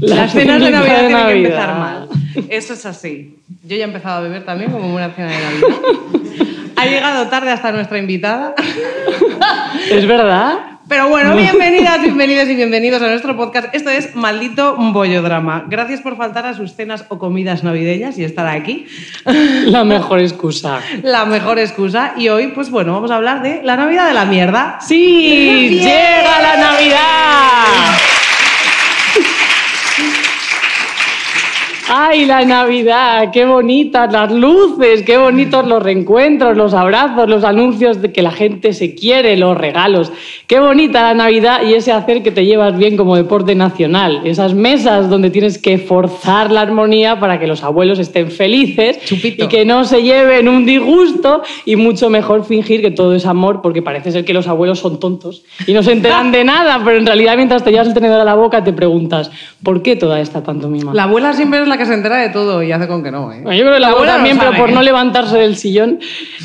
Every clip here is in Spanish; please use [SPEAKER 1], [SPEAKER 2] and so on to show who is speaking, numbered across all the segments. [SPEAKER 1] Las cenas de Navidad tienen que
[SPEAKER 2] Navidad.
[SPEAKER 1] empezar mal. Eso es así. Yo ya he empezado a beber también como una cena de Navidad. Ha llegado tarde hasta nuestra invitada.
[SPEAKER 2] ¿Es verdad?
[SPEAKER 1] Pero bueno, bienvenidas, bienvenidos y bienvenidos a nuestro podcast. Esto es Maldito Bollodrama. Gracias por faltar a sus cenas o comidas navideñas y estar aquí.
[SPEAKER 2] La mejor excusa.
[SPEAKER 1] La mejor excusa. Y hoy, pues bueno, vamos a hablar de la Navidad de la mierda.
[SPEAKER 2] ¡Sí!
[SPEAKER 1] Bien.
[SPEAKER 2] ¡Llega la Navidad! ¡Ay, la Navidad! ¡Qué bonitas las luces! ¡Qué bonitos los reencuentros, los abrazos, los anuncios de que la gente se quiere, los regalos! ¡Qué bonita la Navidad y ese hacer que te llevas bien como deporte nacional! Esas mesas donde tienes que forzar la armonía para que los abuelos estén felices
[SPEAKER 1] Chupito.
[SPEAKER 2] y que no se lleven un disgusto y mucho mejor fingir que todo es amor porque parece ser que los abuelos son tontos y no se enteran de nada, pero en realidad mientras te llevas el tenedor a la boca te preguntas ¿por qué toda esta pantomima?
[SPEAKER 1] La abuela siempre es la que se entera de todo y hace con que no, ¿eh?
[SPEAKER 2] Bueno, Yo creo que la abuela
[SPEAKER 1] lo
[SPEAKER 2] también, pero
[SPEAKER 1] sabe,
[SPEAKER 2] por
[SPEAKER 1] ¿eh?
[SPEAKER 2] no levantarse del sillón.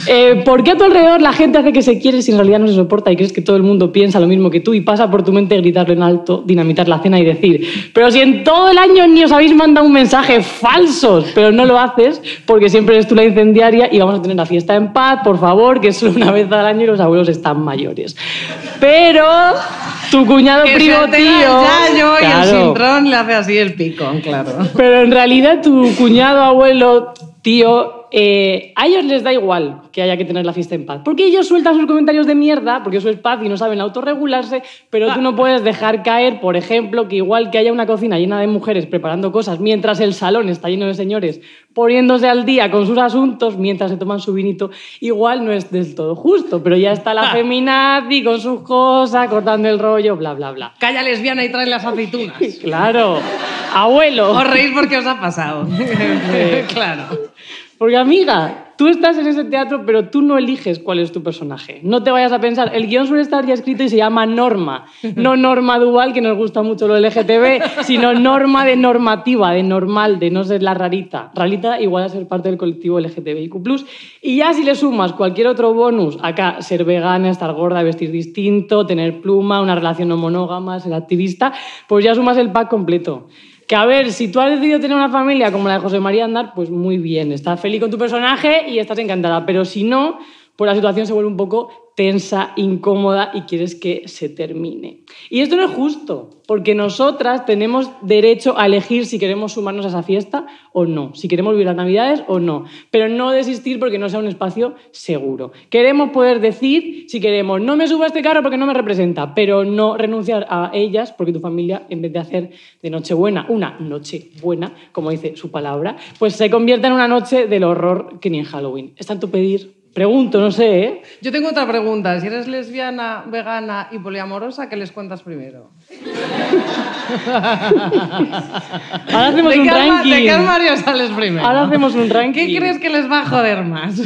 [SPEAKER 2] Eh, ¿Por qué a tu alrededor la gente hace que se quiere si en realidad no se soporta y crees que todo el mundo piensa lo mismo que tú y pasa por tu mente gritarlo en alto, dinamitar la cena y decir, pero si en todo el año ni os habéis mandado un mensaje falsos, pero no lo haces porque siempre eres tú la incendiaria y vamos a tener la fiesta en paz, por favor, que es solo una vez al año y los abuelos están mayores. Pero tu cuñado
[SPEAKER 1] Que se
[SPEAKER 2] primo tío...
[SPEAKER 1] entera el Yayo y el
[SPEAKER 2] Claro.
[SPEAKER 1] sintrón le hace así el picón, claro.
[SPEAKER 2] Pero en realidad tu cuñado, abuelo, tío, eh, a ellos les da igual que haya que tener la fiesta en paz. Porque ellos sueltan sus comentarios de mierda, porque eso es paz y no saben autorregularse, pero tú no puedes dejar caer, por ejemplo, que igual que haya una cocina llena de mujeres preparando cosas, mientras el salón está lleno de señores poniéndose al día con sus asuntos, mientras se toman su vinito, igual no es del todo justo, pero ya está la feminazi con sus cosas, cortando el rollo, bla, bla, bla.
[SPEAKER 1] Calla lesbiana y trae las aceitunas.
[SPEAKER 2] Claro, abuelo.
[SPEAKER 1] Os reís porque os ha pasado. claro.
[SPEAKER 2] Porque amiga, tú estás en ese teatro, pero tú no eliges cuál es tu personaje. No te vayas a pensar. El guión suele estar ya escrito y se llama norma. No norma dual, que nos gusta mucho lo LGTB, sino norma de normativa, de normal, de no ser la rarita. Rarita igual a ser parte del colectivo LGTBIQ+. Y ya si le sumas cualquier otro bonus, acá ser vegana, estar gorda, vestir distinto, tener pluma, una relación no monógama, ser activista, pues ya sumas el pack completo. Que a ver, si tú has decidido tener una familia como la de José María Andar, pues muy bien, estás feliz con tu personaje y estás encantada. Pero si no, pues la situación se vuelve un poco tensa, incómoda y quieres que se termine. Y esto no es justo, porque nosotras tenemos derecho a elegir si queremos sumarnos a esa fiesta o no, si queremos vivir las Navidades o no, pero no desistir porque no sea un espacio seguro. Queremos poder decir si queremos, no me subo a este carro porque no me representa, pero no renunciar a ellas porque tu familia, en vez de hacer de Nochebuena una noche buena, como dice su palabra, pues se convierte en una noche del horror que ni en Halloween. Es tanto pedir. Pregunto, no sé, ¿eh?
[SPEAKER 1] Yo tengo otra pregunta. Si eres lesbiana, vegana y poliamorosa, ¿qué les cuentas primero?
[SPEAKER 2] Ahora hacemos
[SPEAKER 1] ¿De
[SPEAKER 2] un
[SPEAKER 1] qué arma-
[SPEAKER 2] ranking.
[SPEAKER 1] de qué armario sales primero?
[SPEAKER 2] Ahora hacemos un ranking.
[SPEAKER 1] ¿Qué crees que les va a joder más?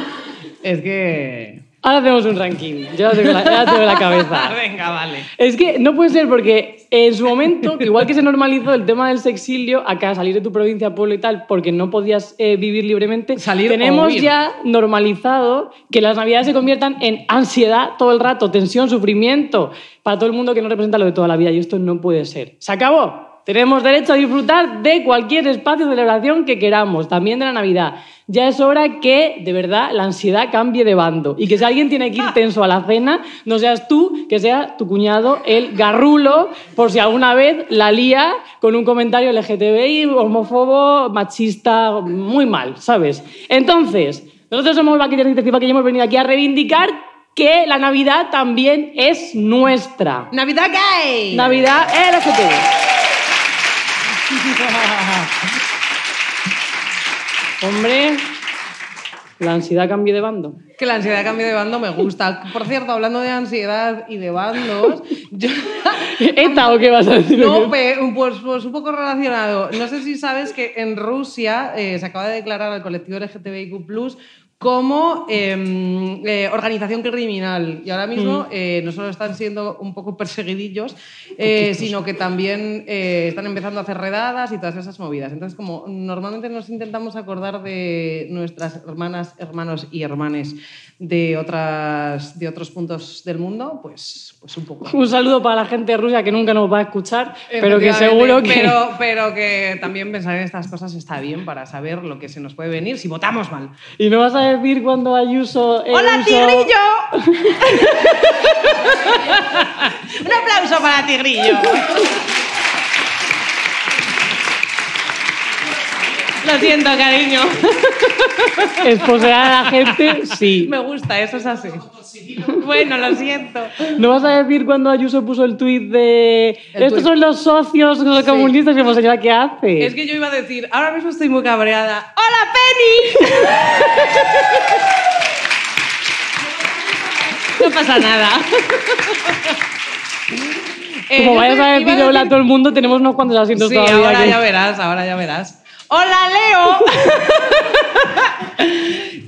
[SPEAKER 1] es que...
[SPEAKER 2] Ahora hacemos un ranking. Ya tengo la, ya tengo la cabeza.
[SPEAKER 1] Venga, vale.
[SPEAKER 2] Es que no puede ser porque en su momento, que igual que se normalizó el tema del sexilio, acá salir de tu provincia, pueblo y tal, porque no podías eh, vivir libremente,
[SPEAKER 1] Salir o
[SPEAKER 2] tenemos
[SPEAKER 1] huir.
[SPEAKER 2] ya normalizado que las navidades se conviertan en ansiedad todo el rato, tensión, sufrimiento, para todo el mundo que no representa lo de toda la vida. Y esto no puede ser. Se acabó. Tenemos derecho a disfrutar de cualquier espacio de celebración que queramos, también de la Navidad. Ya es hora que, de verdad, la ansiedad cambie de bando y que si alguien tiene que ir tenso a la cena, no seas tú, que sea tu cuñado el garrulo, por si alguna vez la lía con un comentario LGTBI, homófobo, machista, muy mal, ¿sabes? Entonces, nosotros somos Vaquillas de Iniciativa que ya hemos venido aquí a reivindicar que la Navidad también es nuestra.
[SPEAKER 1] ¡Navidad gay!
[SPEAKER 2] Navidad LGTBI. Hombre, la ansiedad cambie de bando.
[SPEAKER 1] que la ansiedad cambio de bando me gusta. Por cierto, hablando de ansiedad y de bandos, yo...
[SPEAKER 2] ¿ETA o qué vas a decir?
[SPEAKER 1] No, pe- pues, pues un poco relacionado. No sé si sabes que en Rusia eh, se acaba de declarar al colectivo LGTBIQ como eh, eh, organización criminal. Y ahora mismo eh, no solo están siendo un poco perseguidillos, eh, sino que también eh, están empezando a hacer redadas y todas esas movidas. Entonces, como normalmente nos intentamos acordar de nuestras hermanas, hermanos y hermanes de, otras, de otros puntos del mundo, pues, pues un poco.
[SPEAKER 2] Un saludo para la gente de Rusia que nunca nos va a escuchar, pero que seguro que...
[SPEAKER 1] Eh, Pero, pero que también pensar en estas cosas está bien para saber lo que se nos puede venir si votamos mal.
[SPEAKER 2] Y no vas a decir cuando Ayuso... eh,
[SPEAKER 1] ¡Hola,
[SPEAKER 2] usó-
[SPEAKER 1] tigrillo! Un aplauso para tigrillo. Lo siento, cariño.
[SPEAKER 2] Esposear a la gente, sí.
[SPEAKER 1] Me gusta, eso es así. Bueno, lo siento.
[SPEAKER 2] No vas a decir cuando Ayuso puso el tuit de...
[SPEAKER 1] El
[SPEAKER 2] Estos
[SPEAKER 1] tuit.
[SPEAKER 2] son los socios los
[SPEAKER 1] Sí.
[SPEAKER 2] comunistas que hemos señora, ¿qué hace?
[SPEAKER 1] Es que yo iba a decir, ahora mismo estoy muy cabreada. ¡Hola, Penny! no pasa nada. Eh,
[SPEAKER 2] Como
[SPEAKER 1] yo
[SPEAKER 2] vayas
[SPEAKER 1] te-
[SPEAKER 2] a
[SPEAKER 1] iba
[SPEAKER 2] decir hola a todo el mundo, tenemos unos cuantos asientos
[SPEAKER 1] Sí,
[SPEAKER 2] todavía
[SPEAKER 1] ahora
[SPEAKER 2] aquí.
[SPEAKER 1] ya verás, ahora ya verás. ¡Hola, Leo!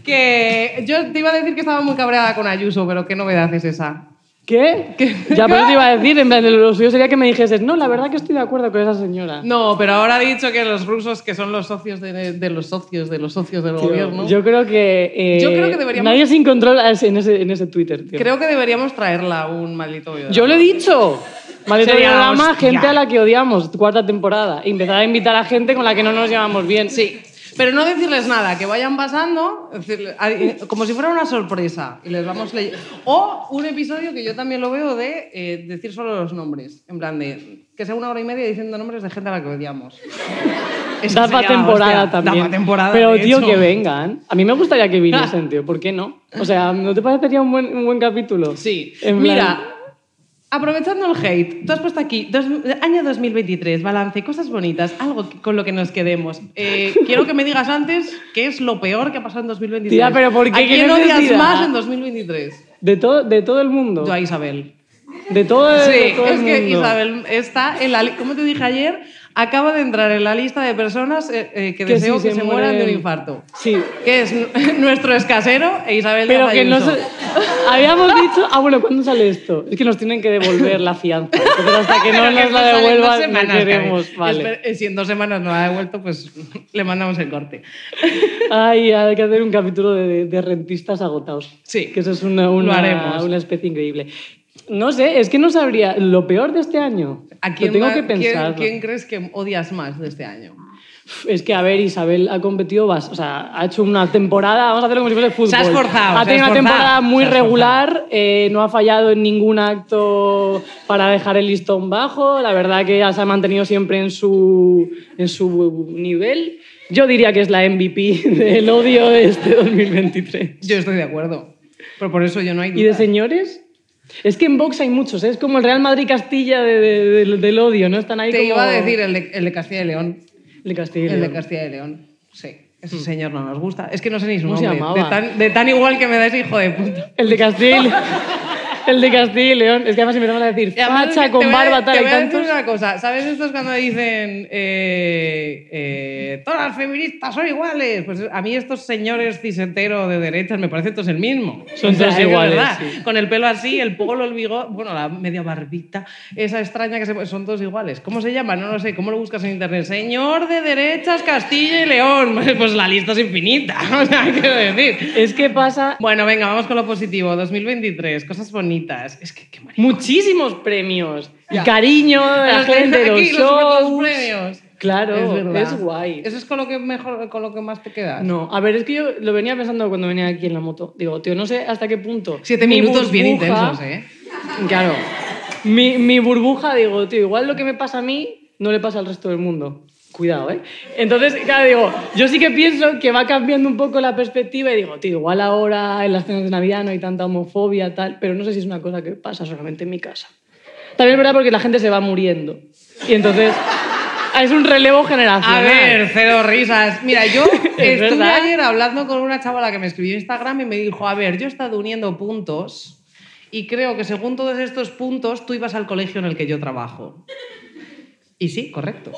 [SPEAKER 1] que yo te iba a decir que estaba muy cabreada con Ayuso, pero qué novedad es esa.
[SPEAKER 2] ¿Qué? Ya, pero te iba a decir, en plan, lo suyo sería que me dijeses, no, la verdad que estoy de acuerdo con esa señora.
[SPEAKER 1] No, pero ahora ha dicho que los rusos, que son los socios de, de los socios, de los socios del
[SPEAKER 2] Tío,
[SPEAKER 1] gobierno.
[SPEAKER 2] Yo creo que. eh,
[SPEAKER 1] Yo creo que deberíamos-
[SPEAKER 2] Nadie sin control ah, en ese, en ese Twitter, tío.
[SPEAKER 1] Creo que deberíamos traerla un maldito video.
[SPEAKER 2] Yo lo he dicho. Maldito
[SPEAKER 1] Sería la
[SPEAKER 2] programa,
[SPEAKER 1] hostia.
[SPEAKER 2] gente a la que odiamos, cuarta temporada. E empezar a invitar a gente con la que no nos llevamos bien.
[SPEAKER 1] Sí. Pero no decirles nada, que vayan pasando, decirle- a- eh, como si fuera una sorpresa, y les vamos leyendo. O un episodio que yo también lo veo de eh, decir solo los nombres, en plan de que sea una hora y media diciendo nombres de gente a la que odiamos. Eso
[SPEAKER 2] Da
[SPEAKER 1] sería
[SPEAKER 2] para
[SPEAKER 1] la
[SPEAKER 2] temporada
[SPEAKER 1] hostia. Da
[SPEAKER 2] también.
[SPEAKER 1] pa' temporada.
[SPEAKER 2] Pero,
[SPEAKER 1] de
[SPEAKER 2] tío,
[SPEAKER 1] hecho. Ah.
[SPEAKER 2] que vengan. A mí me gustaría que viniesen, tío. ¿Por qué no? O sea, ¿no te parecería un buen, un buen capítulo?
[SPEAKER 1] Sí.
[SPEAKER 2] En plan-
[SPEAKER 1] Mira, aprovechando el hate, tú has puesto aquí dos- año 2023, balance, cosas bonitas, algo que- con lo que nos quedemos. Eh, quiero que me digas antes qué es lo peor que ha pasado en 2023.
[SPEAKER 2] Tía, pero ¿por qué?
[SPEAKER 1] ¿A
[SPEAKER 2] ¿Qué
[SPEAKER 1] quién odias
[SPEAKER 2] necesidad?
[SPEAKER 1] más en 2023?
[SPEAKER 2] De, todo, de todo el mundo.
[SPEAKER 1] Yo a Isabel.
[SPEAKER 2] De todo, el-
[SPEAKER 1] Sí,
[SPEAKER 2] de todo el
[SPEAKER 1] es que
[SPEAKER 2] mundo.
[SPEAKER 1] Isabel está en la li- como te dije ayer, acaba de entrar en la lista de personas eh, eh, que,
[SPEAKER 2] Que
[SPEAKER 1] deseo
[SPEAKER 2] sí,
[SPEAKER 1] que
[SPEAKER 2] se
[SPEAKER 1] se, mueran de un
[SPEAKER 2] mueren.
[SPEAKER 1] infarto.
[SPEAKER 2] Sí.
[SPEAKER 1] Que es n- nuestro escasero e Isabel
[SPEAKER 2] Pero
[SPEAKER 1] Díaz
[SPEAKER 2] que no
[SPEAKER 1] Ayuso.
[SPEAKER 2] se... Habíamos dicho... Ah, bueno, ¿cuándo sale esto? Es que nos tienen que devolver la fianza. Entonces, hasta que no
[SPEAKER 1] Pero
[SPEAKER 2] nos
[SPEAKER 1] esto
[SPEAKER 2] la
[SPEAKER 1] sale en dos
[SPEAKER 2] devuelvan, no
[SPEAKER 1] semanas,
[SPEAKER 2] queremos.
[SPEAKER 1] Gaby.
[SPEAKER 2] Vale.
[SPEAKER 1] Espe- eh, Si en dos semanas no la ha devuelto, pues le mandamos el corte.
[SPEAKER 2] Ay, hay que hacer un capítulo de, de rentistas agotados.
[SPEAKER 1] Sí,
[SPEAKER 2] Que eso es una, una-
[SPEAKER 1] lo haremos.
[SPEAKER 2] una especie increíble. No sé, es que no sabría... Lo peor de este año.
[SPEAKER 1] ¿A
[SPEAKER 2] Lo
[SPEAKER 1] quién
[SPEAKER 2] tengo
[SPEAKER 1] va-
[SPEAKER 2] que
[SPEAKER 1] quién-
[SPEAKER 2] pensar.
[SPEAKER 1] ¿quién, crees que odias más de este año?
[SPEAKER 2] Es que, a ver, Isabel ha competido, bas- o sea, ha hecho una temporada, vamos a hacerlo como si fuese fútbol.
[SPEAKER 1] Se ha esforzado,
[SPEAKER 2] Ha
[SPEAKER 1] se ha
[SPEAKER 2] tenido una
[SPEAKER 1] esforzado,
[SPEAKER 2] temporada muy
[SPEAKER 1] se ha esforzado.
[SPEAKER 2] regular, eh, no ha fallado en ningún acto para dejar el listón bajo. La verdad que ya se ha mantenido siempre en su, en su nivel. Yo diría que es la MVP del odio de este 2023.
[SPEAKER 1] Yo estoy de acuerdo. Pero por eso yo no hay
[SPEAKER 2] ¿Y de
[SPEAKER 1] duda.
[SPEAKER 2] señores? Es que en box hay muchos, ¿eh? es como el Real Madrid-Castilla de- de- de- del odio, ¿no? Están ahí
[SPEAKER 1] Te
[SPEAKER 2] como...
[SPEAKER 1] iba a decir el de, el de Castilla y León.
[SPEAKER 2] El de Castilla. y
[SPEAKER 1] El de
[SPEAKER 2] León. Mm.
[SPEAKER 1] Castilla y León. Sí. Ese señor no nos gusta. Es que no sé ni su
[SPEAKER 2] ¿Cómo se
[SPEAKER 1] nombre.
[SPEAKER 2] llamaba?
[SPEAKER 1] De tan, de tan igual que me das, hijo de puta.
[SPEAKER 2] El de Castilla y León. El de Castilla y León. Es que además empezamos a decir
[SPEAKER 1] Y además es
[SPEAKER 2] facha
[SPEAKER 1] que te
[SPEAKER 2] con
[SPEAKER 1] voy a-
[SPEAKER 2] barba, tal
[SPEAKER 1] Te
[SPEAKER 2] y
[SPEAKER 1] voy a decir
[SPEAKER 2] tantos.
[SPEAKER 1] una cosa. ¿Sabes estos cuando dicen eh, eh, todas las feministas son iguales? Pues a mí estos señores ciseteros de derechas me parecen todos el mismo.
[SPEAKER 2] Son todos
[SPEAKER 1] es que es
[SPEAKER 2] iguales,
[SPEAKER 1] verdad.
[SPEAKER 2] sí.
[SPEAKER 1] Con el pelo así, el polo, el bigote, bueno, la media barbita, esa extraña que se pone- son todos iguales. ¿Cómo se llama? No lo sé. ¿Cómo lo buscas en internet? Señor de derechas, Castilla y León. Pues la lista es infinita. O sea, quiero decir.
[SPEAKER 2] Es que pasa
[SPEAKER 1] Bueno, venga, vamos con lo positivo. 2023, cosas bonitas. Es que qué
[SPEAKER 2] muchísimos premios.
[SPEAKER 1] Ya.
[SPEAKER 2] Y cariño de la
[SPEAKER 1] Los que
[SPEAKER 2] gente,
[SPEAKER 1] están
[SPEAKER 2] los
[SPEAKER 1] aquí, los- los
[SPEAKER 2] shows.
[SPEAKER 1] premios.
[SPEAKER 2] Claro,
[SPEAKER 1] verdad.
[SPEAKER 2] es guay.
[SPEAKER 1] Eso es con lo que mejor, con lo que más te quedas.
[SPEAKER 2] No, a ver, es que yo lo venía pensando cuando venía aquí en la moto. Digo, tío, no sé hasta qué punto.
[SPEAKER 1] Siete
[SPEAKER 2] mi
[SPEAKER 1] minutos bien
[SPEAKER 2] burbuja-
[SPEAKER 1] intensos, ¿eh?
[SPEAKER 2] Claro. Mi, mi burbuja, digo, tío, igual lo que me pasa a mí no le pasa al resto del mundo. Cuidado, ¿eh? Entonces, claro, digo, yo sí que pienso que va cambiando un poco la perspectiva y digo, tío, igual ahora en las cenas de Navidad no hay tanta homofobia, tal, pero no sé si es una cosa que pasa solamente en mi casa. También es verdad porque la gente se va muriendo. Y entonces, Es un relevo generacional.
[SPEAKER 1] A ver, cero risas. Mira, yo estuve
[SPEAKER 2] verdad.
[SPEAKER 1] ayer hablando con una chavala que me escribió en Instagram y me dijo, a ver, yo he estado uniendo puntos y creo que según todos estos puntos tú ibas al colegio en el que yo trabajo. Y sí, correcto.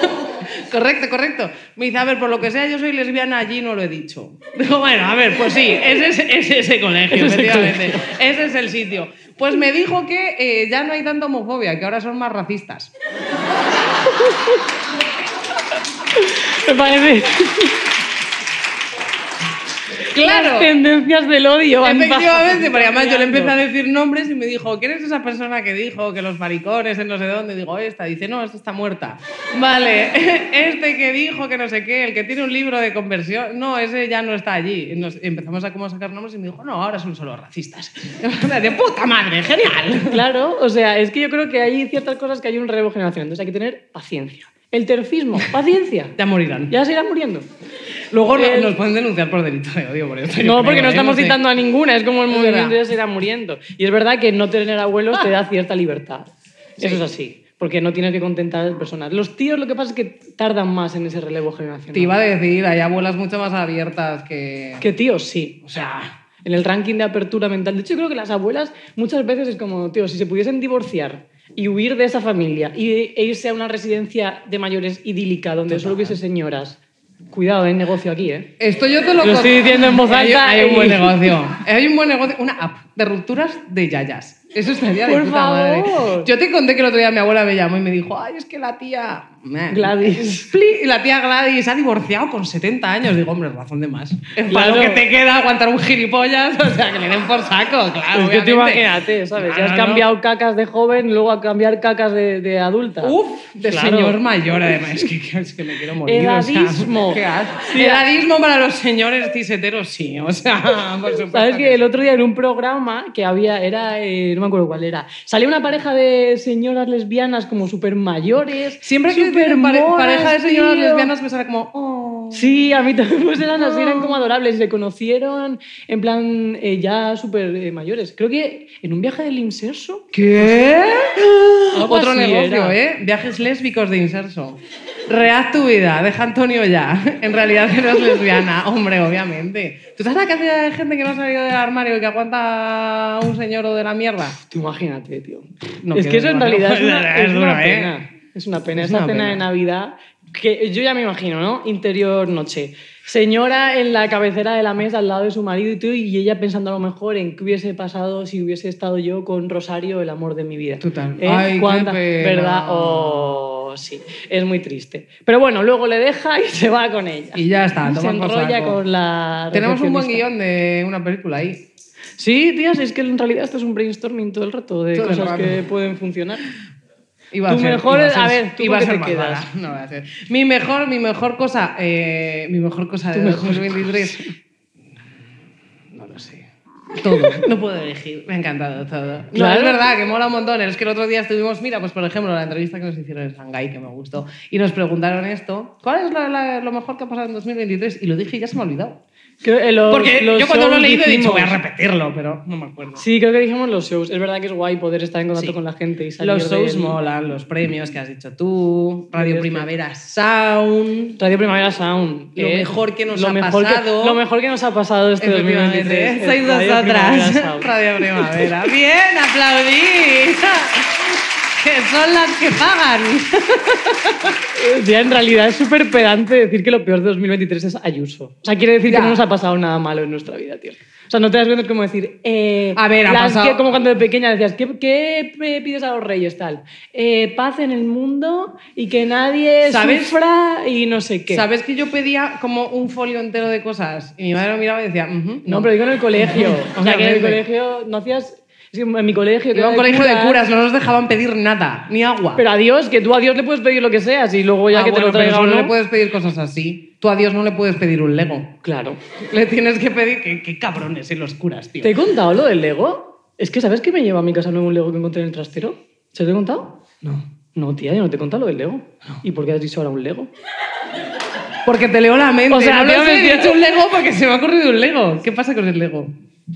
[SPEAKER 1] correcto, correcto. Me dice, a ver, por lo que sea, yo soy lesbiana, allí no lo he dicho. Digo, bueno, a ver, pues sí, ese es, es ese colegio,
[SPEAKER 2] Ese es el
[SPEAKER 1] efectivamente. Ese es el sitio. Pues me dijo que eh, ya no hay tanta homofobia, que ahora son más racistas.
[SPEAKER 2] Me parece.
[SPEAKER 1] Claro.
[SPEAKER 2] Las tendencias del odio. van
[SPEAKER 1] Efectivamente,
[SPEAKER 2] bajando,
[SPEAKER 1] porque además yo le
[SPEAKER 2] cambiando.
[SPEAKER 1] empecé a decir nombres y me dijo, ¿quién es esa persona que dijo que los maricones en no sé dónde? Digo, esta. Dice, no, esta está muerta. Vale, este que dijo que no sé qué, el que tiene un libro de conversión, no, ese ya no está allí. Y Nos empezamos a como sacar nombres y me dijo, no, ahora son solo racistas. De puta madre, genial.
[SPEAKER 2] Claro, o sea, es que yo creo que hay ciertas cosas que hay un relevo generacional. Entonces hay que tener paciencia. El terfismo, paciencia.
[SPEAKER 1] Ya morirán.
[SPEAKER 2] Ya se irán muriendo.
[SPEAKER 1] Luego no-
[SPEAKER 2] El-
[SPEAKER 1] nos pueden denunciar por delito de odio por esto. yo
[SPEAKER 2] No,
[SPEAKER 1] creo,
[SPEAKER 2] porque no
[SPEAKER 1] ¿eh?
[SPEAKER 2] estamos
[SPEAKER 1] sé.
[SPEAKER 2] citando a ninguna, es como el
[SPEAKER 1] Es
[SPEAKER 2] movimiento
[SPEAKER 1] verdad.
[SPEAKER 2] ya se irá muriendo. Y es verdad que no tener abuelos te da cierta libertad. Eso es así, porque no tienes que contentar a las personas. Los tíos lo que pasa es que tardan más en ese relevo generacional.
[SPEAKER 1] Te iba a decir, hay abuelas mucho más abiertas que...
[SPEAKER 2] Que tíos, sí.
[SPEAKER 1] O sea...
[SPEAKER 2] En el ranking de apertura mental. De hecho, yo creo que las abuelas muchas veces es como, tío, si se pudiesen divorciar y huir de esa familia y, e irse a una residencia de mayores idílica donde solo hubiese señoras. Cuidado, hay negocio aquí, ¿eh?
[SPEAKER 1] Esto yo te lo,
[SPEAKER 2] Lo
[SPEAKER 1] con-
[SPEAKER 2] estoy diciendo en voz
[SPEAKER 1] Hay-
[SPEAKER 2] alta
[SPEAKER 1] Hay, un
[SPEAKER 2] y-
[SPEAKER 1] buen negocio. Hay un buen negocio. Una app de rupturas de yayas. Eso estaría de
[SPEAKER 2] Por
[SPEAKER 1] puta madre.
[SPEAKER 2] favor.
[SPEAKER 1] Yo te conté que el otro día mi abuela me llamó y me dijo, ay, es que la tía... meh,
[SPEAKER 2] Gladys.
[SPEAKER 1] pli", y la tía Gladys ha divorciado con 70 años. Digo, hombre, razón de más. Para
[SPEAKER 2] Claro.
[SPEAKER 1] lo que te queda aguantar un gilipollas, o sea, que le den por
[SPEAKER 2] Es
[SPEAKER 1] saco, claro.
[SPEAKER 2] que tú
[SPEAKER 1] Ah, obviamente.
[SPEAKER 2] imagínate, ¿sabes? ya has
[SPEAKER 1] Claro, ¿no?
[SPEAKER 2] cambiado cacas de joven, luego a cambiar cacas de, de adulta.
[SPEAKER 1] Uf, de
[SPEAKER 2] Claro.
[SPEAKER 1] señor mayor, además. Es que, es que me quiero morir. o sea,
[SPEAKER 2] Edadismo.
[SPEAKER 1] qué asco.
[SPEAKER 2] Sí.
[SPEAKER 1] Edadismo para los señores ciseteros, sí. O sea, por supuesto.
[SPEAKER 2] ¿Sabes
[SPEAKER 1] que
[SPEAKER 2] que el otro día en un programa que había, era, eh, no me acuerdo cuál era, salía una pareja de señoras lesbianas como súper mayores.
[SPEAKER 1] Siempre que
[SPEAKER 2] súper
[SPEAKER 1] tienen pare-
[SPEAKER 2] monas,
[SPEAKER 1] pareja de señoras
[SPEAKER 2] tío.
[SPEAKER 1] lesbianas me sale como, oh.
[SPEAKER 2] Sí, a mí también pues eran así, eran como adorables. Se conocieron en plan eh, ya súper eh, mayores. Creo que en un viaje del inserso.
[SPEAKER 1] ¿Qué?
[SPEAKER 2] Algo
[SPEAKER 1] Ah, Otro
[SPEAKER 2] así
[SPEAKER 1] negocio,
[SPEAKER 2] era.
[SPEAKER 1] ¿eh? Viajes lésbicos de inserso. Reaz tu vida, deja a Antonio ya. En realidad eres lesbiana, hombre, obviamente. ¿Tú sabes la cantidad de gente que no ha salido del armario y que aguanta a un señor o de la mierda?
[SPEAKER 2] Tú imagínate, tío.
[SPEAKER 1] No
[SPEAKER 2] es que eso
[SPEAKER 1] quiero
[SPEAKER 2] en
[SPEAKER 1] ni
[SPEAKER 2] realidad es una,
[SPEAKER 1] imaginar. Es
[SPEAKER 2] es una
[SPEAKER 1] duro, ¿eh?
[SPEAKER 2] pena. Es una pena.
[SPEAKER 1] Es
[SPEAKER 2] Esa
[SPEAKER 1] una
[SPEAKER 2] cena
[SPEAKER 1] pena.
[SPEAKER 2] de Navidad que yo ya me imagino, ¿no? Interior noche. Señora en la cabecera de la mesa al lado de su marido y tú y ella pensando a lo mejor en qué hubiese pasado si hubiese estado yo con Rosario, el amor de mi vida.
[SPEAKER 1] Total.
[SPEAKER 2] ¿Eh?
[SPEAKER 1] Ay, qué
[SPEAKER 2] ¿Cuánta-
[SPEAKER 1] pena.
[SPEAKER 2] ¿Verdad? Oh, sí. Es muy triste. Pero bueno, luego le deja y se va con ella.
[SPEAKER 1] Y ya está,
[SPEAKER 2] se
[SPEAKER 1] toma por
[SPEAKER 2] enrolla
[SPEAKER 1] saco.
[SPEAKER 2] con la...
[SPEAKER 1] Tenemos un buen
[SPEAKER 2] recepcionista.
[SPEAKER 1] guión de una película ahí.
[SPEAKER 2] Sí, tías, es que en realidad esto es un brainstorming todo el rato de
[SPEAKER 1] Todo el
[SPEAKER 2] cosas
[SPEAKER 1] rato.
[SPEAKER 2] que pueden funcionar.
[SPEAKER 1] Iba
[SPEAKER 2] Tu mejor-
[SPEAKER 1] iba ser-
[SPEAKER 2] a ver, ¿tú
[SPEAKER 1] iba
[SPEAKER 2] con
[SPEAKER 1] a
[SPEAKER 2] qué
[SPEAKER 1] ser
[SPEAKER 2] te
[SPEAKER 1] más
[SPEAKER 2] quedas?
[SPEAKER 1] mala, no va a ser. Mi mejor, mi mejor cosa, eh, mi mejor cosa de
[SPEAKER 2] Tu mejor
[SPEAKER 1] 2023. No lo sé. Todo. No puedo elegir. Me ha encantado todo. No,
[SPEAKER 2] Claro.
[SPEAKER 1] es verdad que mola un montón. Es que el otro día estuvimos, mira, pues por ejemplo, la entrevista que nos hicieron en Shanghái, que me gustó, y nos preguntaron esto, ¿cuál es la- la- lo mejor que ha pasado en 2023? Y lo dije y ya se me ha olvidado.
[SPEAKER 2] Que, eh, los-
[SPEAKER 1] Porque
[SPEAKER 2] los
[SPEAKER 1] yo cuando lo he
[SPEAKER 2] shows
[SPEAKER 1] leído he dicho,
[SPEAKER 2] dijimos-
[SPEAKER 1] voy a repetirlo, pero no me acuerdo.
[SPEAKER 2] Sí, creo que dijimos los shows. Es verdad que es guay poder estar en contacto
[SPEAKER 1] Sí.
[SPEAKER 2] con la gente y salir
[SPEAKER 1] Los shows
[SPEAKER 2] del-
[SPEAKER 1] molan, los premios que has dicho tú,
[SPEAKER 2] Pero
[SPEAKER 1] Radio
[SPEAKER 2] es que-
[SPEAKER 1] Primavera Sound.
[SPEAKER 2] Radio Primavera Sound.
[SPEAKER 1] Lo mejor que nos ha
[SPEAKER 2] mejor que-
[SPEAKER 1] pasado.
[SPEAKER 2] lo mejor que nos ha pasado este 2023. es
[SPEAKER 1] Efectivamente, sois
[SPEAKER 2] Radio Primavera
[SPEAKER 1] vosotras.
[SPEAKER 2] Sound.
[SPEAKER 1] Radio Primavera. Bien, aplaudís. Que son las que pagan.
[SPEAKER 2] Ya, en realidad es súper pedante decir que lo peor de 2023 es Ayuso. O sea, quiere decir
[SPEAKER 1] Ya.
[SPEAKER 2] que no nos ha pasado nada malo en nuestra vida, tío. O sea, no te das cuenta, es como decir. eh,
[SPEAKER 1] A ver, ha
[SPEAKER 2] las
[SPEAKER 1] pasado-
[SPEAKER 2] que- como cuando de pequeña decías, ¿qué, qué eh, pides a los reyes? Tal. Eh, paz en el mundo y que nadie
[SPEAKER 1] ¿Sabes?
[SPEAKER 2] sufra y no sé qué.
[SPEAKER 1] ¿Sabes que yo pedía como un folio entero de cosas? Y mi madre lo miraba y decía, "Ujú,
[SPEAKER 2] No, pero digo en el colegio. o sea, que en el
[SPEAKER 1] Obviamente.
[SPEAKER 2] colegio no hacías. Es que en mi colegio. que
[SPEAKER 1] Iba a un
[SPEAKER 2] era
[SPEAKER 1] colegio de
[SPEAKER 2] curas,
[SPEAKER 1] curas, no nos dejaban pedir nada, ni agua.
[SPEAKER 2] Pero a Dios, que tú a Dios le puedes pedir lo que seas y luego ya
[SPEAKER 1] Ah,
[SPEAKER 2] que te
[SPEAKER 1] bueno,
[SPEAKER 2] lo
[SPEAKER 1] pero
[SPEAKER 2] traiga o
[SPEAKER 1] solo
[SPEAKER 2] no.
[SPEAKER 1] le puedes pedir cosas así. Tú a Dios no le puedes pedir un Lego.
[SPEAKER 2] Claro.
[SPEAKER 1] Le tienes que pedir que, que cabrones en los curas, tío.
[SPEAKER 2] ¿Te he contado lo del Lego? Es que ¿sabes que me lleva a mi casa nuevo un Lego que encontré en el trastero? ¿Se lo he contado?
[SPEAKER 1] No.
[SPEAKER 2] No, tía, yo no te he contado lo del Lego. ¿Y por qué has dicho ahora un Lego?
[SPEAKER 1] Porque te leo la mente.
[SPEAKER 2] O sea,
[SPEAKER 1] no lo
[SPEAKER 2] tío,
[SPEAKER 1] sé,
[SPEAKER 2] me
[SPEAKER 1] he
[SPEAKER 2] estoy-
[SPEAKER 1] dicho un Lego porque se me ha ocurrido un Lego. ¿Qué pasa con el Lego?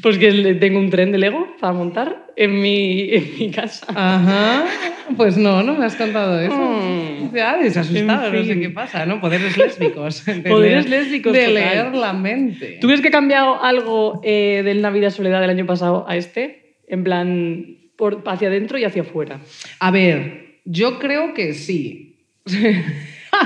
[SPEAKER 2] Pues que le- tengo un tren de Lego para montar en mi, en mi casa.
[SPEAKER 1] Ajá. Pues no, no me has contado eso.
[SPEAKER 2] Mm.
[SPEAKER 1] Ya, se asustado,
[SPEAKER 2] En
[SPEAKER 1] no sé
[SPEAKER 2] fin.
[SPEAKER 1] qué pasa, ¿no? Poderes lésbicos. De
[SPEAKER 2] Poderes
[SPEAKER 1] leer-
[SPEAKER 2] lésbicos,
[SPEAKER 1] De
[SPEAKER 2] total.
[SPEAKER 1] leer la mente.
[SPEAKER 2] ¿Tú crees que ha cambiado algo eh, del Navidad Soledad del año pasado a este? En plan, por, hacia adentro y hacia afuera.
[SPEAKER 1] A ver, yo creo que sí.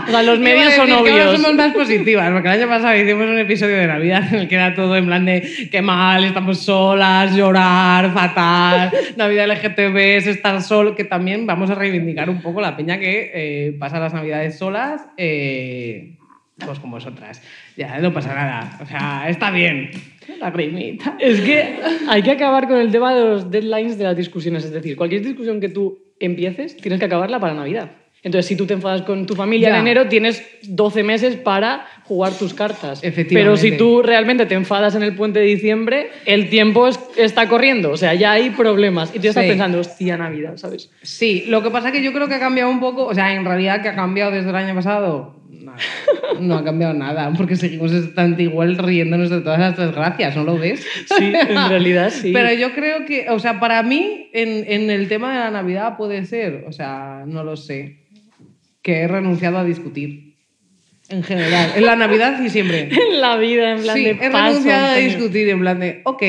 [SPEAKER 2] O sea, los
[SPEAKER 1] Iba a
[SPEAKER 2] medios son
[SPEAKER 1] decir que ahora
[SPEAKER 2] obvios.
[SPEAKER 1] somos más positivas, porque el año pasado hicimos un episodio de Navidad en el que era todo en plan de qué mal, estamos solas, llorar, fatal, Navidad LGTB es estar solo, que también vamos a reivindicar un poco la peña que eh, pasa las Navidades solas, eh, pues con vosotras. Ya, no pasa nada, o sea, está bien. La primita.
[SPEAKER 2] Es que hay que acabar con el tema de los deadlines de las discusiones. Es decir, cualquier discusión que tú empieces, tienes que acabarla para Navidad. Entonces, si tú te enfadas con tu familia
[SPEAKER 1] Ya.
[SPEAKER 2] en enero, tienes 12 meses para jugar tus cartas. Pero
[SPEAKER 1] Efectivamente.
[SPEAKER 2] si tú realmente te enfadas en el puente de diciembre, el tiempo es- está corriendo. O sea, ya hay problemas. Y tú ya estás
[SPEAKER 1] Sí.
[SPEAKER 2] pensando, hostia, Navidad, ¿sabes?
[SPEAKER 1] Sí, lo que pasa es que yo creo que ha cambiado un poco, o sea, en realidad que ha cambiado desde el año pasado, nada, no ha cambiado nada, porque seguimos estando igual riéndonos de todas las desgracias, ¿no lo ves?
[SPEAKER 2] Sí, en realidad sí.
[SPEAKER 1] Pero yo creo que, o sea, para mí, en, en el tema de la Navidad puede ser, o sea, no lo sé, que he renunciado a discutir, en general, en la Navidad y siempre.
[SPEAKER 2] En la vida, en plan
[SPEAKER 1] Sí,
[SPEAKER 2] de
[SPEAKER 1] he
[SPEAKER 2] paso,
[SPEAKER 1] renunciado a
[SPEAKER 2] Antonio.
[SPEAKER 1] discutir en plan de, ok,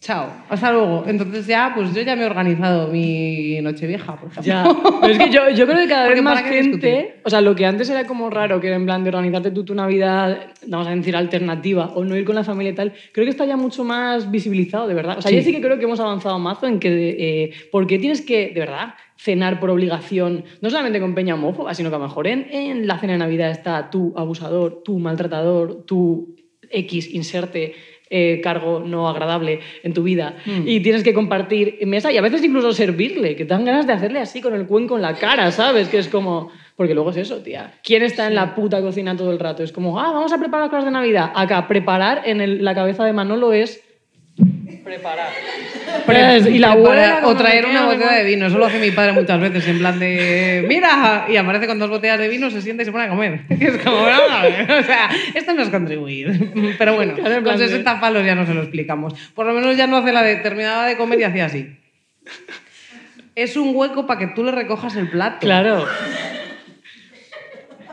[SPEAKER 1] chao, hasta luego. Entonces ya, pues yo ya me he organizado mi Nochevieja, por ejemplo.
[SPEAKER 2] Ya, pero es que yo, yo creo que cada
[SPEAKER 1] Porque
[SPEAKER 2] vez
[SPEAKER 1] ¿para
[SPEAKER 2] más
[SPEAKER 1] qué discutir?
[SPEAKER 2] gente, o sea, lo que antes era como raro, que era en plan de organizarte tú tu Navidad, vamos a decir, alternativa, o no ir con la familia y tal, creo que está ya mucho más visibilizado, de verdad. O sea,
[SPEAKER 1] Sí.
[SPEAKER 2] yo sí que creo que hemos avanzado mazo en que, eh, ¿por qué tienes que, de verdad, cenar por obligación, no solamente con peña homófoba, sino que a lo mejor en, en la cena de Navidad está tu abusador, tu maltratador, tu X, inserte. eh, cargo no agradable en tu vida
[SPEAKER 1] Mm.
[SPEAKER 2] y tienes que compartir mesa y a veces incluso servirle, que te dan ganas de hacerle así con el cuenco en la cara, ¿sabes? Que es como... Porque luego es eso, tía. ¿Quién está en la puta cocina todo el rato? Es como, ah, vamos a preparar cosas de Navidad. Acá, preparar en el- la cabeza de Manolo es... Preparar.
[SPEAKER 1] Pre-
[SPEAKER 2] y la
[SPEAKER 1] preparar
[SPEAKER 2] abuela...
[SPEAKER 1] o traer una botella de vino. Eso lo hace mi padre muchas veces, en plan de, mira, y aparece con dos botellas de vino, se sienta y se pone a comer. Es como, "Vamos a ver". o sea, esto no es contribuir. Pero bueno,
[SPEAKER 2] Claro, en
[SPEAKER 1] con
[SPEAKER 2] plan de-
[SPEAKER 1] 60 palos ya no se lo explicamos. Por lo menos ya no hace la de, terminaba de comer y hacía así. Es un hueco para que tú le recojas el plato.
[SPEAKER 2] Claro.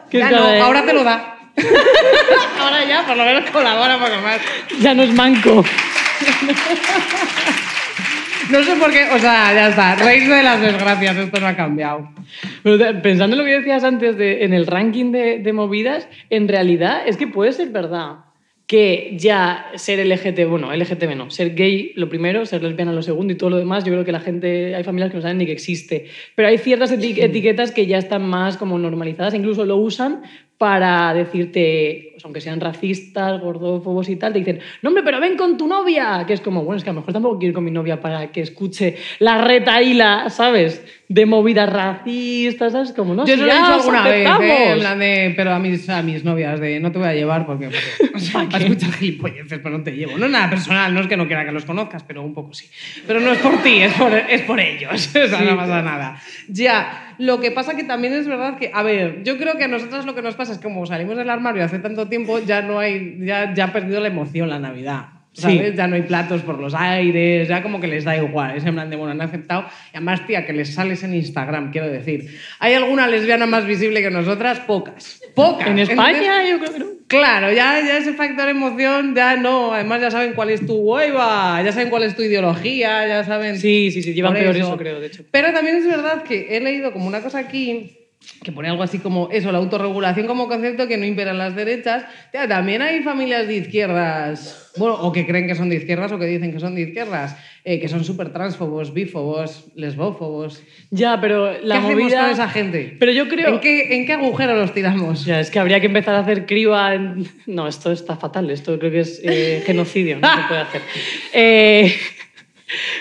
[SPEAKER 2] Que
[SPEAKER 1] Ya
[SPEAKER 2] es como
[SPEAKER 1] no,
[SPEAKER 2] de-
[SPEAKER 1] ahora te lo da. ahora ya, por lo menos colabora poco más.
[SPEAKER 2] Ya no es manco.
[SPEAKER 1] No sé por qué, o sea, ya está. Reírse de las desgracias, esto no ha cambiado.
[SPEAKER 2] Pero te- pensando en lo que decías antes de- en el ranking de, de movidas, en realidad es que puede ser verdad que ya ser LGTB, bueno, LGTB no, ser gay lo primero, ser lesbiana lo segundo y todo lo demás, yo creo que la gente, hay familias que no saben ni que existe, pero hay ciertas eti- etiquetas que ya están más como normalizadas, incluso lo usan para decirte, pues, aunque sean racistas, gordófobos y tal, te dicen, no hombre, pero ven con tu novia, que es como, bueno, es que a lo mejor tampoco quiero ir con mi novia para que escuche la retaíla, ¿sabes? De movidas racistas, ¿sabes? Como, no,
[SPEAKER 1] Yo
[SPEAKER 2] si
[SPEAKER 1] se lo he
[SPEAKER 2] ya
[SPEAKER 1] dicho
[SPEAKER 2] os
[SPEAKER 1] alguna vez, ¿eh? en
[SPEAKER 2] aceptamos".
[SPEAKER 1] plan de, pero a mis, a mis novias, de no te voy a llevar porque pues, o sea, para escuchar gilipolleces, pero no te llevo. No es nada personal, no es que no quiera que los conozcas, pero un poco sí. Pero no es por ti, es por, es por ellos. O sea, no pasa nada. Ya, lo que pasa que también es verdad que, a ver, yo creo que a nosotras lo que nos pasa es que como salimos del armario hace tanto tiempo, ya no hay, ya, ya ha perdido la emoción la Navidad. ¿Sabes?
[SPEAKER 2] Sí.
[SPEAKER 1] Ya no hay platos por los aires, ya como que les da igual. Es en plan de, bueno, han aceptado. Y además, tía, que les sales en Instagram, quiero decir. ¿Hay alguna lesbiana más visible que nosotras? Pocas. Pocas.
[SPEAKER 2] En
[SPEAKER 1] Entonces,
[SPEAKER 2] España, yo creo que no.
[SPEAKER 1] claro, ya, ya ese factor emoción, ya no. Además, ya saben cuál es tu hueva, ya saben cuál es tu ideología, ya saben.
[SPEAKER 2] Sí, sí, sí, llevan
[SPEAKER 1] Por
[SPEAKER 2] peor eso, creo, de hecho.
[SPEAKER 1] Pero también es verdad que he leído como una cosa aquí que pone algo así como eso, la autorregulación como concepto que no impera en las derechas. Ya, también hay familias de izquierdas, bueno, o que creen que son de izquierdas o que dicen que son de izquierdas, eh, que son súper transfobos, bífobos, lesbófobos.
[SPEAKER 2] Ya, pero la
[SPEAKER 1] ¿Qué hacemos
[SPEAKER 2] movida...
[SPEAKER 1] con esa gente?
[SPEAKER 2] Pero yo creo...
[SPEAKER 1] ¿En qué, en qué agujero los tiramos?
[SPEAKER 2] Ya, es que habría que empezar a hacer criba. en- No, esto está fatal. Esto creo que es eh, genocidio. No se puede hacer. Eh,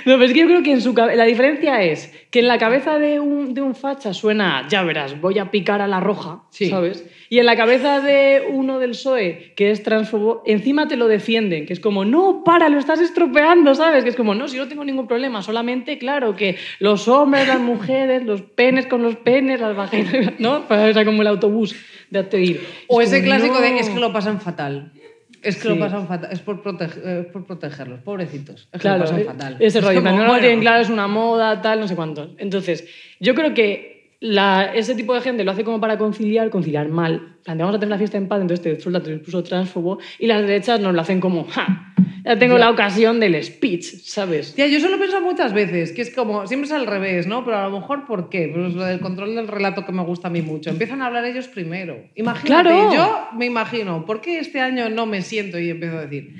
[SPEAKER 2] No, pero es que yo creo que en su cabe- la diferencia es que en la cabeza de un, de un facha suena, ya verás, voy a picar a la roja,
[SPEAKER 1] Sí.
[SPEAKER 2] ¿sabes? Y en la cabeza de uno del PSOE, que es transfobo, encima te lo defienden, que es como, no, para, lo estás estropeando, ¿sabes? Que es como, no, si yo no tengo ningún problema, solamente, claro, que los hombres, las mujeres, los penes con los penes, las vaginas, ¿no? Para, o sea, como el autobús de hazte ir.
[SPEAKER 1] O
[SPEAKER 2] Es
[SPEAKER 1] ese
[SPEAKER 2] como,
[SPEAKER 1] clásico de
[SPEAKER 2] "No".
[SPEAKER 1] es que lo pasan fatal. Es que
[SPEAKER 2] Sí.
[SPEAKER 1] lo pasan fatal. Es por, protege- eh, por protegerlos, pobrecitos. Es
[SPEAKER 2] Claro,
[SPEAKER 1] que lo
[SPEAKER 2] eh,
[SPEAKER 1] pasan fatal.
[SPEAKER 2] ese
[SPEAKER 1] Es
[SPEAKER 2] rollo.
[SPEAKER 1] como,
[SPEAKER 2] también no lo
[SPEAKER 1] bueno,
[SPEAKER 2] tienen claro, es una moda, tal, no sé cuánto. Entonces, yo creo que la- ese tipo de gente lo hace como para conciliar, conciliar mal. En plan, Vamos a tener la fiesta en paz, entonces te suelta tu discurso transfobo y las derechas nos lo hacen como, ¡ja! Ya tengo la ocasión del speech, ¿sabes?
[SPEAKER 1] Tía, yo eso lo he pensado muchas veces, que es como, siempre es al revés, ¿no? Pero a lo mejor, ¿por qué? Pues lo del control del relato que me gusta a mí mucho. Empiezan a hablar ellos primero. Imagínate,
[SPEAKER 2] Claro.
[SPEAKER 1] yo me imagino, ¿por qué este año no me siento y empiezo a decir,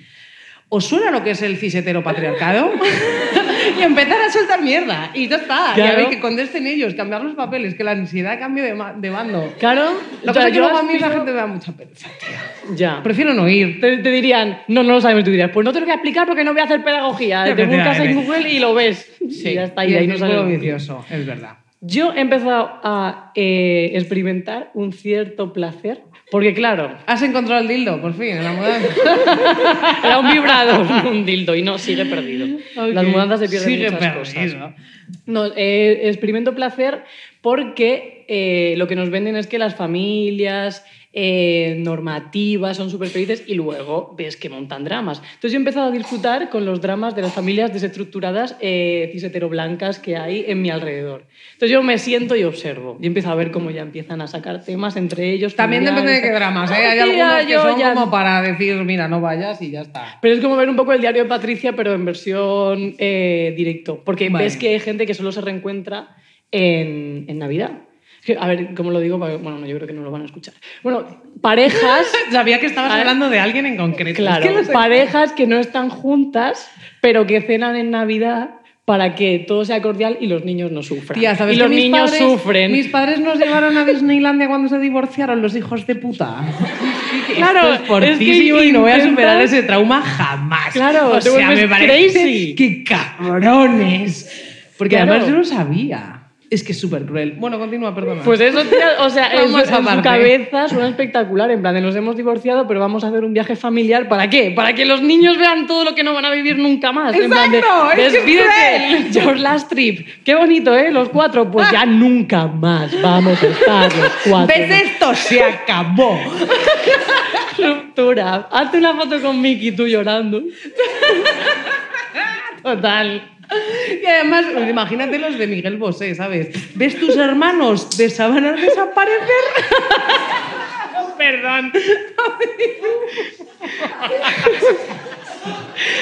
[SPEAKER 1] ¿os suena lo que es el cisetero patriarcado? y empezar a soltar mierda. Y ya está. Y a
[SPEAKER 2] Claro.
[SPEAKER 1] ver, que contesten ellos, cambiar los papeles, que la ansiedad cambie de, ma- de bando.
[SPEAKER 2] Claro.
[SPEAKER 1] Lo
[SPEAKER 2] o
[SPEAKER 1] que pasa
[SPEAKER 2] sea,
[SPEAKER 1] es que luego a
[SPEAKER 2] aspiro-
[SPEAKER 1] mí la gente me da mucha pereza, tía.
[SPEAKER 2] Ya.
[SPEAKER 1] Prefiero no ir.
[SPEAKER 2] Te, te dirían, no, no lo sabemos, tú dirías, pues no te lo voy a explicar porque no voy a hacer pedagogía. Te buscas en
[SPEAKER 1] Efectivamente.
[SPEAKER 2] Google y lo ves. Y ya está, y de ahí
[SPEAKER 1] el
[SPEAKER 2] no sale
[SPEAKER 1] círculo
[SPEAKER 2] el-
[SPEAKER 1] vicioso, es verdad.
[SPEAKER 2] Yo he empezado a eh, experimentar un cierto placer, porque claro,
[SPEAKER 1] Has encontrado el dildo, por fin, en la mudanza.
[SPEAKER 2] era un vibrador, no un dildo, y no, sigue perdido. Las mudanzas se pierden
[SPEAKER 1] Sigue
[SPEAKER 2] muchas cosas.
[SPEAKER 1] perdido.
[SPEAKER 2] No, eh, experimento placer porque eh, lo que nos venden es que las familias eh, normativas son súper felices y luego ves que montan dramas. Entonces yo he empezado a disfrutar con los dramas de las familias desestructuradas eh, cis heteroblancas que hay en mi alrededor. Entonces yo me siento y observo y empiezo a ver cómo ya empiezan a sacar temas entre ellos.
[SPEAKER 1] También depende de qué
[SPEAKER 2] familiares.
[SPEAKER 1] dramas, ¿eh? Hay
[SPEAKER 2] Ay, tía,
[SPEAKER 1] algunos que
[SPEAKER 2] yo
[SPEAKER 1] son
[SPEAKER 2] ya-
[SPEAKER 1] como para decir, mira, no vayas y ya está.
[SPEAKER 2] Pero es como ver un poco el diario de Patricia, pero en versión eh, directo. Porque
[SPEAKER 1] Vale.
[SPEAKER 2] ves que hay gente que solo se reencuentra en, en Navidad. Es que, a ver, ¿cómo lo digo? Para- Bueno, no, yo creo que no lo van a escuchar. Bueno, parejas.
[SPEAKER 1] Sabía que estabas
[SPEAKER 2] Ah,
[SPEAKER 1] hablando de alguien en concreto.
[SPEAKER 2] claro,
[SPEAKER 1] Es que no sé.
[SPEAKER 2] parejas que no están juntas, pero que cenan en Navidad para que todo sea cordial y los niños no sufran.
[SPEAKER 1] Tía, ¿sabes
[SPEAKER 2] y
[SPEAKER 1] que
[SPEAKER 2] los
[SPEAKER 1] mis
[SPEAKER 2] niños
[SPEAKER 1] padres-
[SPEAKER 2] sufren.
[SPEAKER 1] Mis padres nos llevaron a Disneylandia cuando se divorciaron, los hijos de puta.
[SPEAKER 2] Claro,
[SPEAKER 1] Esto es fortísimo
[SPEAKER 2] es que
[SPEAKER 1] y no voy a
[SPEAKER 2] intentas-
[SPEAKER 1] superar ese trauma jamás.
[SPEAKER 2] Claro,
[SPEAKER 1] o
[SPEAKER 2] te
[SPEAKER 1] sea, me
[SPEAKER 2] vuelves
[SPEAKER 1] parece
[SPEAKER 2] crazy.
[SPEAKER 1] que cabrones. Porque
[SPEAKER 2] Claro.
[SPEAKER 1] además yo no sabía. Es que es súper cruel. Bueno, continúa, perdona.
[SPEAKER 2] Pues eso, tía, o sea, en su, en
[SPEAKER 1] Vamos
[SPEAKER 2] su
[SPEAKER 1] aparte.
[SPEAKER 2] cabeza suena espectacular, en plan de nos hemos divorciado, pero vamos a hacer un viaje familiar, ¿para qué? Para que los niños vean todo lo que no van a vivir nunca más. en plan de,
[SPEAKER 1] ¡Exacto! ¡Es que es
[SPEAKER 2] "Despídete, George Last Trip, qué bonito, ¿eh? Los cuatro, pues ya nunca más vamos a estar los cuatro.
[SPEAKER 1] ¿Ves esto? Se acabó.
[SPEAKER 2] Ruptura, hazte una foto con Mickey tú llorando. Total.
[SPEAKER 1] Y además, pues, imagínate los de Miguel Bosé, ¿sabes? ¿Ves tus hermanos de Sabanas desaparecer? Perdón.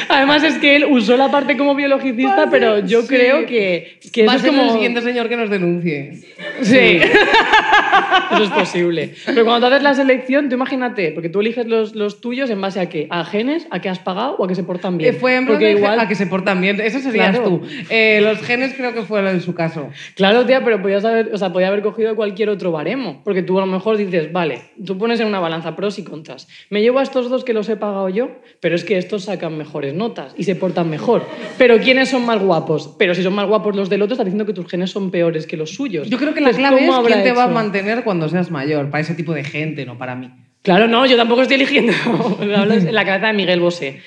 [SPEAKER 2] Además es que él usó la parte como biologicista,
[SPEAKER 1] Vale,
[SPEAKER 2] pero yo
[SPEAKER 1] sí.
[SPEAKER 2] creo que, que eso
[SPEAKER 1] Va a
[SPEAKER 2] es
[SPEAKER 1] ser
[SPEAKER 2] como
[SPEAKER 1] el siguiente señor que nos denuncie.
[SPEAKER 2] Sí. Eso es posible. Pero cuando tú haces la selección, tú imagínate, porque tú eliges los, los tuyos en base a qué? ¿A genes? ¿A qué has pagado? ¿O a que se portan bien?
[SPEAKER 1] Eh, fue en
[SPEAKER 2] porque
[SPEAKER 1] plan de-
[SPEAKER 2] igual.
[SPEAKER 1] a que se portan bien. Eso serías
[SPEAKER 2] Claro.
[SPEAKER 1] tú. Eh, los genes creo que fue lo de su caso.
[SPEAKER 2] Claro, tía, pero podías haber, o sea, podía haber cogido cualquier otro baremo. Porque tú a lo mejor dices, vale, tú pones en una balanza pros y contras. Me llevo a estos dos que los he pagado yo, pero es que estos sacan mejores notas y se portan mejor. Pero ¿quiénes son más guapos? Pero si son más guapos los del otro, está diciendo que tus genes son peores que los suyos.
[SPEAKER 1] Yo creo que la
[SPEAKER 2] Entonces,
[SPEAKER 1] clave es
[SPEAKER 2] Pues, ¿cómo habrá
[SPEAKER 1] quién te va a
[SPEAKER 2] hecho?
[SPEAKER 1] mantener cuando seas mayor, para ese tipo de gente, no para mí.
[SPEAKER 2] Claro, no, yo tampoco estoy eligiendo. Hablo en la cabeza de Miguel Bosé.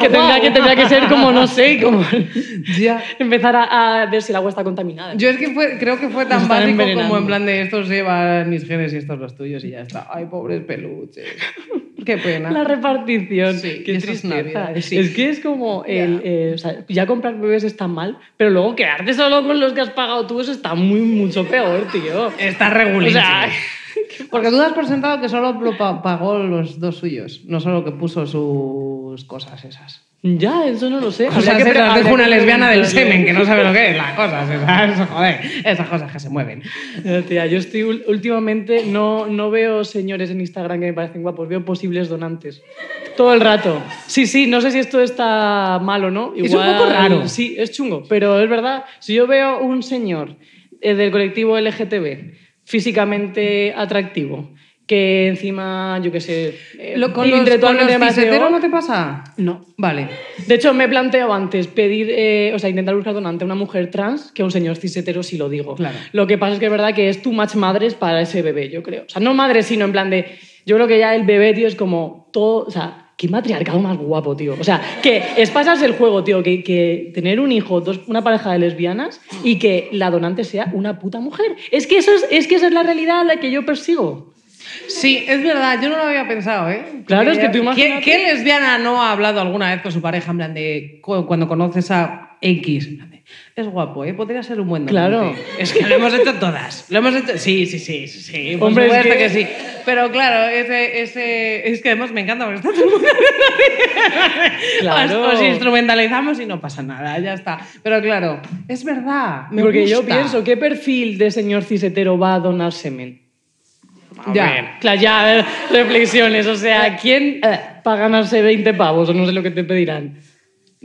[SPEAKER 2] que, tendría que tendría que ser como, no sé, como
[SPEAKER 1] Ya.
[SPEAKER 2] empezar a, a ver si el agua está contaminada.
[SPEAKER 1] Yo es que fue- creo que fue tan
[SPEAKER 2] Nos están
[SPEAKER 1] básico como en
[SPEAKER 2] envenenando.
[SPEAKER 1] plan de estos llevan mis genes y estos los tuyos y ya está. Ay, pobres peluches. Qué pena.
[SPEAKER 2] la repartición.
[SPEAKER 1] Sí, y
[SPEAKER 2] qué
[SPEAKER 1] eso es
[SPEAKER 2] tristeza.
[SPEAKER 1] Navidad, sí.
[SPEAKER 2] Es que es como. el, eh, o sea, ya comprar bebés está mal, pero luego quedarte solo con los que has pagado tú, eso está muy, mucho peor, tío.
[SPEAKER 1] Está
[SPEAKER 2] O
[SPEAKER 1] regulísimo.
[SPEAKER 2] sea,
[SPEAKER 1] porque tú has presentado que solo lo pa- pagó los dos suyos, no solo que puso sus cosas esas.
[SPEAKER 2] ya, eso no lo sé.
[SPEAKER 1] O sea,
[SPEAKER 2] Habría
[SPEAKER 1] que
[SPEAKER 2] pre-
[SPEAKER 1] las
[SPEAKER 2] habría
[SPEAKER 1] dejo una
[SPEAKER 2] que
[SPEAKER 1] lesbiana del
[SPEAKER 2] preguntarle.
[SPEAKER 1] semen que no sabe lo que es, las cosas esas, joder, esas cosas que se mueven.
[SPEAKER 2] Ya, Eh, tía, yo estoy ul- últimamente no, no veo señores en Instagram que me parecen guapos, veo posibles donantes. Todo el rato. Sí, sí, no sé si esto está mal o no.
[SPEAKER 1] Es un poco raro.
[SPEAKER 2] Sí, es chungo, pero es verdad. Si yo veo un señor eh, del colectivo LGTB físicamente atractivo, que encima, yo qué sé, eh,
[SPEAKER 1] Lo- con los, con los ¿eh?
[SPEAKER 2] intelectualmente me parece-
[SPEAKER 1] biseteros no te pasa?
[SPEAKER 2] No.
[SPEAKER 1] Vale.
[SPEAKER 2] De hecho, me he planteado antes pedir, eh, o sea, intentar buscar donante a una mujer trans que a un señor cis hetero, si lo digo.
[SPEAKER 1] Claro.
[SPEAKER 2] Lo que pasa es que es verdad que es too much madres para ese bebé, yo creo. O sea, no madres, sino en plan de. Yo creo que ya el bebé, tío, es como todo. O sea, qué matriarcado más guapo, tío. O sea, que es pasarse el juego, tío, que, que tener un hijo, dos, una pareja de lesbianas y que la donante sea una puta mujer. Es que, eso es, es que esa es la realidad a la que yo persigo.
[SPEAKER 1] Sí, es verdad, yo no lo había pensado, ¿eh?
[SPEAKER 2] Claro, es que tú
[SPEAKER 1] ¿Qué-
[SPEAKER 2] imagínate-
[SPEAKER 1] ¿Qué, lesbiana no ha hablado alguna vez con su pareja en plan de cu- cuando conoces a X? en plan de, Es guapo, ¿eh? Podría ser un buen dominante".
[SPEAKER 2] Claro.
[SPEAKER 1] Es que lo hemos hecho todas. Lo hemos hecho... Sí, sí, sí, sí, sí. Por
[SPEAKER 2] Hombre, es
[SPEAKER 1] supuesto
[SPEAKER 2] que-
[SPEAKER 1] que... sí. Pero claro, ese, ese... es que además me encanta porque está todo el mundo...
[SPEAKER 2] Claro.
[SPEAKER 1] Os, os instrumentalizamos y no pasa nada, ya está. Pero claro, es verdad. me
[SPEAKER 2] Porque yo
[SPEAKER 1] gusta.
[SPEAKER 2] pienso, ¿qué perfil de señor cisetero va a donar semen?
[SPEAKER 1] Ya.
[SPEAKER 2] Ya, claro, ya, a ver, reflexiones. O sea, ¿quién eh, para ganarse 20 pavos? O no sé lo que te pedirán.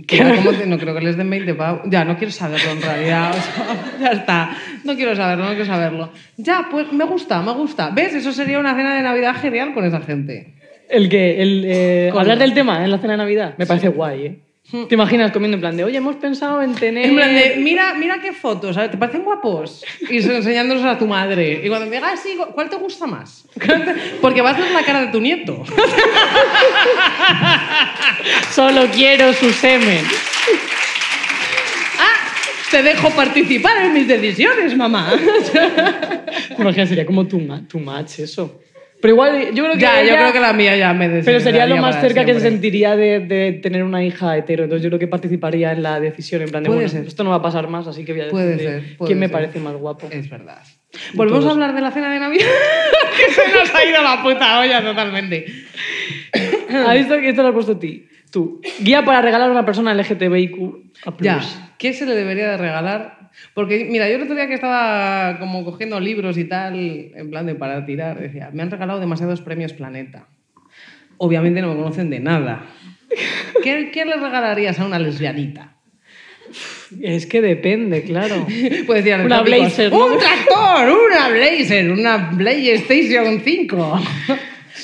[SPEAKER 1] Pero ¿cómo te- no creo que les den 20 pavos. Ya, no quiero saberlo en realidad. o sea, ya está. No quiero saberlo, no quiero saberlo. Ya, pues me gusta, me gusta. ¿Ves? Eso sería una cena de Navidad genial con esa gente.
[SPEAKER 2] El que, el, eh,
[SPEAKER 1] Con- Hmm.
[SPEAKER 2] hablar del tema en la cena de Navidad, me parece guay, ¿eh? ¿Te imaginas comiendo en plan de, oye, hemos pensado en tener...
[SPEAKER 1] En plan de, mira, mira qué fotos, ¿sabes? ¿Te parecen guapos? Y se- enseñándolos a tu madre. Y cuando me diga, "Ah, sí, ¿cuál te gusta más? Porque vas a ver la cara de tu nieto.
[SPEAKER 2] Solo quiero su semen.
[SPEAKER 1] ¡Ah! Te dejo participar en mis decisiones, mamá.
[SPEAKER 2] Imagínate, sería como tu, ma- tu match eso. Pero igual, yo creo que...
[SPEAKER 1] ya, yo
[SPEAKER 2] ella-
[SPEAKER 1] creo que la mía ya me
[SPEAKER 2] Pero sería lo
[SPEAKER 1] desilusionaría
[SPEAKER 2] más
[SPEAKER 1] para
[SPEAKER 2] cerca que se
[SPEAKER 1] siempre.
[SPEAKER 2] sentiría de, de tener una hija hetero. Entonces yo creo que participaría en la decisión, en plan de,
[SPEAKER 1] Puede
[SPEAKER 2] bueno,
[SPEAKER 1] ser.
[SPEAKER 2] esto no va a pasar más, así que voy a decidir
[SPEAKER 1] Puede ser, puede
[SPEAKER 2] quién me
[SPEAKER 1] ser.
[SPEAKER 2] parece más guapo.
[SPEAKER 1] Es verdad. Volvemos
[SPEAKER 2] Todos.
[SPEAKER 1] a hablar de la cena de Navidad. que se nos ha ido la puta olla totalmente.
[SPEAKER 2] ¿Has visto que esto lo has puesto ti? Tú. Guía para regalar a una persona LGTBIQ+.
[SPEAKER 1] Ya, ¿qué se le debería de regalar? Porque, mira, yo el otro día que estaba como cogiendo libros y tal, en plan de para tirar, decía, me han regalado demasiados premios Planeta. Obviamente no me conocen de nada. ¿Qué, qué le regalarías a una lesbianita?
[SPEAKER 2] Es que depende, claro.
[SPEAKER 1] Puedes decir,
[SPEAKER 2] Una Blazer, ¿no?
[SPEAKER 1] ¡Un tractor! ¡Una Blazer! ¡Una PlayStation 5!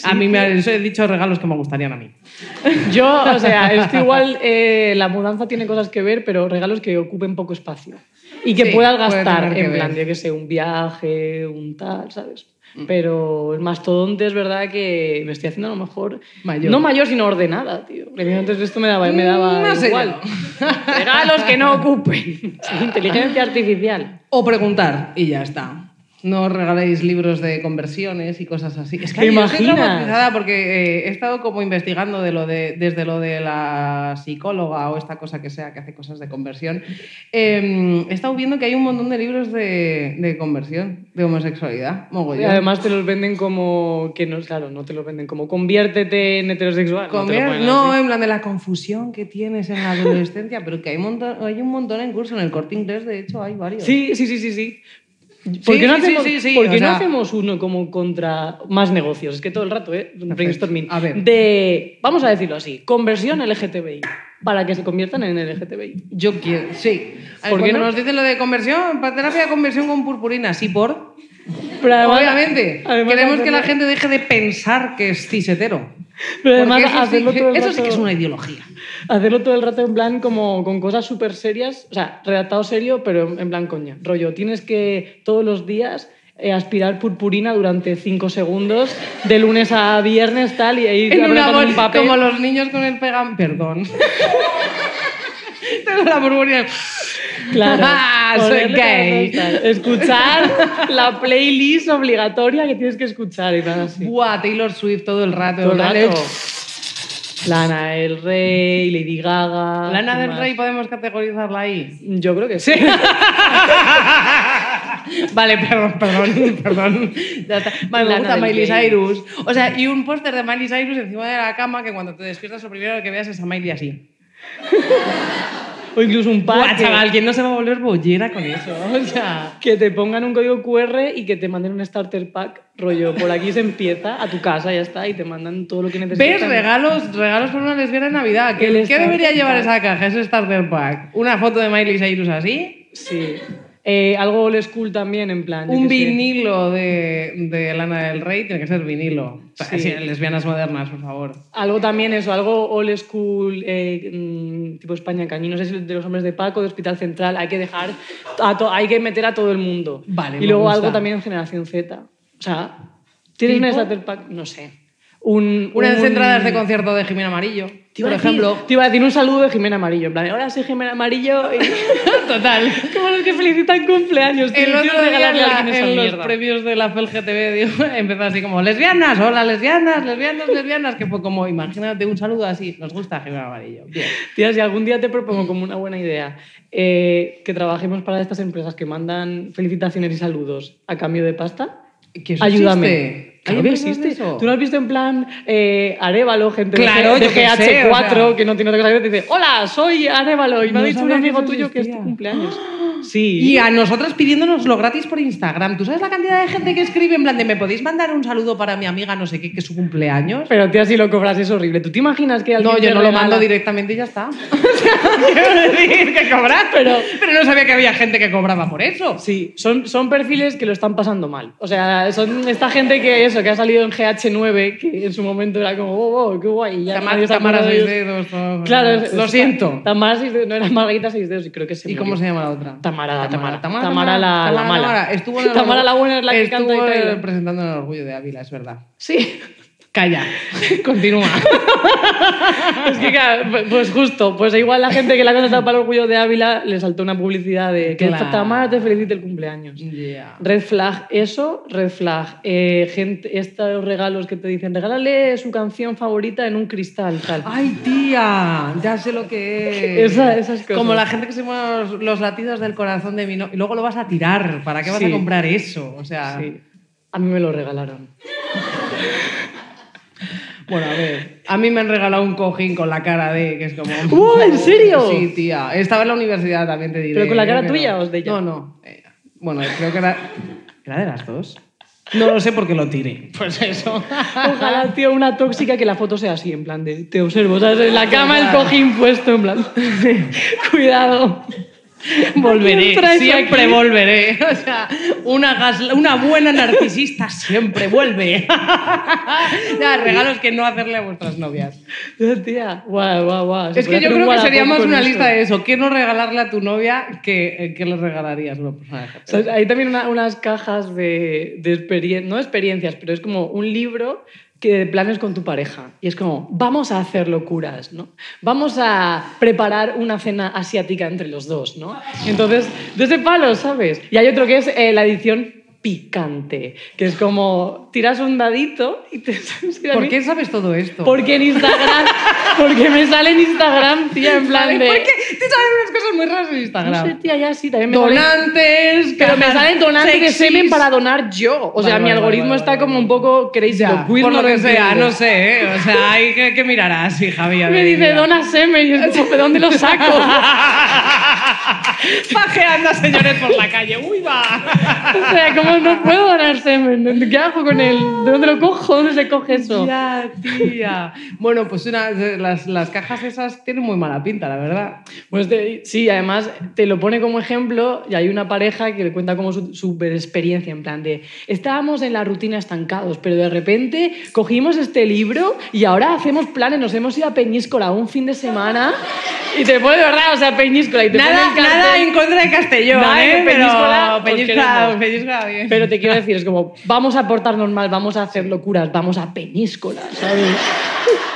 [SPEAKER 1] a mí me han- he dicho regalos que me gustarían a mí.
[SPEAKER 2] Yo, o sea, esto igual eh, la mudanza tiene cosas que ver, pero regalos que ocupen poco espacio y que
[SPEAKER 1] Sí,
[SPEAKER 2] puedas
[SPEAKER 1] puede
[SPEAKER 2] gastar
[SPEAKER 1] tener que
[SPEAKER 2] en plan,
[SPEAKER 1] ver.
[SPEAKER 2] yo que sé, un viaje, un tal, ¿sabes?
[SPEAKER 1] Mm.
[SPEAKER 2] Pero el mastodonte es verdad que me estoy haciendo a lo mejor
[SPEAKER 1] Mayor. Mm,
[SPEAKER 2] no mayor sino ordenada, tío. Porque yo Antes de esto me daba, me daba
[SPEAKER 1] No sé
[SPEAKER 2] igual.
[SPEAKER 1] yo.
[SPEAKER 2] Regalos que no ocupen. Inteligencia artificial.
[SPEAKER 1] O preguntar y ya está. No os regaléis libros de conversiones y cosas así. Es que
[SPEAKER 2] ¿Te
[SPEAKER 1] yo estoy
[SPEAKER 2] imaginas?
[SPEAKER 1] traumatizada porque eh, he estado como investigando de lo de, desde lo de la psicóloga o esta cosa que sea que hace cosas de conversión. Eh, he estado viendo que hay un montón de libros de, de conversión, de homosexualidad.
[SPEAKER 2] Y
[SPEAKER 1] Mogollón.
[SPEAKER 2] además te los venden como que no, claro, no te los venden como conviértete en heterosexual. no te lo
[SPEAKER 1] Comer-
[SPEAKER 2] ponen
[SPEAKER 1] no, eh.
[SPEAKER 2] así.
[SPEAKER 1] en plan de la confusión que tienes en la adolescencia, pero que hay, montón- hay un montón en curso. En el corte inglés, de hecho, hay varios.
[SPEAKER 2] Sí, sí, sí, sí, sí. ¿Por
[SPEAKER 1] Sí,
[SPEAKER 2] qué no,
[SPEAKER 1] sí,
[SPEAKER 2] hacemos,
[SPEAKER 1] sí, sí, sí,
[SPEAKER 2] por
[SPEAKER 1] o
[SPEAKER 2] qué no
[SPEAKER 1] sea-
[SPEAKER 2] hacemos uno como contra más negocios? Es que todo el rato, ¿eh? Brainstorming.
[SPEAKER 1] A ver.
[SPEAKER 2] De, vamos a decirlo así, conversión LGTBI, para que se conviertan en LGTBI.
[SPEAKER 1] Yo quiero, sí. Ay,
[SPEAKER 2] ¿Por qué
[SPEAKER 1] cuando
[SPEAKER 2] no?
[SPEAKER 1] nos dicen lo de conversión, para terapia de conversión con purpurina, sí, por.
[SPEAKER 2] Pero además-
[SPEAKER 1] Obviamente.
[SPEAKER 2] además
[SPEAKER 1] Queremos que la
[SPEAKER 2] hacerlo-
[SPEAKER 1] gente deje de pensar que es cisetero.
[SPEAKER 2] Pero además
[SPEAKER 1] Porque eso, sí
[SPEAKER 2] hacerlo
[SPEAKER 1] que-
[SPEAKER 2] todo el
[SPEAKER 1] eso sí que
[SPEAKER 2] rato-
[SPEAKER 1] es una ideología.
[SPEAKER 2] Hacerlo todo el rato en plan como con cosas súper serias, o sea, redactado serio, pero en- en plan coña. Rollo, tienes que todos los días eh, aspirar purpurina durante 5 segundos, de lunes a viernes, tal, y ahí
[SPEAKER 1] En una
[SPEAKER 2] abrazando
[SPEAKER 1] bol- como los niños con el pegamento. Perdón. Tengo la purpurina.
[SPEAKER 2] Claro.
[SPEAKER 1] Ah, soy
[SPEAKER 2] Ponerle
[SPEAKER 1] gay.
[SPEAKER 2] cosas, Escuchar la playlist obligatoria que tienes que escuchar y nada así.
[SPEAKER 1] Buah, Taylor Swift todo el rato.
[SPEAKER 2] Todo el
[SPEAKER 1] ¿vale?
[SPEAKER 2] rato. Lana del Rey, Lady Gaga.
[SPEAKER 1] Lana
[SPEAKER 2] ¿qué
[SPEAKER 1] del
[SPEAKER 2] más?
[SPEAKER 1] Rey podemos categorizarla ahí.
[SPEAKER 2] Yo creo que sí.
[SPEAKER 1] Vale, perdón, perdón, perdón. Ya está. Vale, me
[SPEAKER 2] Lana
[SPEAKER 1] gusta
[SPEAKER 2] del
[SPEAKER 1] Miley
[SPEAKER 2] Rey.
[SPEAKER 1] Cyrus. O sea, y un póster de Miley Cyrus encima de la cama que cuando te despiertas lo primero que veas es a Miley así.
[SPEAKER 2] O incluso un
[SPEAKER 1] Buah,
[SPEAKER 2] pack.
[SPEAKER 1] chaval, ¿quién no se va a volver bollera con eso? O sea...
[SPEAKER 2] Que te pongan un código QR y que te manden un starter pack, rollo, por aquí se empieza, a tu casa ya está, y te mandan todo lo que
[SPEAKER 1] ¿Ves?
[SPEAKER 2] necesitas.
[SPEAKER 1] Regalos, regalos por una lesbiana en Navidad. ¿Qué,
[SPEAKER 2] El
[SPEAKER 1] ¿qué debería
[SPEAKER 2] starter
[SPEAKER 1] llevar
[SPEAKER 2] pack.
[SPEAKER 1] esa caja, ese starter pack? ¿Una foto de Miley Cyrus así?
[SPEAKER 2] Sí. Eh, algo old school también, en plan. yo
[SPEAKER 1] ¿Un
[SPEAKER 2] qué sé.
[SPEAKER 1] vinilo de, de Lana del Rey? Tiene que ser vinilo. O sea,
[SPEAKER 2] Sí.
[SPEAKER 1] sí, lesbianas modernas, por favor.
[SPEAKER 2] Algo también eso, algo old school, eh, mm, tipo España Cañí, no sé si de los hombres de Paco, de Hospital Central, hay que dejar, a to- hay que meter a todo el mundo.
[SPEAKER 1] Vale,
[SPEAKER 2] y
[SPEAKER 1] me
[SPEAKER 2] luego
[SPEAKER 1] gusta.
[SPEAKER 2] algo también en Generación Z. O sea, tienes
[SPEAKER 1] ¿Tipo?
[SPEAKER 2] un starter pack, no sé. Un,
[SPEAKER 1] Una
[SPEAKER 2] un-
[SPEAKER 1] de entradas de concierto de Jimena Amarillo.
[SPEAKER 2] Te iba
[SPEAKER 1] Por
[SPEAKER 2] a decir-
[SPEAKER 1] ejemplo-
[SPEAKER 2] Te iba a decir un saludo de Jimena Amarillo. En plan, hola, soy Jimena Amarillo. y-
[SPEAKER 1] Total.
[SPEAKER 2] Como los que felicitan cumpleaños. tío,
[SPEAKER 1] El
[SPEAKER 2] quiero
[SPEAKER 1] otro día en,
[SPEAKER 2] regalarle a
[SPEAKER 1] la-
[SPEAKER 2] alguien esa
[SPEAKER 1] en los
[SPEAKER 2] mierda.
[SPEAKER 1] premios de la FELGTB digo, empezó así como lesbianas, hola lesbianas, lesbianas, lesbianas, que fue como, imagínate un saludo así, nos gusta Jimena Amarillo. Bien.
[SPEAKER 2] Tía, si algún día te propongo como una buena idea eh, que trabajemos para estas empresas que mandan felicitaciones y saludos a cambio de pasta,
[SPEAKER 1] Que eso
[SPEAKER 2] ayúdame. Claro que
[SPEAKER 1] empresas de
[SPEAKER 2] existe.
[SPEAKER 1] eso?
[SPEAKER 2] ¿Tú no has visto en plan eh, Arevalo, gente
[SPEAKER 1] Claro,
[SPEAKER 2] de,
[SPEAKER 1] yo qué
[SPEAKER 2] GH4
[SPEAKER 1] sé, o sea.
[SPEAKER 2] que no tiene otra cosa que hacer? Te dice, hola, soy Arevalo y me ha
[SPEAKER 1] No
[SPEAKER 2] dicho un
[SPEAKER 1] sabía que
[SPEAKER 2] amigo
[SPEAKER 1] eso
[SPEAKER 2] tuyo que es tu
[SPEAKER 1] existía.
[SPEAKER 2] cumpleaños. Sí.
[SPEAKER 1] Y a nosotras pidiéndonos lo gratis por Instagram. ¿Tú sabes la cantidad de gente que escribe en plan de me podéis mandar un saludo para mi amiga no sé qué, que es su cumpleaños?
[SPEAKER 2] Pero tía, si lo cobras es horrible. ¿Tú te imaginas que alguien
[SPEAKER 1] No, yo
[SPEAKER 2] te
[SPEAKER 1] no lo
[SPEAKER 2] regala-
[SPEAKER 1] mando directamente y ya está. O sea, quiero decir que cobrar, pero, pero no sabía que había gente que cobraba por eso.
[SPEAKER 2] Sí, son, son perfiles que lo están pasando mal. O sea, son esta gente que eso, que ha salido en GH9, que en su momento era como, oh, oh, qué guay. y ya nadie
[SPEAKER 1] Tamara,
[SPEAKER 2] se acuerda
[SPEAKER 1] Tamara
[SPEAKER 2] de
[SPEAKER 1] seis
[SPEAKER 2] ellos.
[SPEAKER 1] dedos. todo.
[SPEAKER 2] Claro, es-
[SPEAKER 1] lo
[SPEAKER 2] es-
[SPEAKER 1] siento.
[SPEAKER 2] Tamara seis dedos, no era Margarita seis dedos, y creo que se
[SPEAKER 1] ¿Y
[SPEAKER 2] murió.
[SPEAKER 1] cómo se llama la otra?
[SPEAKER 2] Tamara, la Tamara.
[SPEAKER 1] Tamara,
[SPEAKER 2] Tamara la- la mala.
[SPEAKER 1] Estuvo en el-
[SPEAKER 2] Tamara la buena es la que
[SPEAKER 1] estuvo
[SPEAKER 2] canta y baila.
[SPEAKER 1] en- presentando en el orgullo de Ávila, es verdad.
[SPEAKER 2] Sí.
[SPEAKER 1] Calla, continúa.
[SPEAKER 2] Es que, claro, pues justo, pues igual la gente que la contrataba para el orgullo de Ávila le saltó una publicidad de que
[SPEAKER 1] Claro.
[SPEAKER 2] Tamara te felicite el cumpleaños.
[SPEAKER 1] Yeah.
[SPEAKER 2] Red flag, eso, red flag. Eh, gente, estos regalos que te dicen, regálale su canción favorita en un cristal, tal.
[SPEAKER 1] Ay, tía, ya sé lo que es.
[SPEAKER 2] Esa- esas cosas.
[SPEAKER 1] Como la gente que se mueve los, los latidos del corazón de mi no- y luego lo vas a tirar. ¿Para qué vas
[SPEAKER 2] Sí.
[SPEAKER 1] a comprar eso? O sea,
[SPEAKER 2] Sí. A mí me lo regalaron.
[SPEAKER 1] bueno, a ver. A mí me han regalado un cojín con la cara de, que es como.
[SPEAKER 2] ¡Uh, en serio!
[SPEAKER 1] Sí, tía. Estaba en la universidad también te diré.
[SPEAKER 2] ¿Pero con la cara
[SPEAKER 1] ¿eh?
[SPEAKER 2] tuya o de ella?
[SPEAKER 1] No, no. Eh, Bueno, creo que era. ¿Era de las dos? No lo sé porque lo tiré. Pues eso.
[SPEAKER 2] Ojalá, tío, una tóxica que la foto sea así, en plan de te observo, ¿sabes? En
[SPEAKER 1] Ah,
[SPEAKER 2] la cama el cojín puesto, en plan. Cuidado. ¿A quién
[SPEAKER 1] Volveré,
[SPEAKER 2] traes
[SPEAKER 1] siempre
[SPEAKER 2] aquí?
[SPEAKER 1] volveré. O sea, una, gas- una buena narcisista siempre vuelve. ya, regalos que no hacerle a vuestras novias.
[SPEAKER 2] Ya, Tía, guau, guau, guau. Se
[SPEAKER 1] es
[SPEAKER 2] puede
[SPEAKER 1] que yo
[SPEAKER 2] hacer un
[SPEAKER 1] creo que
[SPEAKER 2] Wallapop
[SPEAKER 1] sería más
[SPEAKER 2] con
[SPEAKER 1] una
[SPEAKER 2] eso.
[SPEAKER 1] lista de eso. ¿Qué no regalarle a tu novia que, eh, que le regalarías? Bueno, pues, nada,
[SPEAKER 2] O sea, Hay también una- unas cajas de, de experien- no experiencias, pero es como un libro que de planes con tu pareja. Y es como, vamos a hacer locuras, ¿no? Vamos a preparar una cena asiática entre los dos, ¿no? Entonces, de ese palo, ¿sabes? Y hay otro que es eh, la edición picante, que es como tiras un dadito y te...
[SPEAKER 1] ¿Por qué sabes todo esto?
[SPEAKER 2] Porque en Instagram, porque me sale en Instagram, tía, en plan
[SPEAKER 1] Vale,
[SPEAKER 2] de...
[SPEAKER 1] ¿por qué? Te salen unas cosas muy raras
[SPEAKER 2] No
[SPEAKER 1] en
[SPEAKER 2] sé,
[SPEAKER 1] Instagram.
[SPEAKER 2] tía, ya sí, también me sale-
[SPEAKER 1] donantes,
[SPEAKER 2] pero me
[SPEAKER 1] cajas
[SPEAKER 2] salen donantes
[SPEAKER 1] sexys.
[SPEAKER 2] de semen para donar yo. O sea,
[SPEAKER 1] Vale,
[SPEAKER 2] mi
[SPEAKER 1] vale,
[SPEAKER 2] algoritmo
[SPEAKER 1] vale,
[SPEAKER 2] está
[SPEAKER 1] vale,
[SPEAKER 2] como
[SPEAKER 1] vale.
[SPEAKER 2] un poco crazy.
[SPEAKER 1] Ya,
[SPEAKER 2] queer
[SPEAKER 1] por
[SPEAKER 2] no
[SPEAKER 1] lo que sea,
[SPEAKER 2] entiendo.
[SPEAKER 1] no sé, ¿eh? o sea, hay que, que mirar así, Javier.
[SPEAKER 2] Me dice, dona semen. Y es como, ¿de dónde lo saco?
[SPEAKER 1] Pajeando a señores por la calle. ¡Uy, va!
[SPEAKER 2] o sea, ¿cómo no puedo donar semen? ¿Qué hago con él? ¿De dónde lo cojo? ¿Dónde se coge eso?
[SPEAKER 1] Ya, tía. Bueno, pues una- las, las cajas esas tienen muy mala pinta, la verdad.
[SPEAKER 2] Pues te- sí, además te lo pone como ejemplo y hay una pareja que le cuenta como su super experiencia, en plan de, estábamos en la rutina estancados, pero de repente cogimos este libro y ahora hacemos planes, nos hemos ido a Peñíscola un fin de semana y te pone de verdad, o sea, Peñíscola y te
[SPEAKER 1] Nada,
[SPEAKER 2] pone el cartel.
[SPEAKER 1] nada en contra de Castellón,
[SPEAKER 2] Nada,
[SPEAKER 1] ¿eh?
[SPEAKER 2] en Peñíscola
[SPEAKER 1] Pero
[SPEAKER 2] os
[SPEAKER 1] Peñíscola,
[SPEAKER 2] queremos.
[SPEAKER 1] Peñíscola bien.
[SPEAKER 2] Pero te quiero decir, es como, vamos a portarnos mal, vamos a hacer locuras, vamos a Peñíscola, ¿sabes?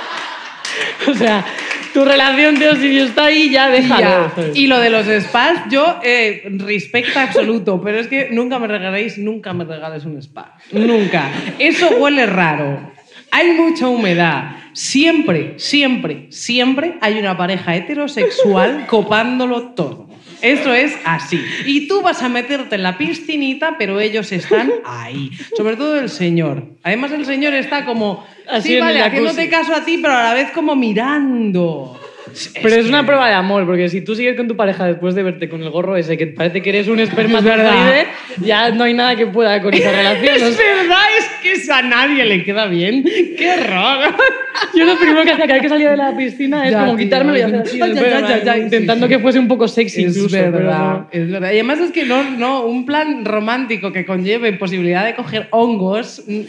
[SPEAKER 2] o sea, tu relación, Dios, si está ahí, ya déjalo.
[SPEAKER 1] Ya.
[SPEAKER 2] ¿sabes?
[SPEAKER 1] Y lo de los spas, yo eh, respecto absoluto, pero es que nunca me regaléis, nunca me regales un spa. Nunca. Eso huele raro. Hay mucha humedad. Siempre, siempre, siempre hay una pareja heterosexual copándolo todo. Eso es así. Y tú vas a meterte en la piscinita, pero ellos están ahí. Sobre todo el señor. Además, el señor está como.
[SPEAKER 2] Así
[SPEAKER 1] sí,
[SPEAKER 2] en el
[SPEAKER 1] vale,
[SPEAKER 2] jacuzzi.
[SPEAKER 1] haciéndote caso a ti, pero a la vez como mirando.
[SPEAKER 2] Pero es
[SPEAKER 1] que-
[SPEAKER 2] una prueba de amor, porque si tú sigues con tu pareja después de verte con el gorro ese, que parece que eres un
[SPEAKER 1] verdad.
[SPEAKER 2] espermatozoide, ya no hay nada que pueda con esa relación. O
[SPEAKER 1] Es
[SPEAKER 2] sea,
[SPEAKER 1] verdad, es que eso a nadie le queda bien. ¡Qué horror!
[SPEAKER 2] Yo lo primero que hacía cada vez que salía de la piscina es
[SPEAKER 1] Ya,
[SPEAKER 2] como
[SPEAKER 1] tío,
[SPEAKER 2] quitármelo y
[SPEAKER 1] es
[SPEAKER 2] hacer
[SPEAKER 1] un
[SPEAKER 2] así,
[SPEAKER 1] chill,
[SPEAKER 2] ya, ya,
[SPEAKER 1] pero
[SPEAKER 2] ya,
[SPEAKER 1] no,
[SPEAKER 2] ya,
[SPEAKER 1] sí,
[SPEAKER 2] intentando
[SPEAKER 1] sí.
[SPEAKER 2] que fuese un poco sexy
[SPEAKER 1] Es
[SPEAKER 2] incluso.
[SPEAKER 1] verdad,
[SPEAKER 2] pero
[SPEAKER 1] es verdad. Y además es que no, no, un plan romántico que conlleve posibilidad de coger hongos mm,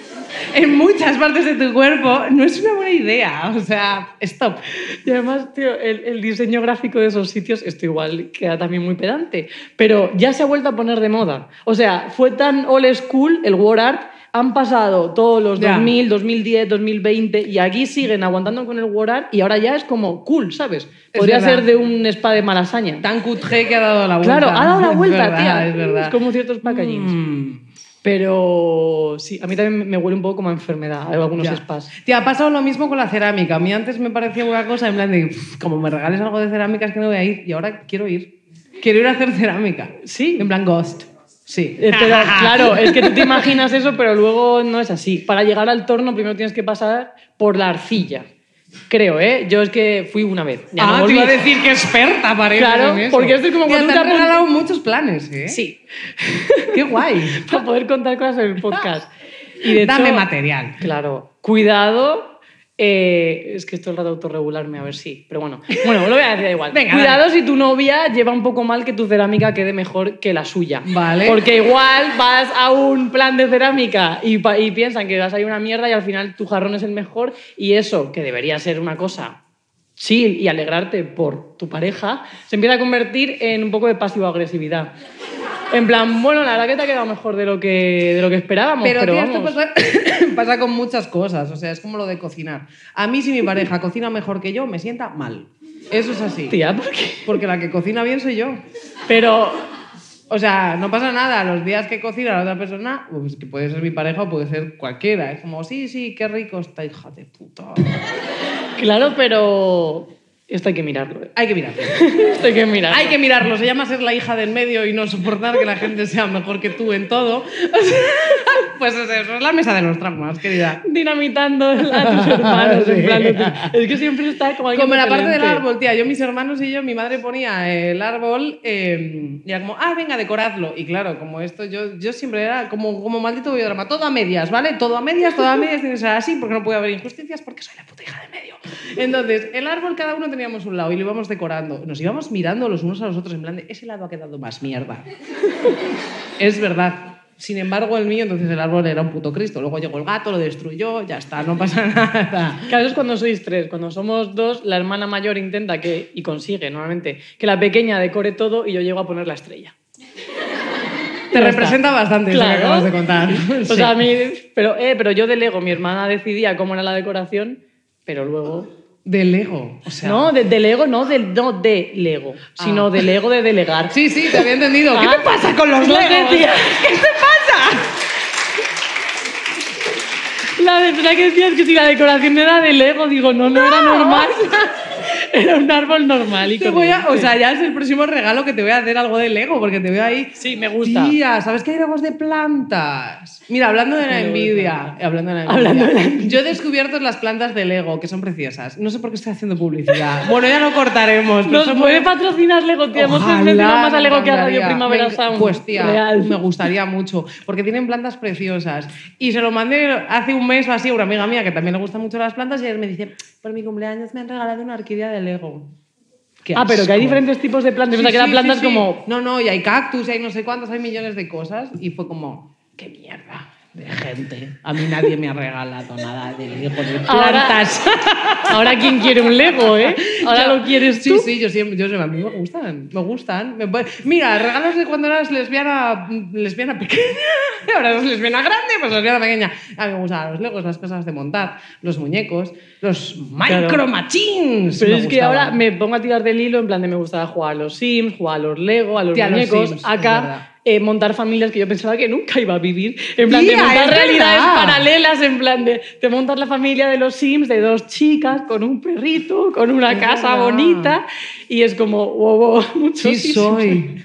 [SPEAKER 1] en muchas partes de tu cuerpo no es una buena idea. O sea, stop.
[SPEAKER 2] no. Y además, tío, el, el diseño gráfico de esos sitios, esto igual queda también muy pedante, pero ya se ha vuelto a poner de moda. O sea, fue tan old school el war art han pasado todos los
[SPEAKER 1] Ya.
[SPEAKER 2] 2000, 2010, 2020 y aquí siguen aguantando con el Warar y ahora ya es como cool, ¿sabes?
[SPEAKER 1] Es
[SPEAKER 2] Podría
[SPEAKER 1] verdad.
[SPEAKER 2] ser de un spa de malasaña.
[SPEAKER 1] Tan cutre que ha dado la vuelta.
[SPEAKER 2] Claro, ha dado la
[SPEAKER 1] Es
[SPEAKER 2] vuelta,
[SPEAKER 1] verdad,
[SPEAKER 2] tía.
[SPEAKER 1] Es verdad.
[SPEAKER 2] como ciertos packagings.
[SPEAKER 1] Mm.
[SPEAKER 2] Pero sí, a mí también me huele un poco como a enfermedad, hay algunos
[SPEAKER 1] Ya.
[SPEAKER 2] spas.
[SPEAKER 1] Tía, ha pasado lo mismo con la cerámica. A mí antes me parecía una cosa en plan de, "Uf, como me regales algo de cerámica es que no voy a ir. Y ahora quiero ir. Quiero ir a hacer cerámica.
[SPEAKER 2] Sí.
[SPEAKER 1] En plan ghost. Sí.
[SPEAKER 2] Eh, pero, claro, es que tú te imaginas eso, pero luego no es así. Para llegar al torno primero tienes que pasar por la arcilla. Creo, ¿eh? Yo es que fui una vez. Ya no
[SPEAKER 1] ah, te
[SPEAKER 2] volví.
[SPEAKER 1] iba a decir que experta parece
[SPEAKER 2] Claro,
[SPEAKER 1] en eso.
[SPEAKER 2] porque esto es como
[SPEAKER 1] Tía,
[SPEAKER 2] cuando
[SPEAKER 1] te
[SPEAKER 2] te
[SPEAKER 1] han
[SPEAKER 2] apun-
[SPEAKER 1] regalado muchos planes, ¿eh?
[SPEAKER 2] Sí,
[SPEAKER 1] Qué guay.
[SPEAKER 2] para poder contar cosas en el podcast. Y de
[SPEAKER 1] Dame
[SPEAKER 2] hecho-
[SPEAKER 1] material.
[SPEAKER 2] Claro, cuidado. eh, es que esto es rato autorregularme, a ver si. pero bueno, bueno, lo voy a decir da igual.
[SPEAKER 1] Venga,
[SPEAKER 2] cuidado si tu novia lleva un poco mal que tu cerámica quede mejor que la suya.
[SPEAKER 1] Vale.
[SPEAKER 2] Porque igual vas a un plan de cerámica y, pa- y piensan que vas a ir una mierda y al final tu jarrón es el mejor. Y eso, que debería ser una cosa chill y alegrarte por tu pareja, se empieza a convertir en un poco de pasivo-agresividad. En plan, bueno, la verdad que te ha quedado mejor de lo que, de lo que esperábamos. Pero,
[SPEAKER 1] Pero, tía, esto
[SPEAKER 2] vamos.
[SPEAKER 1] pasa, pasa con muchas cosas. O sea, es como lo de cocinar. A mí, si mi pareja cocina mejor que yo, me sienta mal. Eso es así.
[SPEAKER 2] Tía, ¿por qué?
[SPEAKER 1] Porque la que cocina bien soy yo.
[SPEAKER 2] Pero
[SPEAKER 1] O sea, no pasa nada. Los días que cocina la otra persona, pues que puede ser mi pareja o puede ser cualquiera. Es como, sí, sí, qué rico está, hija de puta.
[SPEAKER 2] Claro, pero esto hay que mirarlo. ¿eh?
[SPEAKER 1] Hay que mirarlo.
[SPEAKER 2] Esto hay que mirarlo.
[SPEAKER 1] Hay que mirarlo. Se llama ser la hija del medio y no soportar que la gente sea mejor que tú en todo. pues es eso, es la mesa de los traumas, querida.
[SPEAKER 2] dinamitando a tus hermanos. en plan,
[SPEAKER 1] Ah, Sí.
[SPEAKER 2] es que siempre está como alguien
[SPEAKER 1] Como la parte del
[SPEAKER 2] repelente.
[SPEAKER 1] árbol, tía. Yo, mis hermanos y yo, mi madre ponía el árbol eh, y era como, ah, venga, decoradlo. Y claro, como esto, yo, yo siempre era como, como maldito videodrama, todo a medias, ¿vale? Todo a medias, todo a medias, tiene que ser así porque no puede haber injusticias porque soy la puta hija del medio. Entonces, el árbol cada uno teníamos un lado y lo íbamos decorando. Nos íbamos mirando los unos a los otros en plan de, ese lado ha quedado más mierda. Es verdad. Sin embargo, el mío, entonces el árbol era un puto Cristo. Luego llegó el gato, lo destruyó, ya está, no pasa nada.
[SPEAKER 2] Claro, es cuando sois tres. Cuando somos dos, la hermana mayor intenta que, y consigue normalmente, que la pequeña decore todo y yo llego a poner la estrella.
[SPEAKER 1] Te
[SPEAKER 2] Ya
[SPEAKER 1] representa bastante eso
[SPEAKER 2] Claro.
[SPEAKER 1] que acabas de contar.
[SPEAKER 2] O
[SPEAKER 1] Sí.
[SPEAKER 2] sea, a mí, pero, eh, pero yo delego. Mi hermana decidía cómo era la decoración, pero luego...
[SPEAKER 1] de Lego. O sea,
[SPEAKER 2] No, de, delego, no de, no de Lego, sino
[SPEAKER 1] Ah.
[SPEAKER 2] de Lego de delegar.
[SPEAKER 1] Sí, sí, te había entendido. ¿Qué
[SPEAKER 2] Ah.
[SPEAKER 1] te pasa con los
[SPEAKER 2] No sé,
[SPEAKER 1] Legos?
[SPEAKER 2] tía.
[SPEAKER 1] ¿Qué te pasa?
[SPEAKER 2] La verdad que decías que si la decoración era de Lego, digo, no, no, era normal. Era un árbol normal y
[SPEAKER 1] Te voy a, o sea, ya es el próximo regalo que te voy a hacer algo de Lego, porque te veo ahí.
[SPEAKER 2] Sí, me gusta.
[SPEAKER 1] Tía, ¿sabes que hay Legos de plantas? Mira, hablando de la
[SPEAKER 2] Legos de
[SPEAKER 1] envidia. Hablando de la envidia.
[SPEAKER 2] Hablando de la
[SPEAKER 1] Yo he descubierto las plantas de Lego, que son preciosas. No sé por qué estoy haciendo publicidad. Bueno, ya lo cortaremos. pero
[SPEAKER 2] Nos
[SPEAKER 1] son
[SPEAKER 2] puede
[SPEAKER 1] muy-
[SPEAKER 2] patrocinar Lego, tía. Hemos
[SPEAKER 1] pues Ojalá,
[SPEAKER 2] mencionado más a
[SPEAKER 1] me
[SPEAKER 2] Lego que a Radio
[SPEAKER 1] encantaría.
[SPEAKER 2] Primavera
[SPEAKER 1] Me-
[SPEAKER 2] Sound.
[SPEAKER 1] Pues tía,
[SPEAKER 2] Real.
[SPEAKER 1] me gustaría mucho, porque tienen plantas preciosas. Y se lo mandé hace un mes o así a una amiga mía que también le gustan mucho las plantas y ayer me dice, por mi cumpleaños me han regalado una orquídea de Lego. Qué
[SPEAKER 2] Ah, pero que hay
[SPEAKER 1] asco.
[SPEAKER 2] diferentes tipos de plantas.
[SPEAKER 1] Sí,
[SPEAKER 2] o sea, que eran
[SPEAKER 1] sí,
[SPEAKER 2] plantas
[SPEAKER 1] sí, sí.
[SPEAKER 2] como...
[SPEAKER 1] No, no, y hay cactus, y hay no sé cuántas, hay millones de cosas. Y fue como, qué mierda de gente. A mí nadie me ha regalado nada de Lego de
[SPEAKER 2] Ahora-
[SPEAKER 1] plantas.
[SPEAKER 2] Ahora quién quiere un Lego, ¿eh? Ahora
[SPEAKER 1] Yo-
[SPEAKER 2] lo quieres
[SPEAKER 1] sí,
[SPEAKER 2] tú.
[SPEAKER 1] Sí, yo siempre, yo siempre- a mí me gustan, me gustan. Me puede- mira, regalos de cuando eras lesbiana, lesbiana pequeña, ahora eres lesbiana grande, pues lesbiana pequeña. A mí me gustaban los legos, las cosas de montar, los muñecos, los
[SPEAKER 2] Claro.
[SPEAKER 1] micro machines.
[SPEAKER 2] Pero
[SPEAKER 1] me
[SPEAKER 2] es que
[SPEAKER 1] gustaban.
[SPEAKER 2] ahora me pongo a tirar del hilo en plan de me gustaba jugar a los Sims, jugar a los Lego, a los
[SPEAKER 1] Tía, los
[SPEAKER 2] muñecos,
[SPEAKER 1] Sims, es verdad.
[SPEAKER 2] acá eh, montar familias que yo pensaba que nunca iba a vivir, en plan
[SPEAKER 1] Tía,
[SPEAKER 2] de
[SPEAKER 1] es
[SPEAKER 2] montar
[SPEAKER 1] verdad.
[SPEAKER 2] realidades paralelas, en plan de te montas la familia de los Sims de dos chicas con un perrito, con una
[SPEAKER 1] Es
[SPEAKER 2] casa
[SPEAKER 1] verdad.
[SPEAKER 2] bonita y es como wow, wow muchos
[SPEAKER 1] Sí
[SPEAKER 2] Sims.
[SPEAKER 1] soy.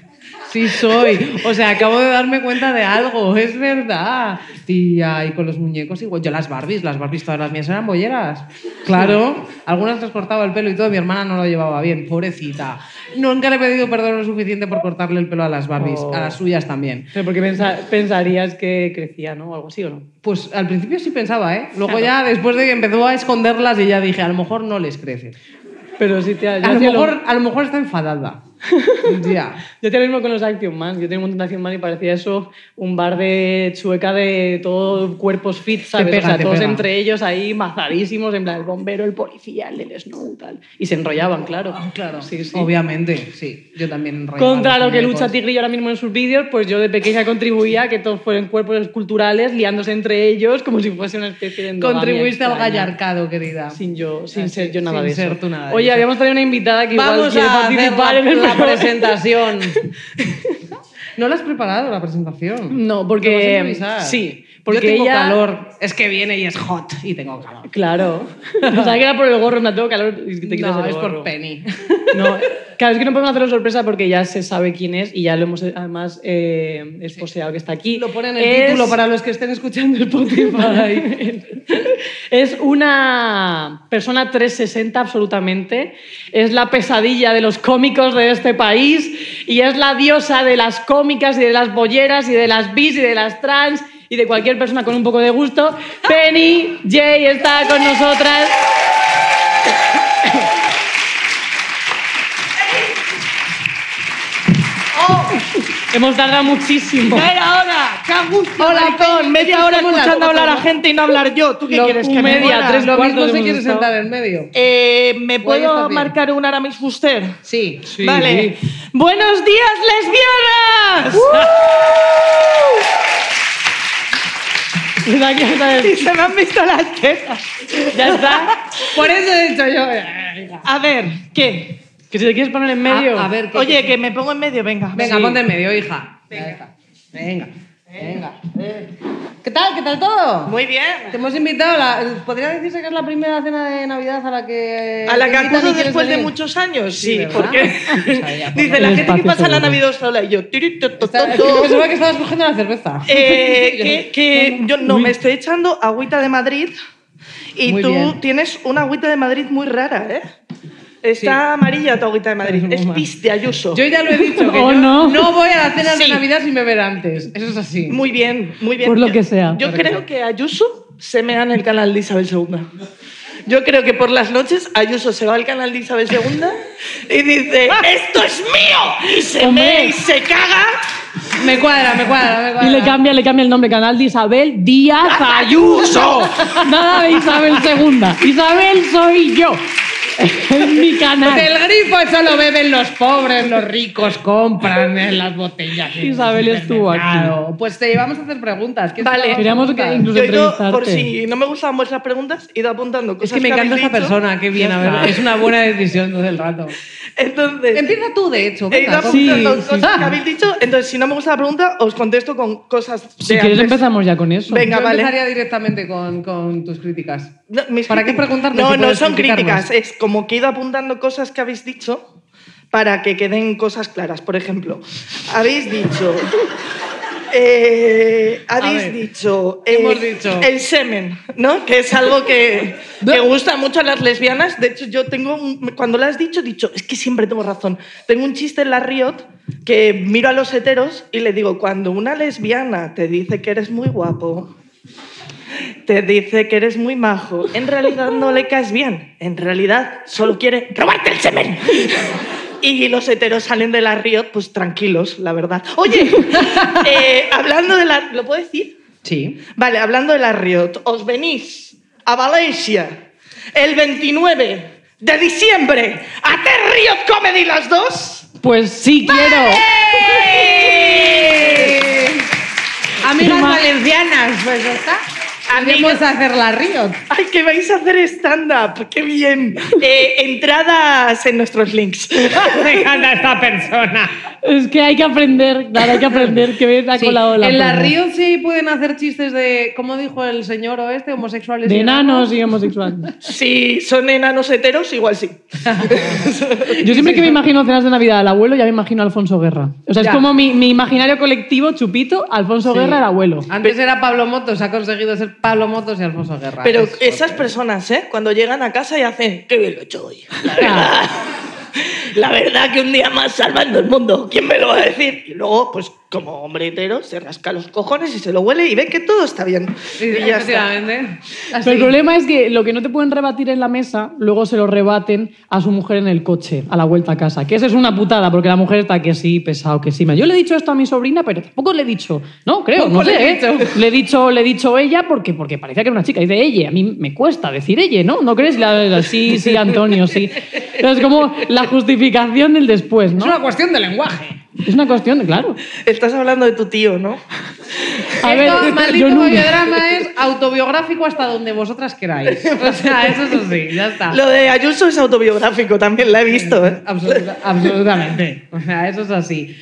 [SPEAKER 1] Sí soy. O sea, acabo de darme cuenta de algo, es verdad. Tía, y con los muñecos igual. Yo las Barbies, las Barbies todas las mías eran bolleras. Claro. Algunas les cortaba el pelo y todo, mi hermana no lo llevaba bien, pobrecita. Nunca le he pedido perdón lo suficiente por cortarle el pelo a las Barbies,
[SPEAKER 2] Oh.
[SPEAKER 1] a las suyas también.
[SPEAKER 2] Pero porque pensa- pensarías que crecía, ¿no? O algo así, ¿o no?
[SPEAKER 1] Pues al principio sí pensaba, ¿eh? Luego ya, después de que empezó a esconderlas y ya dije, a lo mejor no les crece.
[SPEAKER 2] Pero sí, tía, yo
[SPEAKER 1] A lo
[SPEAKER 2] hacía lo-
[SPEAKER 1] mejor, a lo mejor está enfadada. Ya.
[SPEAKER 2] Yo tenía lo mismo con los Action Man. Yo tenía un montón de Action Man y parecía eso un bar de chueca de todos cuerpos fit, ¿sabes?
[SPEAKER 1] pega,
[SPEAKER 2] o sea,
[SPEAKER 1] te
[SPEAKER 2] todos
[SPEAKER 1] pega.
[SPEAKER 2] entre ellos ahí mazadísimo, en plan el bombero, el policía, el del snow, tal. Y se enrollaban, claro.
[SPEAKER 1] Ah, Claro,
[SPEAKER 2] Sí, sí.
[SPEAKER 1] obviamente, sí. Yo también. rayaba
[SPEAKER 2] Contra
[SPEAKER 1] los
[SPEAKER 2] lo que
[SPEAKER 1] muñecos.
[SPEAKER 2] lucha Tigrillo ahora mismo en sus vídeos, pues yo de pequeña contribuía a que todos fueran cuerpos culturales liándose entre ellos como si fuese una especie de endogamia
[SPEAKER 1] Contribuiste al
[SPEAKER 2] extraña.
[SPEAKER 1] gallarcado, querida.
[SPEAKER 2] Sin yo, sin
[SPEAKER 1] Así,
[SPEAKER 2] ser yo nada
[SPEAKER 1] sin
[SPEAKER 2] de eso.
[SPEAKER 1] ser tú nada de
[SPEAKER 2] Oye,
[SPEAKER 1] eso.
[SPEAKER 2] habíamos traído una invitada que igual
[SPEAKER 1] Vamos
[SPEAKER 2] quiere
[SPEAKER 1] a hacer
[SPEAKER 2] participar en
[SPEAKER 1] la,
[SPEAKER 2] el
[SPEAKER 1] la
[SPEAKER 2] programa.
[SPEAKER 1] presentación. ¿No la has preparado la presentación?
[SPEAKER 2] No,
[SPEAKER 1] Lo vas a
[SPEAKER 2] Mm, porque
[SPEAKER 1] improvisar.
[SPEAKER 2] sí, porque
[SPEAKER 1] Yo tengo
[SPEAKER 2] ella
[SPEAKER 1] calor. Es que viene y es hot y tengo calor.
[SPEAKER 2] Claro. Pensaba que era por el gorro, me tengo calor y te quitas
[SPEAKER 1] no,
[SPEAKER 2] el
[SPEAKER 1] es
[SPEAKER 2] gorro.
[SPEAKER 1] por Penny.
[SPEAKER 2] No, claro, es que no podemos hacerlo sorpresa porque ya se sabe quién es y ya lo hemos además eh, esposeado que está aquí.
[SPEAKER 1] Lo ponen en el
[SPEAKER 2] Es-
[SPEAKER 1] título para los que estén escuchando el Spotify.
[SPEAKER 2] es una persona 360 absolutamente. Es la pesadilla de los cómicos de este país y es la diosa de las cómicas y de las bolleras y de las bis y de las trans y de cualquier persona con un poco de gusto. Penny Jay está con nosotras. Hemos tardado muchísimo.
[SPEAKER 3] ahora!
[SPEAKER 1] Hola, con media hora
[SPEAKER 3] Escuchando hablar a gente y no hablar yo. ¿Tú qué
[SPEAKER 2] Lo-
[SPEAKER 3] quieres?
[SPEAKER 2] un
[SPEAKER 3] Que me
[SPEAKER 2] media,
[SPEAKER 3] muera?
[SPEAKER 2] tres
[SPEAKER 1] Lo mismo
[SPEAKER 2] cuartos
[SPEAKER 1] se
[SPEAKER 2] hemos
[SPEAKER 1] quiere
[SPEAKER 2] estado.
[SPEAKER 1] sentar en medio.
[SPEAKER 3] Eh, ¿Me
[SPEAKER 1] Voy a estar
[SPEAKER 3] puedo
[SPEAKER 1] bien.
[SPEAKER 3] marcar un Aramis Fuster?
[SPEAKER 1] Sí.
[SPEAKER 3] Vale. ¡Buenos días, lesbianas!
[SPEAKER 2] Desde aquí hasta el-
[SPEAKER 3] Y se me han visto las tetas.
[SPEAKER 2] Ya está.
[SPEAKER 1] Por eso he dicho yo. eh,
[SPEAKER 3] A ver, ¿qué?
[SPEAKER 2] Que si te quieres poner en medio.
[SPEAKER 1] Ah, A, a ver, ¿qué-
[SPEAKER 3] Oye, que me pongo en medio, venga.
[SPEAKER 1] Venga,
[SPEAKER 2] Sí.
[SPEAKER 1] ponte en medio, hija. Venga. Venga. Venga. ¿Qué tal? ¿Qué tal todo?
[SPEAKER 3] Muy bien.
[SPEAKER 1] Te hemos invitado, a la- podría decirse que es la primera cena de Navidad a la que...
[SPEAKER 3] A la que
[SPEAKER 1] te invitan y
[SPEAKER 3] acudo
[SPEAKER 1] quieres
[SPEAKER 3] después de
[SPEAKER 1] venir.
[SPEAKER 3] muchos años,
[SPEAKER 1] Sí,
[SPEAKER 3] sí,
[SPEAKER 1] ¿verdad?
[SPEAKER 3] porque
[SPEAKER 1] O sea, ya, por
[SPEAKER 3] dice la
[SPEAKER 2] favor.
[SPEAKER 3] gente que pasa la
[SPEAKER 2] Espacio
[SPEAKER 3] Navidad sola y yo. tiri, to, to,
[SPEAKER 1] Está-
[SPEAKER 3] to, to.
[SPEAKER 1] Pensaba que estabas cogiendo la cerveza.
[SPEAKER 3] Eh, que, que yo no me estoy echando agüita de Madrid y
[SPEAKER 1] Muy
[SPEAKER 3] tú
[SPEAKER 1] bien.
[SPEAKER 3] tienes una agüita de Madrid muy rara, ¿eh? Está amarilla tu agüita de Madrid.
[SPEAKER 1] Es muy
[SPEAKER 3] Es
[SPEAKER 1] mala.
[SPEAKER 3] pis de Ayuso.
[SPEAKER 1] Yo ya lo he dicho, que
[SPEAKER 2] Oh,
[SPEAKER 1] yo
[SPEAKER 2] no.
[SPEAKER 1] no voy a la cena de
[SPEAKER 3] Sí.
[SPEAKER 1] Navidad sin beber antes. Eso es así.
[SPEAKER 3] Muy bien, muy bien.
[SPEAKER 2] Por lo
[SPEAKER 3] Yo-
[SPEAKER 2] que sea.
[SPEAKER 3] Yo creo que Ayuso se mea en el canal de Isabel II. Yo creo que por las noches Ayuso se va al canal de Isabel II y dice, ¡esto es mío! Y se
[SPEAKER 2] Hombre.
[SPEAKER 3] mea y se caga.
[SPEAKER 1] Me cuadra, me cuadra, me
[SPEAKER 2] Y
[SPEAKER 1] cuadra.
[SPEAKER 2] le cambia, le cambia el nombre, canal de Isabel Díaz Ayuso. Nada de Isabel II. Isabel soy yo. Es mi canal.
[SPEAKER 1] Del grifo eso lo beben los pobres, los ricos compran en las botellas. en el
[SPEAKER 2] Isabel estuvo aquí.
[SPEAKER 1] supermercado. Pues te vamos a hacer preguntas. ¿Quieres
[SPEAKER 3] Vale.
[SPEAKER 1] que
[SPEAKER 2] Queríamos
[SPEAKER 1] hagamos
[SPEAKER 2] que
[SPEAKER 1] preguntas?
[SPEAKER 2] inclu- Incluso
[SPEAKER 3] Yo he ido, por
[SPEAKER 2] entrevistarte.
[SPEAKER 3] si no me gustaban vuestras preguntas, he ido apuntando cosas
[SPEAKER 1] Es que me encanta
[SPEAKER 3] habéis
[SPEAKER 1] esta
[SPEAKER 3] dicho.
[SPEAKER 1] persona, qué bien, a ver, es una buena decisión todo el rato.
[SPEAKER 3] Entonces,
[SPEAKER 1] Empieza tú, de hecho.
[SPEAKER 3] he ido
[SPEAKER 1] venga,
[SPEAKER 2] Sí,
[SPEAKER 3] apuntando
[SPEAKER 2] sí.
[SPEAKER 3] cosas que habéis dicho. Entonces, si no me gusta la pregunta, os contesto con cosas de
[SPEAKER 2] Si quieres
[SPEAKER 3] antes.
[SPEAKER 2] empezamos ya con eso.
[SPEAKER 3] Venga,
[SPEAKER 1] Yo
[SPEAKER 3] vale.
[SPEAKER 1] empezaría directamente con, con tus críticas.
[SPEAKER 3] No, mis
[SPEAKER 1] ¿Para qué
[SPEAKER 3] críticas-
[SPEAKER 1] preguntarme
[SPEAKER 3] No,
[SPEAKER 1] si
[SPEAKER 3] no
[SPEAKER 1] puedes
[SPEAKER 3] son
[SPEAKER 1] criticarnos?
[SPEAKER 3] críticas, es como que he ido apuntando cosas que habéis dicho para que queden cosas claras. Por ejemplo, habéis dicho. eh,
[SPEAKER 1] ver,
[SPEAKER 3] habéis dicho, eh,
[SPEAKER 1] hemos dicho.
[SPEAKER 3] el semen, ¿no? Que es algo que, que gusta mucho a las lesbianas. De hecho, yo tengo, un- cuando lo has dicho, he dicho, es que siempre tengo razón. Tengo un chiste en la Riot que miro a los heteros y le digo, cuando una lesbiana te dice que eres muy guapo, te dice que eres muy majo. En realidad no le caes bien. En realidad solo quiere robarte el semen. Y los heteros salen de la Riot, pues tranquilos, la verdad. Oye, eh, hablando de la... ¿Lo puedo decir?
[SPEAKER 1] Sí.
[SPEAKER 3] Vale, hablando de la Riot, os venís a Valencia el 29 de diciembre a The Riot Comedy las dos.
[SPEAKER 2] Pues sí quiero.
[SPEAKER 3] ¡Eh!
[SPEAKER 1] Amigas
[SPEAKER 2] Prima-
[SPEAKER 1] valencianas, pues ya está.
[SPEAKER 3] Amigas-
[SPEAKER 1] Vamos a hacer la Riot.
[SPEAKER 3] ¡Ay, que vais a hacer stand-up! ¡Qué bien! Eh, entradas en nuestros links.
[SPEAKER 1] Me encanta esta persona.
[SPEAKER 2] Es que hay que aprender, claro, hay que aprender que ves ha colado la
[SPEAKER 1] en la
[SPEAKER 2] promo.
[SPEAKER 1] Riot sí pueden hacer chistes de, ¿cómo dijo el señor oeste? Homosexuales. y
[SPEAKER 2] De enanos y homosexuales.
[SPEAKER 3] Si son enanos heteros, igual sí.
[SPEAKER 2] Yo siempre que me imagino cenas de Navidad al abuelo, ya me imagino a Alfonso Guerra. O sea,
[SPEAKER 1] Ya.
[SPEAKER 2] es como mi, mi imaginario colectivo, Chupito, Alfonso Guerra, el abuelo.
[SPEAKER 1] Antes era Pablo Motos, ha conseguido ser Pablo Motos y Alfonso Guerra.
[SPEAKER 3] Pero
[SPEAKER 1] Es
[SPEAKER 3] esas
[SPEAKER 1] fuerte.
[SPEAKER 3] personas, ¿eh? Cuando llegan a casa y hacen, ¡qué bien lo he hecho hoy! La
[SPEAKER 2] Ah.
[SPEAKER 3] verdad, la verdad que un día más salvando el mundo, ¿quién me lo va a decir? Y luego, pues, como hombre hetero, se rasca los cojones y se lo huele y ve que todo está bien. Y ya está.
[SPEAKER 1] Efectivamente. Así.
[SPEAKER 2] Pero el problema es que lo que no te pueden rebatir en la mesa, luego se lo rebaten a su mujer en el coche, a la vuelta a casa. Que esa es una putada, porque la mujer está que sí, pesado, que sí. Yo le he dicho esto a mi sobrina, pero tampoco le he dicho. No, creo,
[SPEAKER 1] Poco
[SPEAKER 2] no sé.
[SPEAKER 1] le he
[SPEAKER 2] ¿eh? Le he dicho, le he dicho ella porque, porque parecía que era una chica. Y de ella, a mí me cuesta decir ella, ¿no? ¿No crees? La- la- sí, sí, Antonio, sí. Es como la justificación del después,
[SPEAKER 1] Es
[SPEAKER 2] ¿no?
[SPEAKER 1] una cuestión de lenguaje.
[SPEAKER 2] Es una cuestión, de- claro.
[SPEAKER 3] Estás hablando de tu tío, ¿no?
[SPEAKER 2] A ver,
[SPEAKER 1] Esto, maldito
[SPEAKER 2] yo nunca...
[SPEAKER 1] bollodrama es autobiográfico hasta donde vosotras queráis. O sea, eso es así, ya
[SPEAKER 2] Ah.
[SPEAKER 1] está.
[SPEAKER 3] Lo de Ayuso es autobiográfico, también la he visto. ¿eh?
[SPEAKER 1] Absoluta- absolutamente. O sea, eso es así.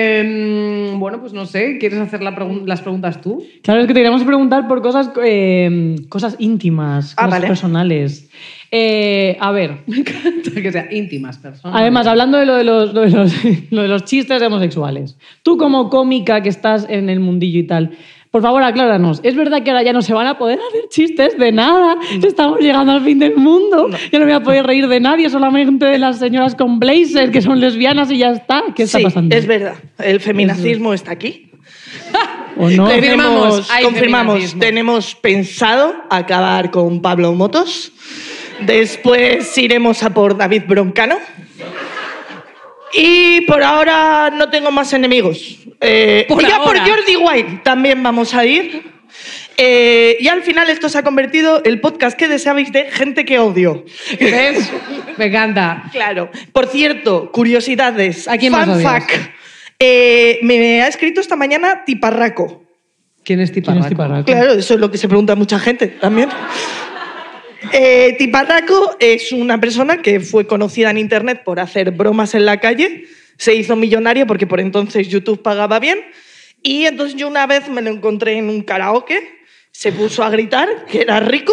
[SPEAKER 1] Eh, bueno, pues no sé, ¿quieres hacer la pregun- las preguntas tú?
[SPEAKER 2] Claro, es que te queríamos preguntar por cosas, eh, cosas íntimas,
[SPEAKER 3] Ah,
[SPEAKER 2] cosas
[SPEAKER 3] vale.
[SPEAKER 2] personales. Eh, a ver,
[SPEAKER 1] Me encanta que sea íntimas
[SPEAKER 3] Ah,
[SPEAKER 1] personas.
[SPEAKER 2] Además, hablando de lo de los, lo de los, lo de los chistes homosexuales, tú como cómica que estás en el mundillo y tal, por favor acláranos, ¿es verdad que ahora ya no se van a poder hacer chistes de nada? Estamos llegando al fin del mundo, ya no voy a poder reír de nadie, solamente de las señoras con blazer que son lesbianas y ya está. ¿Qué está
[SPEAKER 3] sí,
[SPEAKER 2] pasando?
[SPEAKER 3] es verdad. El feminacismo está aquí.
[SPEAKER 2] ¿O no?
[SPEAKER 1] Le- Confirmamos,
[SPEAKER 3] Tenemos,
[SPEAKER 1] hay
[SPEAKER 3] confirmamos,
[SPEAKER 1] feminacismo.
[SPEAKER 3] tenemos pensado acabar con Pablo Motos. Después iremos a por David Broncano. Y por ahora no tengo más enemigos. Eh,
[SPEAKER 1] Por
[SPEAKER 3] ya por
[SPEAKER 1] ahora.
[SPEAKER 3] Jordi White también vamos a ir. Eh, y al final esto se ha convertido el podcast que deseabais de gente que odio.
[SPEAKER 1] ¿Ves? Me encanta.
[SPEAKER 3] Claro. Por cierto, curiosidades.
[SPEAKER 1] ¿A quién más
[SPEAKER 3] Fun
[SPEAKER 1] odias?
[SPEAKER 3] fact. Eh, me ha escrito esta mañana Tiparraco.
[SPEAKER 1] ¿Quién es
[SPEAKER 2] ¿Quién
[SPEAKER 1] Tiparraco?
[SPEAKER 2] es Tiparraco?
[SPEAKER 3] Claro, eso es lo que se pregunta mucha gente también. Eh, Tiparraco es una persona que fue conocida en Internet por hacer bromas en la calle, se hizo millonario porque por entonces YouTube pagaba bien y entonces yo una vez me lo encontré en un karaoke, se puso a gritar que era rico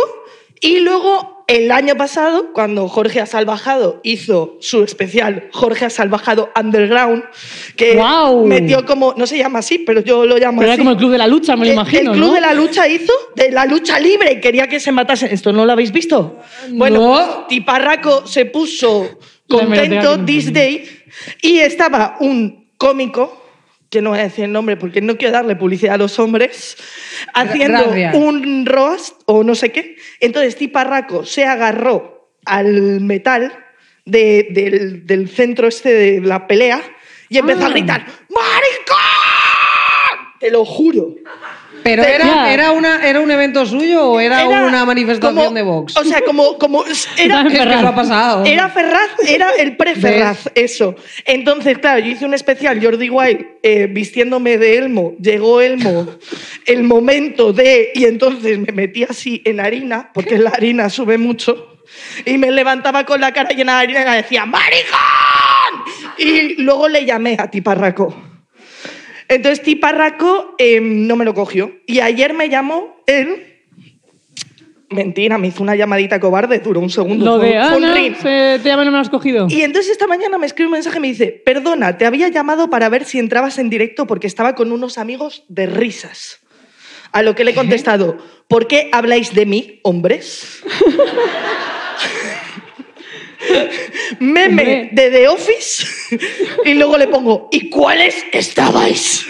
[SPEAKER 3] y luego el año pasado, cuando Jorge Asalvajado hizo su especial Jorge Asalvajado Underground, que
[SPEAKER 2] ¡Guau!
[SPEAKER 3] metió como, no se llama así, pero yo lo llamo
[SPEAKER 2] Pero era
[SPEAKER 3] así. Eh,
[SPEAKER 2] como el club de la lucha, me lo
[SPEAKER 3] El-
[SPEAKER 2] imagino.
[SPEAKER 3] El club
[SPEAKER 2] ¿no?
[SPEAKER 3] de la lucha hizo de la lucha libre, quería que se matasen. ¿Esto no lo habéis visto? Bueno,
[SPEAKER 2] No.
[SPEAKER 3] pues, Tiparraco se puso
[SPEAKER 2] La hemeroteca que
[SPEAKER 3] contento
[SPEAKER 2] nos
[SPEAKER 3] this
[SPEAKER 2] ponen.
[SPEAKER 3] day y estaba un cómico que no voy a decir el nombre porque no quiero darle publicidad a los hombres, haciendo
[SPEAKER 1] gracias.
[SPEAKER 3] un roast o no sé qué. Entonces Tiparraco se agarró al metal de- del, del centro este de la pelea y empezó
[SPEAKER 2] Ah.
[SPEAKER 3] a gritar ¡Maricón! Te lo juro.
[SPEAKER 1] ¿Pero
[SPEAKER 3] Te-
[SPEAKER 1] era,
[SPEAKER 2] Ya.
[SPEAKER 1] era, una, era un evento suyo o era,
[SPEAKER 3] Era
[SPEAKER 1] una manifestación
[SPEAKER 3] como-
[SPEAKER 1] de Vox?
[SPEAKER 3] O sea, como, como era,
[SPEAKER 1] Es que
[SPEAKER 2] Ferraz.
[SPEAKER 1] eso ha pasado.
[SPEAKER 3] era Ferraz, era el pre-Ferraz, eso. Entonces, claro, yo hice un especial, Jordi Wild, eh, vistiéndome de Elmo. Llegó Elmo, el momento de... Y entonces me metí así en harina, porque la harina sube mucho. Y me levantaba con la cara llena de harina y decía, ¡Maricón! Y luego le llamé a Tiparraco. Entonces Tiparraco eh, no me lo cogió. Y ayer me llamó él... Mentira, me hizo una llamadita cobarde, duró un segundo.
[SPEAKER 2] Lo
[SPEAKER 3] fue-
[SPEAKER 2] de
[SPEAKER 3] fue un
[SPEAKER 2] Ana,
[SPEAKER 3] ring.
[SPEAKER 2] se- te llaman, no me lo has cogido.
[SPEAKER 3] Y entonces esta mañana me escribe un mensaje y me dice, perdona, te había llamado para ver si entrabas en directo porque estaba con unos amigos de risas. A lo que le he contestado, ¿por qué habláis de mí, hombres? Meme
[SPEAKER 2] Hombre.
[SPEAKER 3] de The Office y luego le pongo, ¿y cuáles estabais?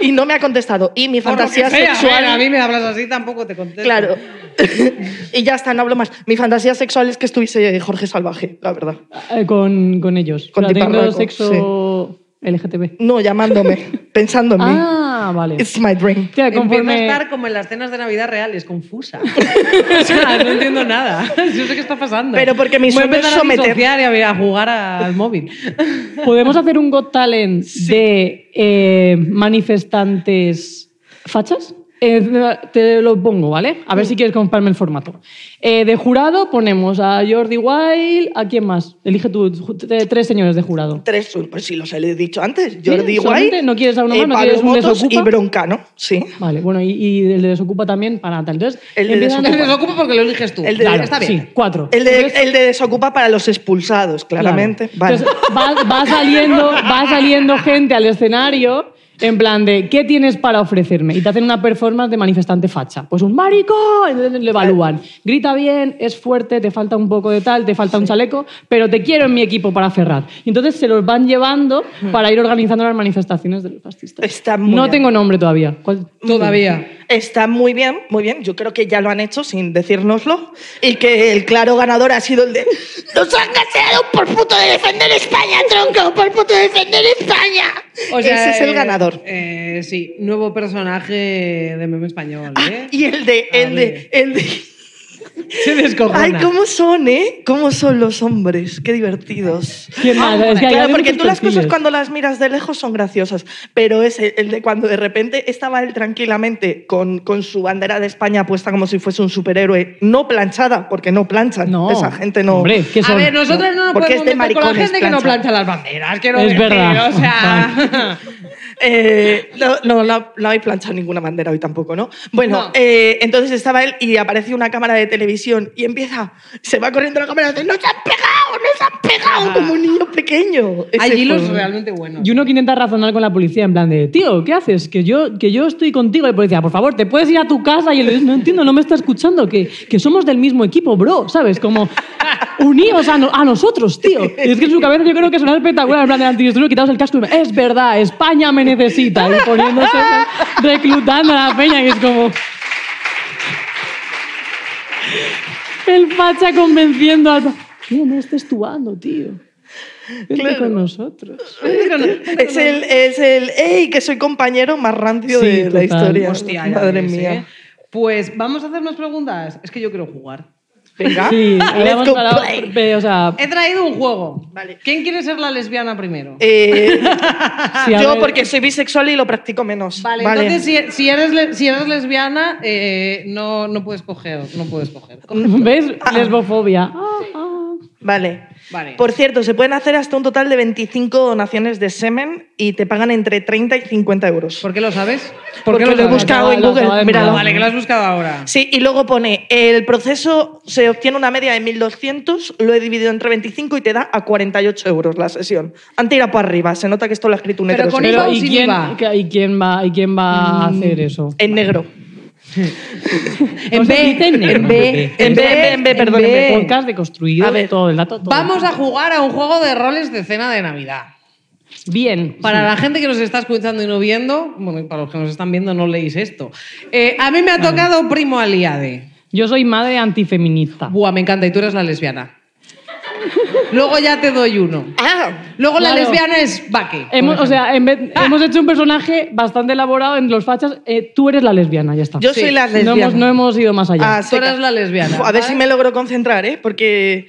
[SPEAKER 3] Y no me ha contestado. Y mi
[SPEAKER 1] Por lo que
[SPEAKER 3] fantasía
[SPEAKER 1] sea,
[SPEAKER 3] sexual...
[SPEAKER 1] bueno, a mí me hablas así, tampoco te contesto.
[SPEAKER 3] Claro. y ya está, no hablo más. Mi fantasía sexual es que estuviese Jorge Salvaje, la verdad.
[SPEAKER 2] Eh, con, con ellos.
[SPEAKER 3] Con
[SPEAKER 2] Pero teniendo
[SPEAKER 3] Tiparraco,
[SPEAKER 2] sexo LGTB.
[SPEAKER 3] No, llamándome, pensando en mí.
[SPEAKER 2] Ah, vale.
[SPEAKER 3] It's my dream.
[SPEAKER 2] Tía,
[SPEAKER 1] Empiezo a
[SPEAKER 2] conforme-
[SPEAKER 1] estar como en las cenas de Navidad reales, confusa. o sea, no entiendo nada. Yo sé qué está pasando.
[SPEAKER 3] Pero porque
[SPEAKER 1] Voy
[SPEAKER 3] mi
[SPEAKER 1] a
[SPEAKER 3] sueño es
[SPEAKER 1] empezar a
[SPEAKER 3] someter.
[SPEAKER 1] disociar y a ver- a jugar al móvil.
[SPEAKER 2] Podemos hacer un Got Talent de eh, manifestantes fachas. Eh, te lo pongo, ¿vale? A ver
[SPEAKER 3] Mm.
[SPEAKER 2] si quieres comprarme el formato. Eh, de jurado ponemos a Jordi Wild, ¿a quién más? Elige tú, ju- te- tres señores de jurado.
[SPEAKER 3] Tres, pues si los he dicho antes. Jordi
[SPEAKER 2] solamente
[SPEAKER 3] White,
[SPEAKER 2] no quieres a uno más, no
[SPEAKER 3] Pablo
[SPEAKER 2] quieres un
[SPEAKER 3] eh, Motos
[SPEAKER 2] desocupa.
[SPEAKER 3] y Broncano, sí.
[SPEAKER 2] Vale, bueno, y, y el de Desocupa también para tal. Entonces,
[SPEAKER 3] El de
[SPEAKER 2] empiezan-
[SPEAKER 1] El desocupo porque lo eliges tú.
[SPEAKER 3] El de-
[SPEAKER 1] Claro, está bien.
[SPEAKER 2] Sí, cuatro.
[SPEAKER 3] El de,
[SPEAKER 2] Entonces-
[SPEAKER 3] el de desocupa para los expulsados, claramente.
[SPEAKER 2] Claro.
[SPEAKER 3] Vale.
[SPEAKER 2] Entonces, va, va saliendo, va saliendo gente al escenario En plan de, ¿qué tienes para ofrecerme? Y te hacen una performance de manifestante facha. Pues un marico, entonces le evalúan. Grita bien, es fuerte, te falta un poco de tal, te falta un chaleco, pero te quiero en mi equipo para Ferrat. Y entonces se los van llevando para ir organizando las manifestaciones de los fascistas.
[SPEAKER 3] Hmm. Está muy
[SPEAKER 2] no
[SPEAKER 3] bien.
[SPEAKER 2] tengo nombre todavía. ¿Cuál?
[SPEAKER 1] Todavía.
[SPEAKER 3] Está muy bien, muy bien. Yo creo que ya lo han hecho sin decírnoslo. Y que el claro ganador ha sido el de. ¡Nos han gaseado por puto de defender España, tronco! ¡Por puto de defender España!
[SPEAKER 1] O sea,
[SPEAKER 3] Ese es el
[SPEAKER 1] eh,
[SPEAKER 3] ganador.
[SPEAKER 1] eh, sí, nuevo personaje de meme español. ¿eh?
[SPEAKER 3] Ah, Y el de.
[SPEAKER 1] A
[SPEAKER 3] El
[SPEAKER 1] ver.
[SPEAKER 3] de. El de.
[SPEAKER 1] Se descojona.
[SPEAKER 3] Ay, ¿cómo son, eh? ¿Cómo son los hombres? Qué divertidos.
[SPEAKER 2] ¿Quién más? Es que hay-
[SPEAKER 3] claro,
[SPEAKER 2] hay
[SPEAKER 3] porque
[SPEAKER 2] muchos
[SPEAKER 3] tú las cosas
[SPEAKER 2] perfiles.
[SPEAKER 3] cuando las miras de lejos son graciosas, pero es el, el de cuando de repente estaba él tranquilamente con, con su bandera de España puesta como si fuese un superhéroe, no planchada, porque no planchan,
[SPEAKER 2] No.
[SPEAKER 3] esa gente no...
[SPEAKER 2] Hombre, ¿qué
[SPEAKER 1] A
[SPEAKER 2] son?
[SPEAKER 1] ver, nosotros no nos
[SPEAKER 3] Porque
[SPEAKER 1] podemos
[SPEAKER 3] es de
[SPEAKER 1] meter con la
[SPEAKER 3] este maricones
[SPEAKER 1] gente que no
[SPEAKER 3] plancha.
[SPEAKER 1] plancha las banderas. Quiero
[SPEAKER 2] Es
[SPEAKER 1] decir,
[SPEAKER 2] verdad.
[SPEAKER 1] O sea,
[SPEAKER 3] Eh, no, no, no, no hay planchado ninguna bandera hoy tampoco, ¿no? Bueno,
[SPEAKER 1] No.
[SPEAKER 3] eh, entonces estaba él y aparece una cámara de televisión y empieza, se va corriendo a la cámara y dice, ¡nos han pegado! ¡nos han pegado!
[SPEAKER 1] Ah.
[SPEAKER 3] Como un niño pequeño. Ese
[SPEAKER 1] hay hilos
[SPEAKER 3] fue-
[SPEAKER 1] realmente buenos.
[SPEAKER 2] Y uno que intenta razonar con la policía en plan de, tío, ¿qué haces? Que yo, que yo estoy contigo. Y la policía, por favor, ¿te puedes ir a tu casa? Y él dice, no entiendo, no me está escuchando, que, que somos del mismo equipo, bro, ¿sabes? Como, unidos a, no- a nosotros, tío. Y es que en su cabeza yo creo que suena espectacular, en plan de antidisturbios, quitados el casco y es verdad, España me necesita. Y poniéndose, reclutando a la peña, y es como... El facha convenciendo al... Tío, no estés tuando, tío. Vente
[SPEAKER 3] Claro.
[SPEAKER 2] con nosotros.
[SPEAKER 3] Es el, es el, ¡ey! Que soy compañero más rancio
[SPEAKER 2] Sí,
[SPEAKER 3] de la
[SPEAKER 2] total.
[SPEAKER 3] historia.
[SPEAKER 1] Hostia, ya
[SPEAKER 3] Madre
[SPEAKER 1] ves,
[SPEAKER 3] mía.
[SPEAKER 1] ¿eh? Pues vamos a hacernos preguntas. Es que yo quiero jugar.
[SPEAKER 3] Venga,
[SPEAKER 2] Sí,
[SPEAKER 3] let's
[SPEAKER 2] habíamos
[SPEAKER 3] go
[SPEAKER 2] hablado,
[SPEAKER 3] play.
[SPEAKER 2] pero, o sea,
[SPEAKER 1] He traído un juego.
[SPEAKER 3] Vale.
[SPEAKER 1] ¿Quién quiere ser la lesbiana primero?
[SPEAKER 3] Eh,
[SPEAKER 2] sí, a
[SPEAKER 3] yo
[SPEAKER 2] ver,
[SPEAKER 3] porque soy bisexual y lo practico menos.
[SPEAKER 1] Vale, entonces si, si eres, le- si eres lesbiana, eh, no, no puedes coger. No puedes coger.
[SPEAKER 2] ¿Ves? Lesbofobia. Ah, ah.
[SPEAKER 3] Vale.
[SPEAKER 1] Vale.
[SPEAKER 3] Por cierto, se pueden hacer hasta un total de 25 donaciones de semen y te pagan entre 30 y 50 euros.
[SPEAKER 1] ¿Por qué lo sabes?
[SPEAKER 3] Porque lo he
[SPEAKER 1] sabes? Ah,
[SPEAKER 3] buscado en
[SPEAKER 2] Lo acabo de
[SPEAKER 3] Google.
[SPEAKER 2] mirar.
[SPEAKER 3] Míralo.
[SPEAKER 1] Vale, que lo has buscado ahora.
[SPEAKER 3] Sí, y luego pone, el proceso se obtiene una media de 1.200, lo he dividido entre 25 y te da a 48 euros la sesión. Antes era para arriba, se nota que esto lo ha escrito un
[SPEAKER 1] Pero con
[SPEAKER 2] Pero,
[SPEAKER 1] IVA o
[SPEAKER 3] heterosexual.
[SPEAKER 2] ¿y
[SPEAKER 1] sin
[SPEAKER 2] quién,
[SPEAKER 1] IVA?
[SPEAKER 2] que- ¿y quién va, y quién va a
[SPEAKER 3] Mm.
[SPEAKER 2] hacer eso?
[SPEAKER 3] En negro.
[SPEAKER 2] No se dice negro.
[SPEAKER 3] En B, en B, perdón, en B.
[SPEAKER 2] Podcast de construido,
[SPEAKER 3] A ver.
[SPEAKER 2] todo el dato. todo.
[SPEAKER 1] Vamos a jugar a un juego de roles de cena de Navidad.
[SPEAKER 2] Bien.
[SPEAKER 1] Para la gente que nos está escuchando y no viendo, bueno, y para los que nos están viendo no leéis esto. Eh, a mí me ha tocado primo aliade.
[SPEAKER 2] Yo soy madre antifeminista.
[SPEAKER 1] Buah, me encanta, y tú eres la lesbiana. Luego ya te doy uno. Luego la
[SPEAKER 2] Claro.
[SPEAKER 1] lesbiana es Baque. por
[SPEAKER 2] Hemos, o
[SPEAKER 1] ejemplo.
[SPEAKER 2] sea, en vez-
[SPEAKER 3] Ah.
[SPEAKER 2] hemos hecho un personaje bastante elaborado en los fachas. eh, tú eres la lesbiana, ya está.
[SPEAKER 3] Yo
[SPEAKER 1] Sí.
[SPEAKER 3] soy la
[SPEAKER 2] no,
[SPEAKER 3] lesbiana.
[SPEAKER 2] hemos, no hemos ido más allá.
[SPEAKER 3] Ah,
[SPEAKER 1] Tú eres la lesbiana,
[SPEAKER 3] Uf, A ver
[SPEAKER 1] ¿vale?
[SPEAKER 3] si me logro concentrar, ¿eh? Porque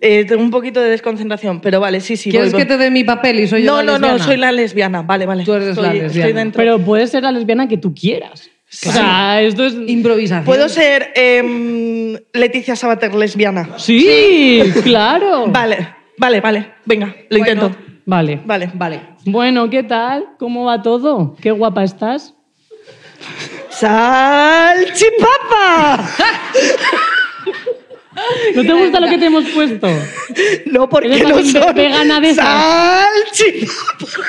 [SPEAKER 3] eh, tengo un poquito de desconcentración, pero vale, sí, sí.
[SPEAKER 1] ¿Quieres
[SPEAKER 3] voy,
[SPEAKER 1] que
[SPEAKER 3] voy.
[SPEAKER 1] te dé mi papel y soy yo
[SPEAKER 3] No,
[SPEAKER 1] la
[SPEAKER 3] no, no,
[SPEAKER 1] lesbiana?
[SPEAKER 3] soy la lesbiana, vale, vale.
[SPEAKER 1] Tú eres la
[SPEAKER 3] Estoy-
[SPEAKER 1] lesbiana.
[SPEAKER 3] Estoy dentro.
[SPEAKER 2] Pero puedes ser la lesbiana que tú quieras. O sea, esto es.
[SPEAKER 1] Improvisación.
[SPEAKER 3] ¿Puedo ser em, Leticia Sabater lesbiana?
[SPEAKER 2] Sí, claro.
[SPEAKER 3] Vale, vale, vale. Venga, lo
[SPEAKER 1] Bueno.
[SPEAKER 3] intento.
[SPEAKER 2] Vale.
[SPEAKER 3] Vale.
[SPEAKER 1] Vale.
[SPEAKER 2] Bueno, ¿qué tal? ¿Cómo va todo? Qué guapa estás.
[SPEAKER 3] ¡Salchipapa!
[SPEAKER 2] ¿No te gusta lo que te hemos puesto?
[SPEAKER 3] No, porque
[SPEAKER 2] Eres la
[SPEAKER 3] no
[SPEAKER 2] gente
[SPEAKER 3] son
[SPEAKER 2] vegana de esas.
[SPEAKER 3] ¡Salchipapa!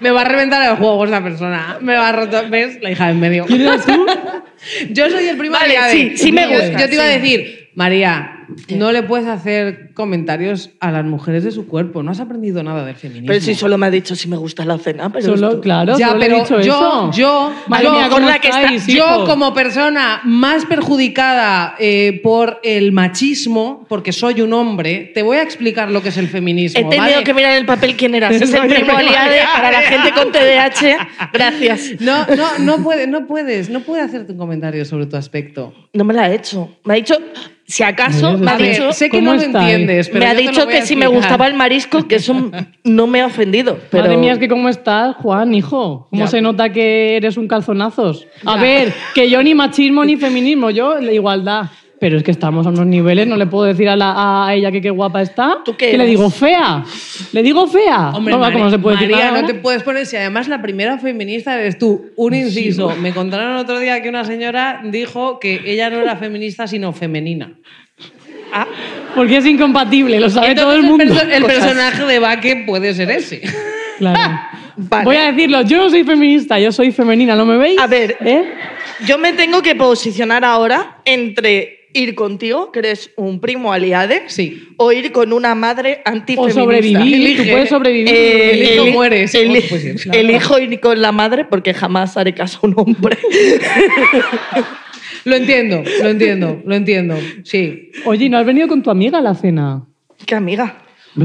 [SPEAKER 1] Me va a reventar el juego esta persona. Me va a rotar. ¿Ves? La hija de en medio.
[SPEAKER 2] ¿Quién eres tú?
[SPEAKER 1] Yo soy el primo
[SPEAKER 3] Vale,
[SPEAKER 1] aliado.
[SPEAKER 3] sí, sí me
[SPEAKER 1] Yo-
[SPEAKER 3] gusta,
[SPEAKER 1] Yo te iba a
[SPEAKER 3] sí.
[SPEAKER 1] decir, María, no le puedes hacer comentarios a las mujeres de su cuerpo. No has aprendido nada del feminismo.
[SPEAKER 3] Pero si solo me ha dicho si me gusta la cena, pero
[SPEAKER 2] Solo,
[SPEAKER 3] esto-
[SPEAKER 2] claro,
[SPEAKER 1] Ya,
[SPEAKER 2] solo le he
[SPEAKER 1] pero
[SPEAKER 2] dicho
[SPEAKER 1] yo-
[SPEAKER 2] eso.
[SPEAKER 1] yo-
[SPEAKER 2] Madre
[SPEAKER 1] yo-
[SPEAKER 2] mía, ¿cómo
[SPEAKER 3] gorda que está-
[SPEAKER 2] estáis,
[SPEAKER 1] Yo,
[SPEAKER 2] hijo?
[SPEAKER 1] como persona más perjudicada eh, por el machismo, porque soy un hombre, te voy a explicar lo que es el feminismo.
[SPEAKER 3] He tenido
[SPEAKER 1] ¿vale?
[SPEAKER 3] que mirar en el papel quién eras. Es el
[SPEAKER 1] Soy el
[SPEAKER 3] primo
[SPEAKER 1] primo
[SPEAKER 3] aliado
[SPEAKER 1] aliado.
[SPEAKER 3] para la gente con TDAH. Gracias.
[SPEAKER 1] No, no, no, puede- no puedes, no puede hacerte un comentario sobre tu aspecto.
[SPEAKER 3] No me la ha hecho. Me ha dicho, si acaso, me
[SPEAKER 2] A
[SPEAKER 3] ha
[SPEAKER 1] A ver,
[SPEAKER 3] dicho,
[SPEAKER 1] sé que
[SPEAKER 2] ¿cómo
[SPEAKER 1] no lo
[SPEAKER 2] estáis?
[SPEAKER 1] entiendes, pero
[SPEAKER 3] me ha
[SPEAKER 1] yo te lo
[SPEAKER 3] dicho
[SPEAKER 1] voy a
[SPEAKER 3] que si me
[SPEAKER 1] explicar.
[SPEAKER 3] gustaba el marisco, que eso no me ha ofendido. Pero...
[SPEAKER 2] Madre mía, es que cómo estás, Juan, hijo. Cómo
[SPEAKER 1] Ya.
[SPEAKER 2] se nota que eres un calzonazos. A
[SPEAKER 1] Ya.
[SPEAKER 2] ver, que yo ni machismo ni feminismo, yo la igualdad. Pero es que estamos a unos niveles, no le puedo decir a, la- a ella que qué guapa está.
[SPEAKER 3] ¿Tú qué
[SPEAKER 2] que le
[SPEAKER 3] eres?
[SPEAKER 2] digo fea. Le digo fea.
[SPEAKER 1] Hombre,
[SPEAKER 2] Ahora,
[SPEAKER 1] Mari-
[SPEAKER 2] ¿cómo se puede decir
[SPEAKER 1] María,
[SPEAKER 2] nada ¿eh?
[SPEAKER 1] no te
[SPEAKER 2] ahora?
[SPEAKER 1] puedes poner. Si además la primera feminista eres tú, un inciso. Me contaron el otro día que una señora dijo que ella no era feminista, sino femenina.
[SPEAKER 2] Porque es incompatible, lo sabe todo el
[SPEAKER 1] Entonces,
[SPEAKER 2] mundo.
[SPEAKER 1] perso- el
[SPEAKER 3] Cosas.
[SPEAKER 1] personaje de Baque puede ser ese.
[SPEAKER 2] Claro.
[SPEAKER 3] Vale.
[SPEAKER 2] Voy a decirlo, yo no soy feminista, yo soy femenina, ¿no me veis?
[SPEAKER 3] A ver.
[SPEAKER 2] ¿Eh?
[SPEAKER 3] Yo me tengo que posicionar ahora entre ir contigo, que eres un primo aliade,
[SPEAKER 1] Sí.
[SPEAKER 3] o ir con una madre antifeminista.
[SPEAKER 2] O sobrevivir,
[SPEAKER 1] Elige.
[SPEAKER 2] tú puedes sobrevivir.
[SPEAKER 3] Eh,
[SPEAKER 1] El hijo
[SPEAKER 3] eli-
[SPEAKER 1] muere, sí,
[SPEAKER 3] eli-
[SPEAKER 1] pues sí, claro.
[SPEAKER 3] elijo ir con la madre porque jamás haré caso a un hombre.
[SPEAKER 1] Lo entiendo, lo entiendo, lo entiendo. Sí.
[SPEAKER 2] Oye, ¿no has venido con tu amiga a la cena?
[SPEAKER 3] Qué amiga.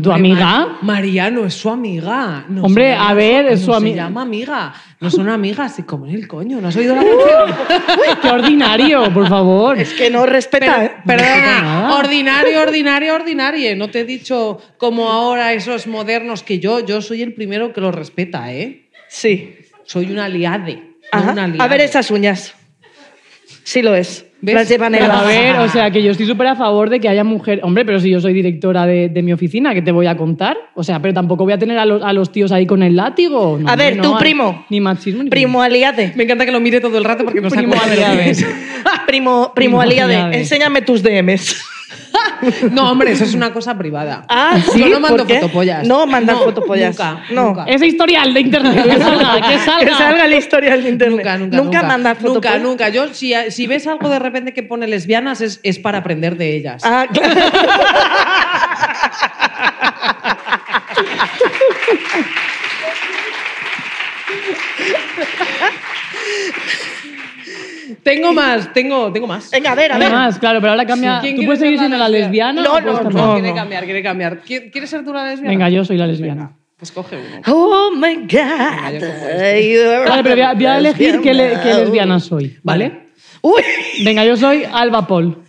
[SPEAKER 2] ¿Tu amiga?
[SPEAKER 1] Mar- María no es su amiga. No
[SPEAKER 2] Hombre,
[SPEAKER 1] son
[SPEAKER 2] a
[SPEAKER 1] amigas,
[SPEAKER 2] ver, es
[SPEAKER 1] no
[SPEAKER 2] su ami-
[SPEAKER 1] Se llama amiga. No son amigas, y como en el coño. ¿No has oído la canción?
[SPEAKER 2] ¡Qué ordinario, por favor!
[SPEAKER 3] Es que no respeta. ¿eh?
[SPEAKER 1] Perdona, ordinario, ordinario, ordinario. No te he dicho como ahora esos modernos que yo, yo soy el primero que los respeta, ¿eh?
[SPEAKER 3] Sí.
[SPEAKER 1] Soy una liade. no
[SPEAKER 3] Ajá.
[SPEAKER 1] una
[SPEAKER 3] A
[SPEAKER 1] aliade.
[SPEAKER 3] ver esas uñas. Sí lo es.
[SPEAKER 1] ¿Ves?
[SPEAKER 3] Las llevan en
[SPEAKER 2] Pero
[SPEAKER 3] la...
[SPEAKER 2] a ver, o sea, que yo estoy súper a favor de que haya mujer. Hombre, pero si yo soy directora de, de mi oficina, ¿qué te voy a contar? O sea, pero tampoco voy a tener a los, a los tíos ahí con el látigo. No,
[SPEAKER 3] A ver,
[SPEAKER 2] hombre, no,
[SPEAKER 3] tú,
[SPEAKER 2] al-
[SPEAKER 3] primo.
[SPEAKER 2] Ni machismo ni
[SPEAKER 3] Primo aliade.
[SPEAKER 1] Me encanta que lo mire todo el rato porque no se
[SPEAKER 2] Primo
[SPEAKER 1] acuerda de lo que
[SPEAKER 2] aliade.
[SPEAKER 1] es.
[SPEAKER 3] Primo, primo
[SPEAKER 2] Primo
[SPEAKER 3] aliade.
[SPEAKER 2] aliade.
[SPEAKER 3] Enséñame tus DMs.
[SPEAKER 1] No, hombre, eso es una cosa privada.
[SPEAKER 3] Ah, ¿sí?
[SPEAKER 1] Yo no mando
[SPEAKER 3] ¿Por qué?
[SPEAKER 1] fotopollas.
[SPEAKER 3] No mandas fotopollas.
[SPEAKER 1] Nunca,
[SPEAKER 3] No.
[SPEAKER 1] nunca.
[SPEAKER 2] Ese historial de internet, que salga, que salga.
[SPEAKER 3] Que salga la historia del internet.
[SPEAKER 1] Nunca, nunca,
[SPEAKER 3] Nunca
[SPEAKER 1] nunca.
[SPEAKER 3] mandas
[SPEAKER 1] Nunca,
[SPEAKER 3] fotopollas.
[SPEAKER 1] nunca. Yo, si, si ves algo de repente que pone lesbianas, es, es para aprender de ellas.
[SPEAKER 3] Ah, claro.
[SPEAKER 1] Tengo más, tengo, tengo más.
[SPEAKER 3] Venga, a ver, a ver.
[SPEAKER 2] Además, claro, pero ahora Eh, cambia.
[SPEAKER 1] ¿Quién
[SPEAKER 2] ¿Tú
[SPEAKER 1] quiere
[SPEAKER 2] puedes
[SPEAKER 1] ser
[SPEAKER 2] seguir siendo la lesbiana?
[SPEAKER 3] No,
[SPEAKER 2] o puedes
[SPEAKER 3] no,
[SPEAKER 2] cambiar?
[SPEAKER 3] no.
[SPEAKER 1] quiere cambiar, quiere cambiar. ¿Qui- ¿Quieres ser tú la lesbiana?
[SPEAKER 2] Venga, yo soy la lesbiana.
[SPEAKER 1] Pues coge uno.
[SPEAKER 3] Oh my God.
[SPEAKER 1] yo cojo este.
[SPEAKER 2] Vale, pero voy a, voy a elegir qué, le- qué lesbiana soy, ¿vale?
[SPEAKER 3] Uy,
[SPEAKER 2] Venga, yo soy Alba Paul.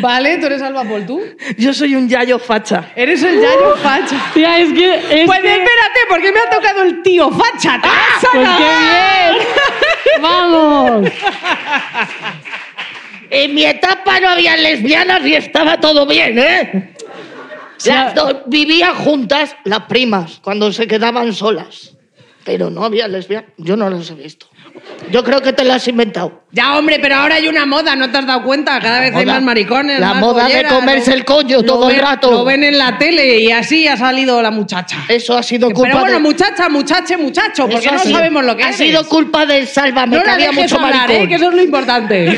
[SPEAKER 1] Vale, tú eres Alba Pol, tú.
[SPEAKER 3] yo soy un yayo facha.
[SPEAKER 1] Eres el Yayo Facha.
[SPEAKER 2] Tía, es que. es
[SPEAKER 1] Pues
[SPEAKER 2] que-
[SPEAKER 1] espérate, porque me ha tocado el tío Facha. ¿Te vas a
[SPEAKER 2] pues qué
[SPEAKER 1] cagar?
[SPEAKER 2] bien. ¡Vamos!
[SPEAKER 4] En mi etapa no había lesbianas y estaba todo bien, ¿eh? Las dos vivían juntas las primas cuando se quedaban solas. Pero no había lesbianas. Yo no las he visto. Yo creo que te las has inventado.
[SPEAKER 1] Ya, hombre, pero ahora hay una moda, ¿no te has dado cuenta? Cada vez hay
[SPEAKER 4] moda-
[SPEAKER 1] más maricones.
[SPEAKER 4] la
[SPEAKER 1] más
[SPEAKER 4] moda de
[SPEAKER 1] polleras,
[SPEAKER 4] comerse el coño
[SPEAKER 1] lo
[SPEAKER 4] todo el
[SPEAKER 1] ven-
[SPEAKER 4] rato.
[SPEAKER 1] Lo ven en la tele y así ha salido la muchacha.
[SPEAKER 4] Eso ha sido culpa
[SPEAKER 1] Pero bueno,
[SPEAKER 4] de...
[SPEAKER 1] muchacha, muchache, muchacho, porque
[SPEAKER 4] Eso
[SPEAKER 1] no
[SPEAKER 4] ha sido-
[SPEAKER 1] sabemos lo que
[SPEAKER 4] Ha
[SPEAKER 1] eres.
[SPEAKER 4] sido culpa de Sálvame,
[SPEAKER 1] No
[SPEAKER 4] que
[SPEAKER 1] la
[SPEAKER 4] había
[SPEAKER 1] dejes
[SPEAKER 4] mucho
[SPEAKER 1] hablar,
[SPEAKER 4] maricón.
[SPEAKER 1] ¿eh? que eso es lo importante.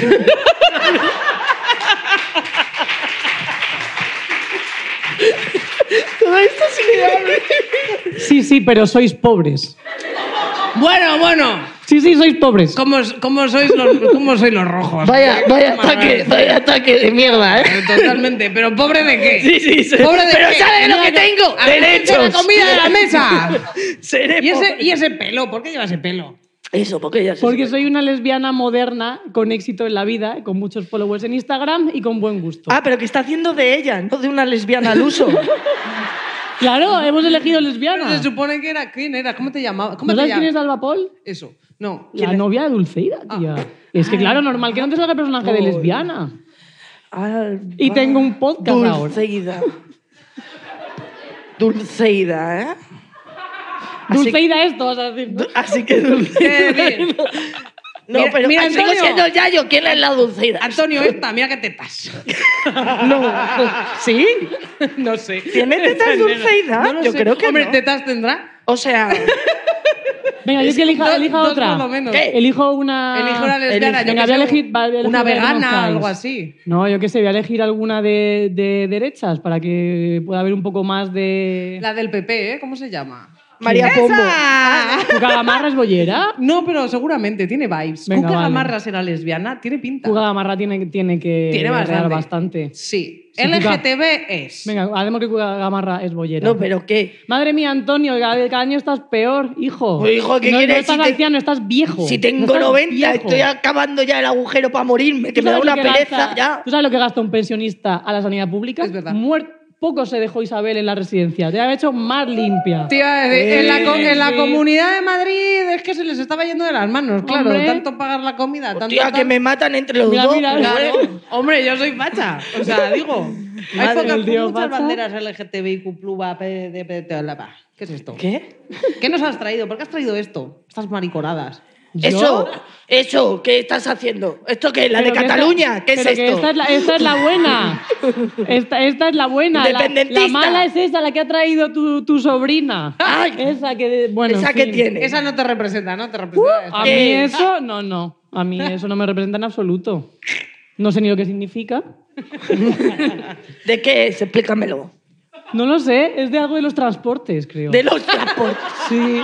[SPEAKER 3] Todo esto es ideal.
[SPEAKER 2] Sí, sí, pero sois pobres.
[SPEAKER 1] bueno, bueno,
[SPEAKER 2] Sí, sí, sois pobres.
[SPEAKER 1] ¿cómo, cómo sois, los, cómo sois los rojos?
[SPEAKER 4] Vaya, vaya
[SPEAKER 1] Madre
[SPEAKER 4] ataque,
[SPEAKER 1] mía.
[SPEAKER 4] vaya ataque de mierda, ¿eh?
[SPEAKER 1] Pero Totalmente, pero pobre de qué?
[SPEAKER 3] Sí, sí, sí.
[SPEAKER 1] Pobre de
[SPEAKER 3] Pero
[SPEAKER 1] qué?
[SPEAKER 3] ¿sabes lo
[SPEAKER 1] Mira,
[SPEAKER 3] que tengo?
[SPEAKER 1] a mí me echa La
[SPEAKER 3] Derechos.
[SPEAKER 1] comida de la mesa.
[SPEAKER 3] Seré
[SPEAKER 1] ¿Y ese,
[SPEAKER 3] pobre.
[SPEAKER 1] y ese pelo, ¿por qué lleva ese pelo?
[SPEAKER 4] Eso, porque ya
[SPEAKER 2] Porque soy una lesbiana moderna con éxito en la vida, con muchos followers en Instagram y con buen gusto.
[SPEAKER 3] Ah, pero que está haciendo de ella, no de una lesbiana al uso.
[SPEAKER 2] Claro, hemos elegido
[SPEAKER 1] Pero
[SPEAKER 2] lesbiana.
[SPEAKER 1] se supone que era quién era, ¿cómo te llamaba?
[SPEAKER 2] Ah. ¿No
[SPEAKER 1] ¿Cómo te
[SPEAKER 2] sabes quién es
[SPEAKER 1] llamaba?
[SPEAKER 2] Alba Paul?
[SPEAKER 1] Eso. No.
[SPEAKER 2] La novia de Dulceida, tía. Es que claro, normal que no te salga personaje de lesbiana. Y tengo un podcast ahora.
[SPEAKER 3] Dulceida. Dulceida, ¿eh? Así-
[SPEAKER 2] Dulceida esto, vas a decir. ¿no?
[SPEAKER 3] Así que
[SPEAKER 1] Qué
[SPEAKER 3] Dulceida.
[SPEAKER 1] bien.
[SPEAKER 3] No,
[SPEAKER 1] Mira-
[SPEAKER 3] pero
[SPEAKER 1] mira,
[SPEAKER 3] así-
[SPEAKER 4] Sigo
[SPEAKER 1] Antonio.
[SPEAKER 4] siendo Yayo, ¿quién es la dulcida?
[SPEAKER 1] Antonio, esta, mira que tetas.
[SPEAKER 3] no. ¿Sí?
[SPEAKER 1] no sé.
[SPEAKER 3] ¿Tiene tetas Dulceida?
[SPEAKER 1] No lo
[SPEAKER 3] Yo
[SPEAKER 1] sé.
[SPEAKER 3] creo que
[SPEAKER 1] Hombre,
[SPEAKER 3] no.
[SPEAKER 1] tetas tendrá.
[SPEAKER 3] O sea,
[SPEAKER 2] Venga, yo es que elija,
[SPEAKER 1] Dos-
[SPEAKER 2] elija
[SPEAKER 1] dos
[SPEAKER 2] otra.
[SPEAKER 1] por lo menos.
[SPEAKER 3] ¿Qué?
[SPEAKER 2] Elijo una.
[SPEAKER 1] Elijo una lesbiana. yo
[SPEAKER 2] Ah, Venga,
[SPEAKER 1] qué
[SPEAKER 2] voy a
[SPEAKER 1] sé,
[SPEAKER 2] elegir- va- voy a elegir
[SPEAKER 1] una
[SPEAKER 2] una que
[SPEAKER 1] vegana,
[SPEAKER 2] conozcáis.
[SPEAKER 1] algo así.
[SPEAKER 2] No, yo qué sé, voy a elegir alguna de, de derechas para que pueda haber un poco más de.
[SPEAKER 1] La del PP, ¿eh? ¿Cómo se llama?
[SPEAKER 3] María Pombo.
[SPEAKER 1] ¡Esa!
[SPEAKER 2] ¿Tu cagamarra es bollera?
[SPEAKER 1] No, pero seguramente tiene vibes.
[SPEAKER 2] Venga,
[SPEAKER 1] Cuca
[SPEAKER 2] vale.
[SPEAKER 1] Gamarra será lesbiana, tiene pinta.
[SPEAKER 2] Tu cagamarra tiene, tiene que.
[SPEAKER 1] tiene
[SPEAKER 2] dar
[SPEAKER 1] bastante.
[SPEAKER 2] bastante.
[SPEAKER 1] Sí.
[SPEAKER 2] Sí,
[SPEAKER 1] LGTB es.
[SPEAKER 2] Venga, hacemos que tu cagamarra es bollera.
[SPEAKER 3] No, pero ¿qué?
[SPEAKER 2] Madre mía, Antonio, cada, vez- cada año estás peor, hijo.
[SPEAKER 3] Pues, hijo, ¿qué
[SPEAKER 2] no,
[SPEAKER 3] quieres?
[SPEAKER 2] No estás
[SPEAKER 3] Si te-
[SPEAKER 2] anciano, estás viejo.
[SPEAKER 3] Si
[SPEAKER 2] No
[SPEAKER 3] tengo
[SPEAKER 2] estás
[SPEAKER 3] 90,
[SPEAKER 2] viejo.
[SPEAKER 3] estoy acabando ya el agujero para morirme, que
[SPEAKER 2] pues. ¿Tú sabes
[SPEAKER 3] me da
[SPEAKER 2] lo
[SPEAKER 3] una
[SPEAKER 2] que
[SPEAKER 3] pereza
[SPEAKER 2] gasta-
[SPEAKER 3] ya.
[SPEAKER 2] ¿Tú sabes lo que gasta un pensionista a la sanidad pública?
[SPEAKER 1] Es verdad.
[SPEAKER 2] Muer- Poco se dejó Isabel en la residencia. Te ha hecho más limpia.
[SPEAKER 1] Te iba a decir, en, la, co- en la
[SPEAKER 2] sí.
[SPEAKER 1] comunidad de Madrid es que se les estaba yendo de las manos, claro.
[SPEAKER 2] Hombre.
[SPEAKER 1] Tanto pagar la comida, tanto.
[SPEAKER 3] Hostia,
[SPEAKER 1] tal.
[SPEAKER 3] que me matan entre los
[SPEAKER 2] Mira,
[SPEAKER 3] dos.
[SPEAKER 2] mira,
[SPEAKER 3] pero
[SPEAKER 2] mira.
[SPEAKER 3] bueno.
[SPEAKER 1] Claro. Hombre, yo soy facha. O sea, digo. Hay
[SPEAKER 2] Madre
[SPEAKER 1] pocas,
[SPEAKER 2] del tío facha.
[SPEAKER 1] muchas banderas LGTBIQ, pluva, P, D, P, T, la, pa. ¿Qué es esto?
[SPEAKER 3] ¿Qué?
[SPEAKER 1] ¿Qué nos has traído? ¿Por qué has traído esto? Estas mariconadas.
[SPEAKER 3] Eso, eso, ¿qué estás haciendo? ¿Esto qué? ¿La
[SPEAKER 2] Pero
[SPEAKER 3] de
[SPEAKER 2] que esta-
[SPEAKER 3] Cataluña? ¿Qué es
[SPEAKER 2] pero que
[SPEAKER 3] esto?
[SPEAKER 2] esta, es la, esta es la buena. Esta, esta es la buena. La, la
[SPEAKER 3] Independentista.
[SPEAKER 2] mala es esa, la que ha traído tu, tu sobrina.
[SPEAKER 3] Ay.
[SPEAKER 2] esa que, de- bueno,
[SPEAKER 3] ¿Esa
[SPEAKER 2] en
[SPEAKER 3] que
[SPEAKER 2] fin.
[SPEAKER 3] tiene? Eh.
[SPEAKER 1] Esa no te representa, ¿no? Te
[SPEAKER 3] Uh.
[SPEAKER 1] representa esta.
[SPEAKER 2] A mí
[SPEAKER 3] ¿Qué?
[SPEAKER 2] eso, no, no. A mí eso no me representa en absoluto. No sé ni lo que significa.
[SPEAKER 3] ¿De qué es? Explícamelo.
[SPEAKER 2] No lo sé, es de algo de los transportes, creo.
[SPEAKER 3] De los transportes.
[SPEAKER 2] Sí.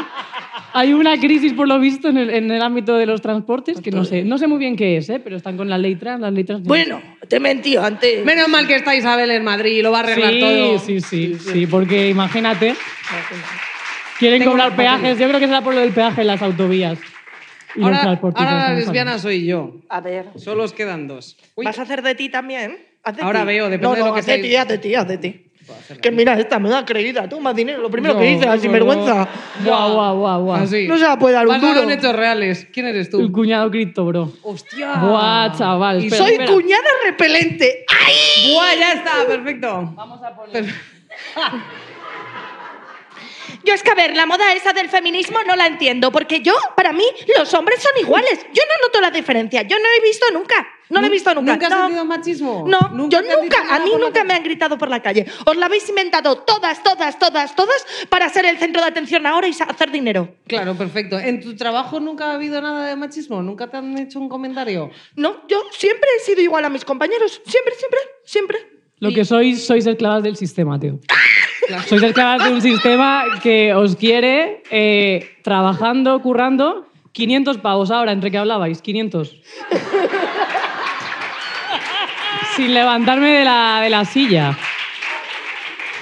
[SPEAKER 2] Hay una crisis, por lo visto, en el, en el ámbito de los transportes, que no sé, no sé muy bien qué es, ¿eh? pero están con la ley trans, las letras...
[SPEAKER 3] Bueno, te he mentido antes.
[SPEAKER 1] Menos mal que está Isabel en Madrid y lo va a arreglar
[SPEAKER 2] sí,
[SPEAKER 1] todo.
[SPEAKER 2] Sí, sí, sí, porque imagínate, quieren
[SPEAKER 1] Tengo
[SPEAKER 2] cobrar
[SPEAKER 1] más papeles.
[SPEAKER 2] peajes, yo creo que será por lo del peaje en las autovías. Y los
[SPEAKER 1] Ahora,
[SPEAKER 2] transportes
[SPEAKER 1] ahora la
[SPEAKER 2] están
[SPEAKER 1] lesbiana soy yo.
[SPEAKER 3] A ver.
[SPEAKER 1] Solo os quedan dos. Uy,
[SPEAKER 3] ¿Vas a hacer de ti también? Haz de
[SPEAKER 1] Ahora
[SPEAKER 3] ti.
[SPEAKER 1] veo, depende
[SPEAKER 3] No,
[SPEAKER 1] de lo
[SPEAKER 3] no,
[SPEAKER 1] que
[SPEAKER 3] haz de
[SPEAKER 1] estáis-
[SPEAKER 3] ti, haz de ti, haz de ti. Que mira, esta me da creída, toma dinero, lo primero
[SPEAKER 2] No,
[SPEAKER 3] que dices, sin vergüenza.
[SPEAKER 2] Guau, guau, guau, guau.
[SPEAKER 1] así.
[SPEAKER 3] No se la puede dar un
[SPEAKER 1] Basado
[SPEAKER 3] duro.
[SPEAKER 1] en hechos reales. ¿Quién eres
[SPEAKER 2] El
[SPEAKER 1] tú?
[SPEAKER 2] cuñado cripto, bro.
[SPEAKER 1] ¡Hostia! Ah,
[SPEAKER 2] Buah, chaval. espera,
[SPEAKER 3] Soy
[SPEAKER 2] espera.
[SPEAKER 3] cuñada repelente. ¡Ay!
[SPEAKER 1] ¡Buah, ya está! Perfecto. Vamos a poner...
[SPEAKER 3] Yo es que, a ver, la moda esa del feminismo no la entiendo, porque yo, para mí, los hombres son iguales. Yo no noto la diferencia, yo no he visto nunca. No lo he visto nunca.
[SPEAKER 1] ¿Nunca has
[SPEAKER 3] no.
[SPEAKER 1] sentido machismo?
[SPEAKER 3] No, yo
[SPEAKER 1] te han dicho
[SPEAKER 3] nunca,
[SPEAKER 1] nada
[SPEAKER 3] a mí
[SPEAKER 1] por lo
[SPEAKER 3] nunca
[SPEAKER 1] que-
[SPEAKER 3] me han gritado por la calle. Os la habéis inventado todas, todas, todas, todas para ser el centro de atención ahora y sa- hacer dinero.
[SPEAKER 1] Claro, perfecto. ¿En tu trabajo nunca ha habido nada de machismo? ¿Nunca te han hecho un comentario?
[SPEAKER 3] No, yo siempre he sido igual a mis compañeros. Siempre, siempre, siempre.
[SPEAKER 2] Lo que sois, sois esclavas del sistema, tío. Sois esclavas de un sistema que os quiere eh, trabajando, currando. 500 pavos ahora, entre que hablabais, 500. Sin levantarme de la, de la silla.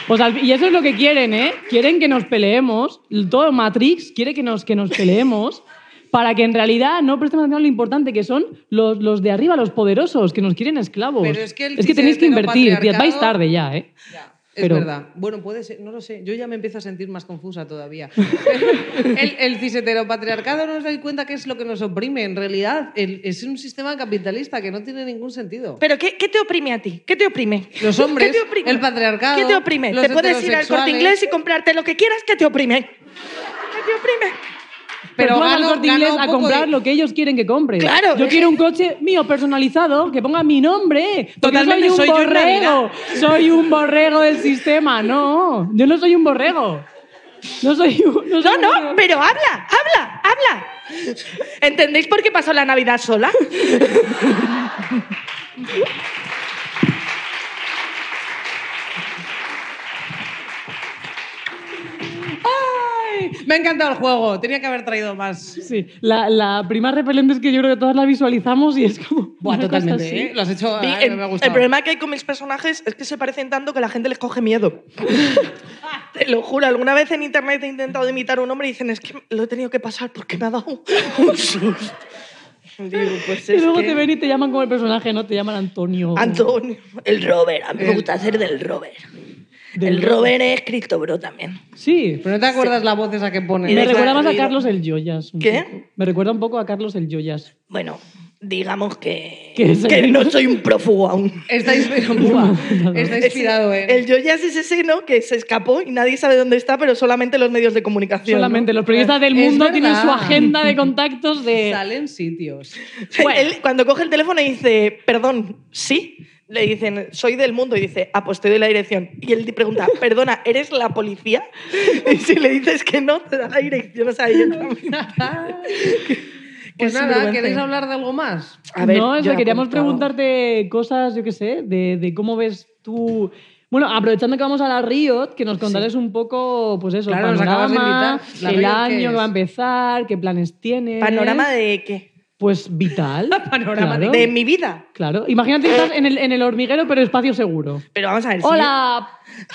[SPEAKER 2] O sea, y eso es lo que quieren, ¿eh? Quieren que nos peleemos. Todo Matrix quiere que nos, que nos peleemos para que en realidad no prestemos atención a lo importante que son los, los de arriba, los poderosos, que nos quieren esclavos.
[SPEAKER 1] Pero es que el
[SPEAKER 2] tenéis que invertir.
[SPEAKER 1] heteropatriarcado-
[SPEAKER 2] Vais tarde ya, ¿eh?
[SPEAKER 1] Es
[SPEAKER 2] Pero-
[SPEAKER 1] verdad. Bueno, puede ser, no lo sé. Yo ya me empiezo a sentir más confusa todavía. el, el ciseteropatriarcado no os dais cuenta que es lo que nos oprime. En realidad, el- es un sistema capitalista que no tiene ningún sentido.
[SPEAKER 3] ¿Pero qué, qué te oprime a ti? ¿Qué te oprime?
[SPEAKER 1] Los hombres,
[SPEAKER 3] ¿Qué te oprime?
[SPEAKER 1] el patriarcado,
[SPEAKER 3] ¿Qué te oprime?
[SPEAKER 1] los
[SPEAKER 3] ¿Te puedes ir al corte
[SPEAKER 1] heterosexuales.
[SPEAKER 3] inglés y comprarte lo que quieras? ¿Qué te oprime? ¿Qué te oprime?
[SPEAKER 2] Pero tú vas al
[SPEAKER 1] gano-
[SPEAKER 2] corte
[SPEAKER 1] gano
[SPEAKER 2] inglés
[SPEAKER 1] un
[SPEAKER 2] a
[SPEAKER 1] poco
[SPEAKER 2] comprar
[SPEAKER 1] de-
[SPEAKER 2] lo que ellos quieren que compre.
[SPEAKER 3] Claro.
[SPEAKER 2] Yo quiero un coche mío personalizado que ponga mi nombre. porque
[SPEAKER 3] Totalmente,
[SPEAKER 2] soy
[SPEAKER 3] soy
[SPEAKER 2] un
[SPEAKER 3] yo en
[SPEAKER 2] borrego. Soy un borrego del sistema. No, yo no soy un borrego. No soy un. soy
[SPEAKER 3] No,
[SPEAKER 2] un
[SPEAKER 3] no,
[SPEAKER 2] borrego.
[SPEAKER 3] pero habla, habla, habla. ¿Entendéis por qué pasó la Navidad sola?
[SPEAKER 1] Me ha encantado el juego. Tenía que haber traído más.
[SPEAKER 2] Sí, la, la prima repelente es que yo creo que todas la visualizamos y es como.
[SPEAKER 1] Buah,
[SPEAKER 2] una cosa
[SPEAKER 1] totalmente.
[SPEAKER 2] así.
[SPEAKER 1] ¿eh? Lo has hecho.
[SPEAKER 3] Vi-
[SPEAKER 1] ay,
[SPEAKER 3] el,
[SPEAKER 1] me ha
[SPEAKER 3] el
[SPEAKER 1] gustado.
[SPEAKER 3] problema que hay con mis personajes es que se parecen tanto que la gente les coge miedo. Te lo juro, alguna vez en internet he intentado imitar a un hombre y dicen, es que lo he tenido que pasar porque me ha dado un susto. Digo, pues
[SPEAKER 2] Y
[SPEAKER 3] es
[SPEAKER 2] luego
[SPEAKER 3] que-
[SPEAKER 2] te ven y te llaman como el personaje, ¿no? Te llaman Antonio.
[SPEAKER 3] Antonio, el Robert, a mí me gusta hacer del Robert.
[SPEAKER 2] Del
[SPEAKER 3] el Robert es Cristo Bro también.
[SPEAKER 2] Sí.
[SPEAKER 1] Pero no te acuerdas la voz esa que pone.
[SPEAKER 3] Y
[SPEAKER 2] Me
[SPEAKER 3] de-
[SPEAKER 2] recuerda más a
[SPEAKER 3] ruido.
[SPEAKER 2] Carlos el Joyas. un
[SPEAKER 3] ¿Qué?
[SPEAKER 2] poco. Me recuerda un poco a Carlos el Joyas.
[SPEAKER 3] Bueno, digamos que,
[SPEAKER 2] Que es el-
[SPEAKER 3] que no soy un prófugo aún.
[SPEAKER 1] Está inspirado, está inspirado en.
[SPEAKER 3] El Joyas es ese, ¿no? Que se escapó y nadie sabe dónde está, pero solamente los medios de comunicación. ¿no?
[SPEAKER 2] Solamente los periodistas del
[SPEAKER 1] Es
[SPEAKER 2] mundo tienen
[SPEAKER 1] verdad.
[SPEAKER 2] su agenda de contactos de...
[SPEAKER 1] Salen sitios.
[SPEAKER 2] Bueno.
[SPEAKER 3] Él, cuando coge el teléfono y dice, perdón, ¿sí? Le dicen, soy del mundo. Y dice, ah, pues te doy la dirección. Y él te pregunta, perdona, ¿eres la policía? Y si le dices que no, te da la dirección. O sea, yo también.
[SPEAKER 1] Pues nada,
[SPEAKER 3] sinvergüenza.
[SPEAKER 1] ¿queréis hablar de algo más?
[SPEAKER 3] A ver,
[SPEAKER 2] no, o
[SPEAKER 3] yo
[SPEAKER 2] sea,
[SPEAKER 3] he
[SPEAKER 2] queríamos
[SPEAKER 3] apuntado.
[SPEAKER 2] preguntarte cosas, yo qué sé, de, de cómo ves tú... Bueno, aprovechando que vamos a la Riot, que nos contarás un poco, pues eso,
[SPEAKER 1] Claro, nos acabas de
[SPEAKER 2] panorama,
[SPEAKER 1] invitar. ¿La
[SPEAKER 2] el
[SPEAKER 1] Riot qué
[SPEAKER 2] año
[SPEAKER 1] es?
[SPEAKER 2] que va a empezar, qué planes tienes...
[SPEAKER 3] ¿Panorama de qué?
[SPEAKER 2] Pues vital.
[SPEAKER 1] Panorama
[SPEAKER 2] claro,
[SPEAKER 3] De mi vida.
[SPEAKER 2] Claro. Imagínate que estás en el, en el hormiguero, pero espacio seguro.
[SPEAKER 3] Pero vamos a ver. si-
[SPEAKER 2] ¡Hola!
[SPEAKER 3] ¡Ah,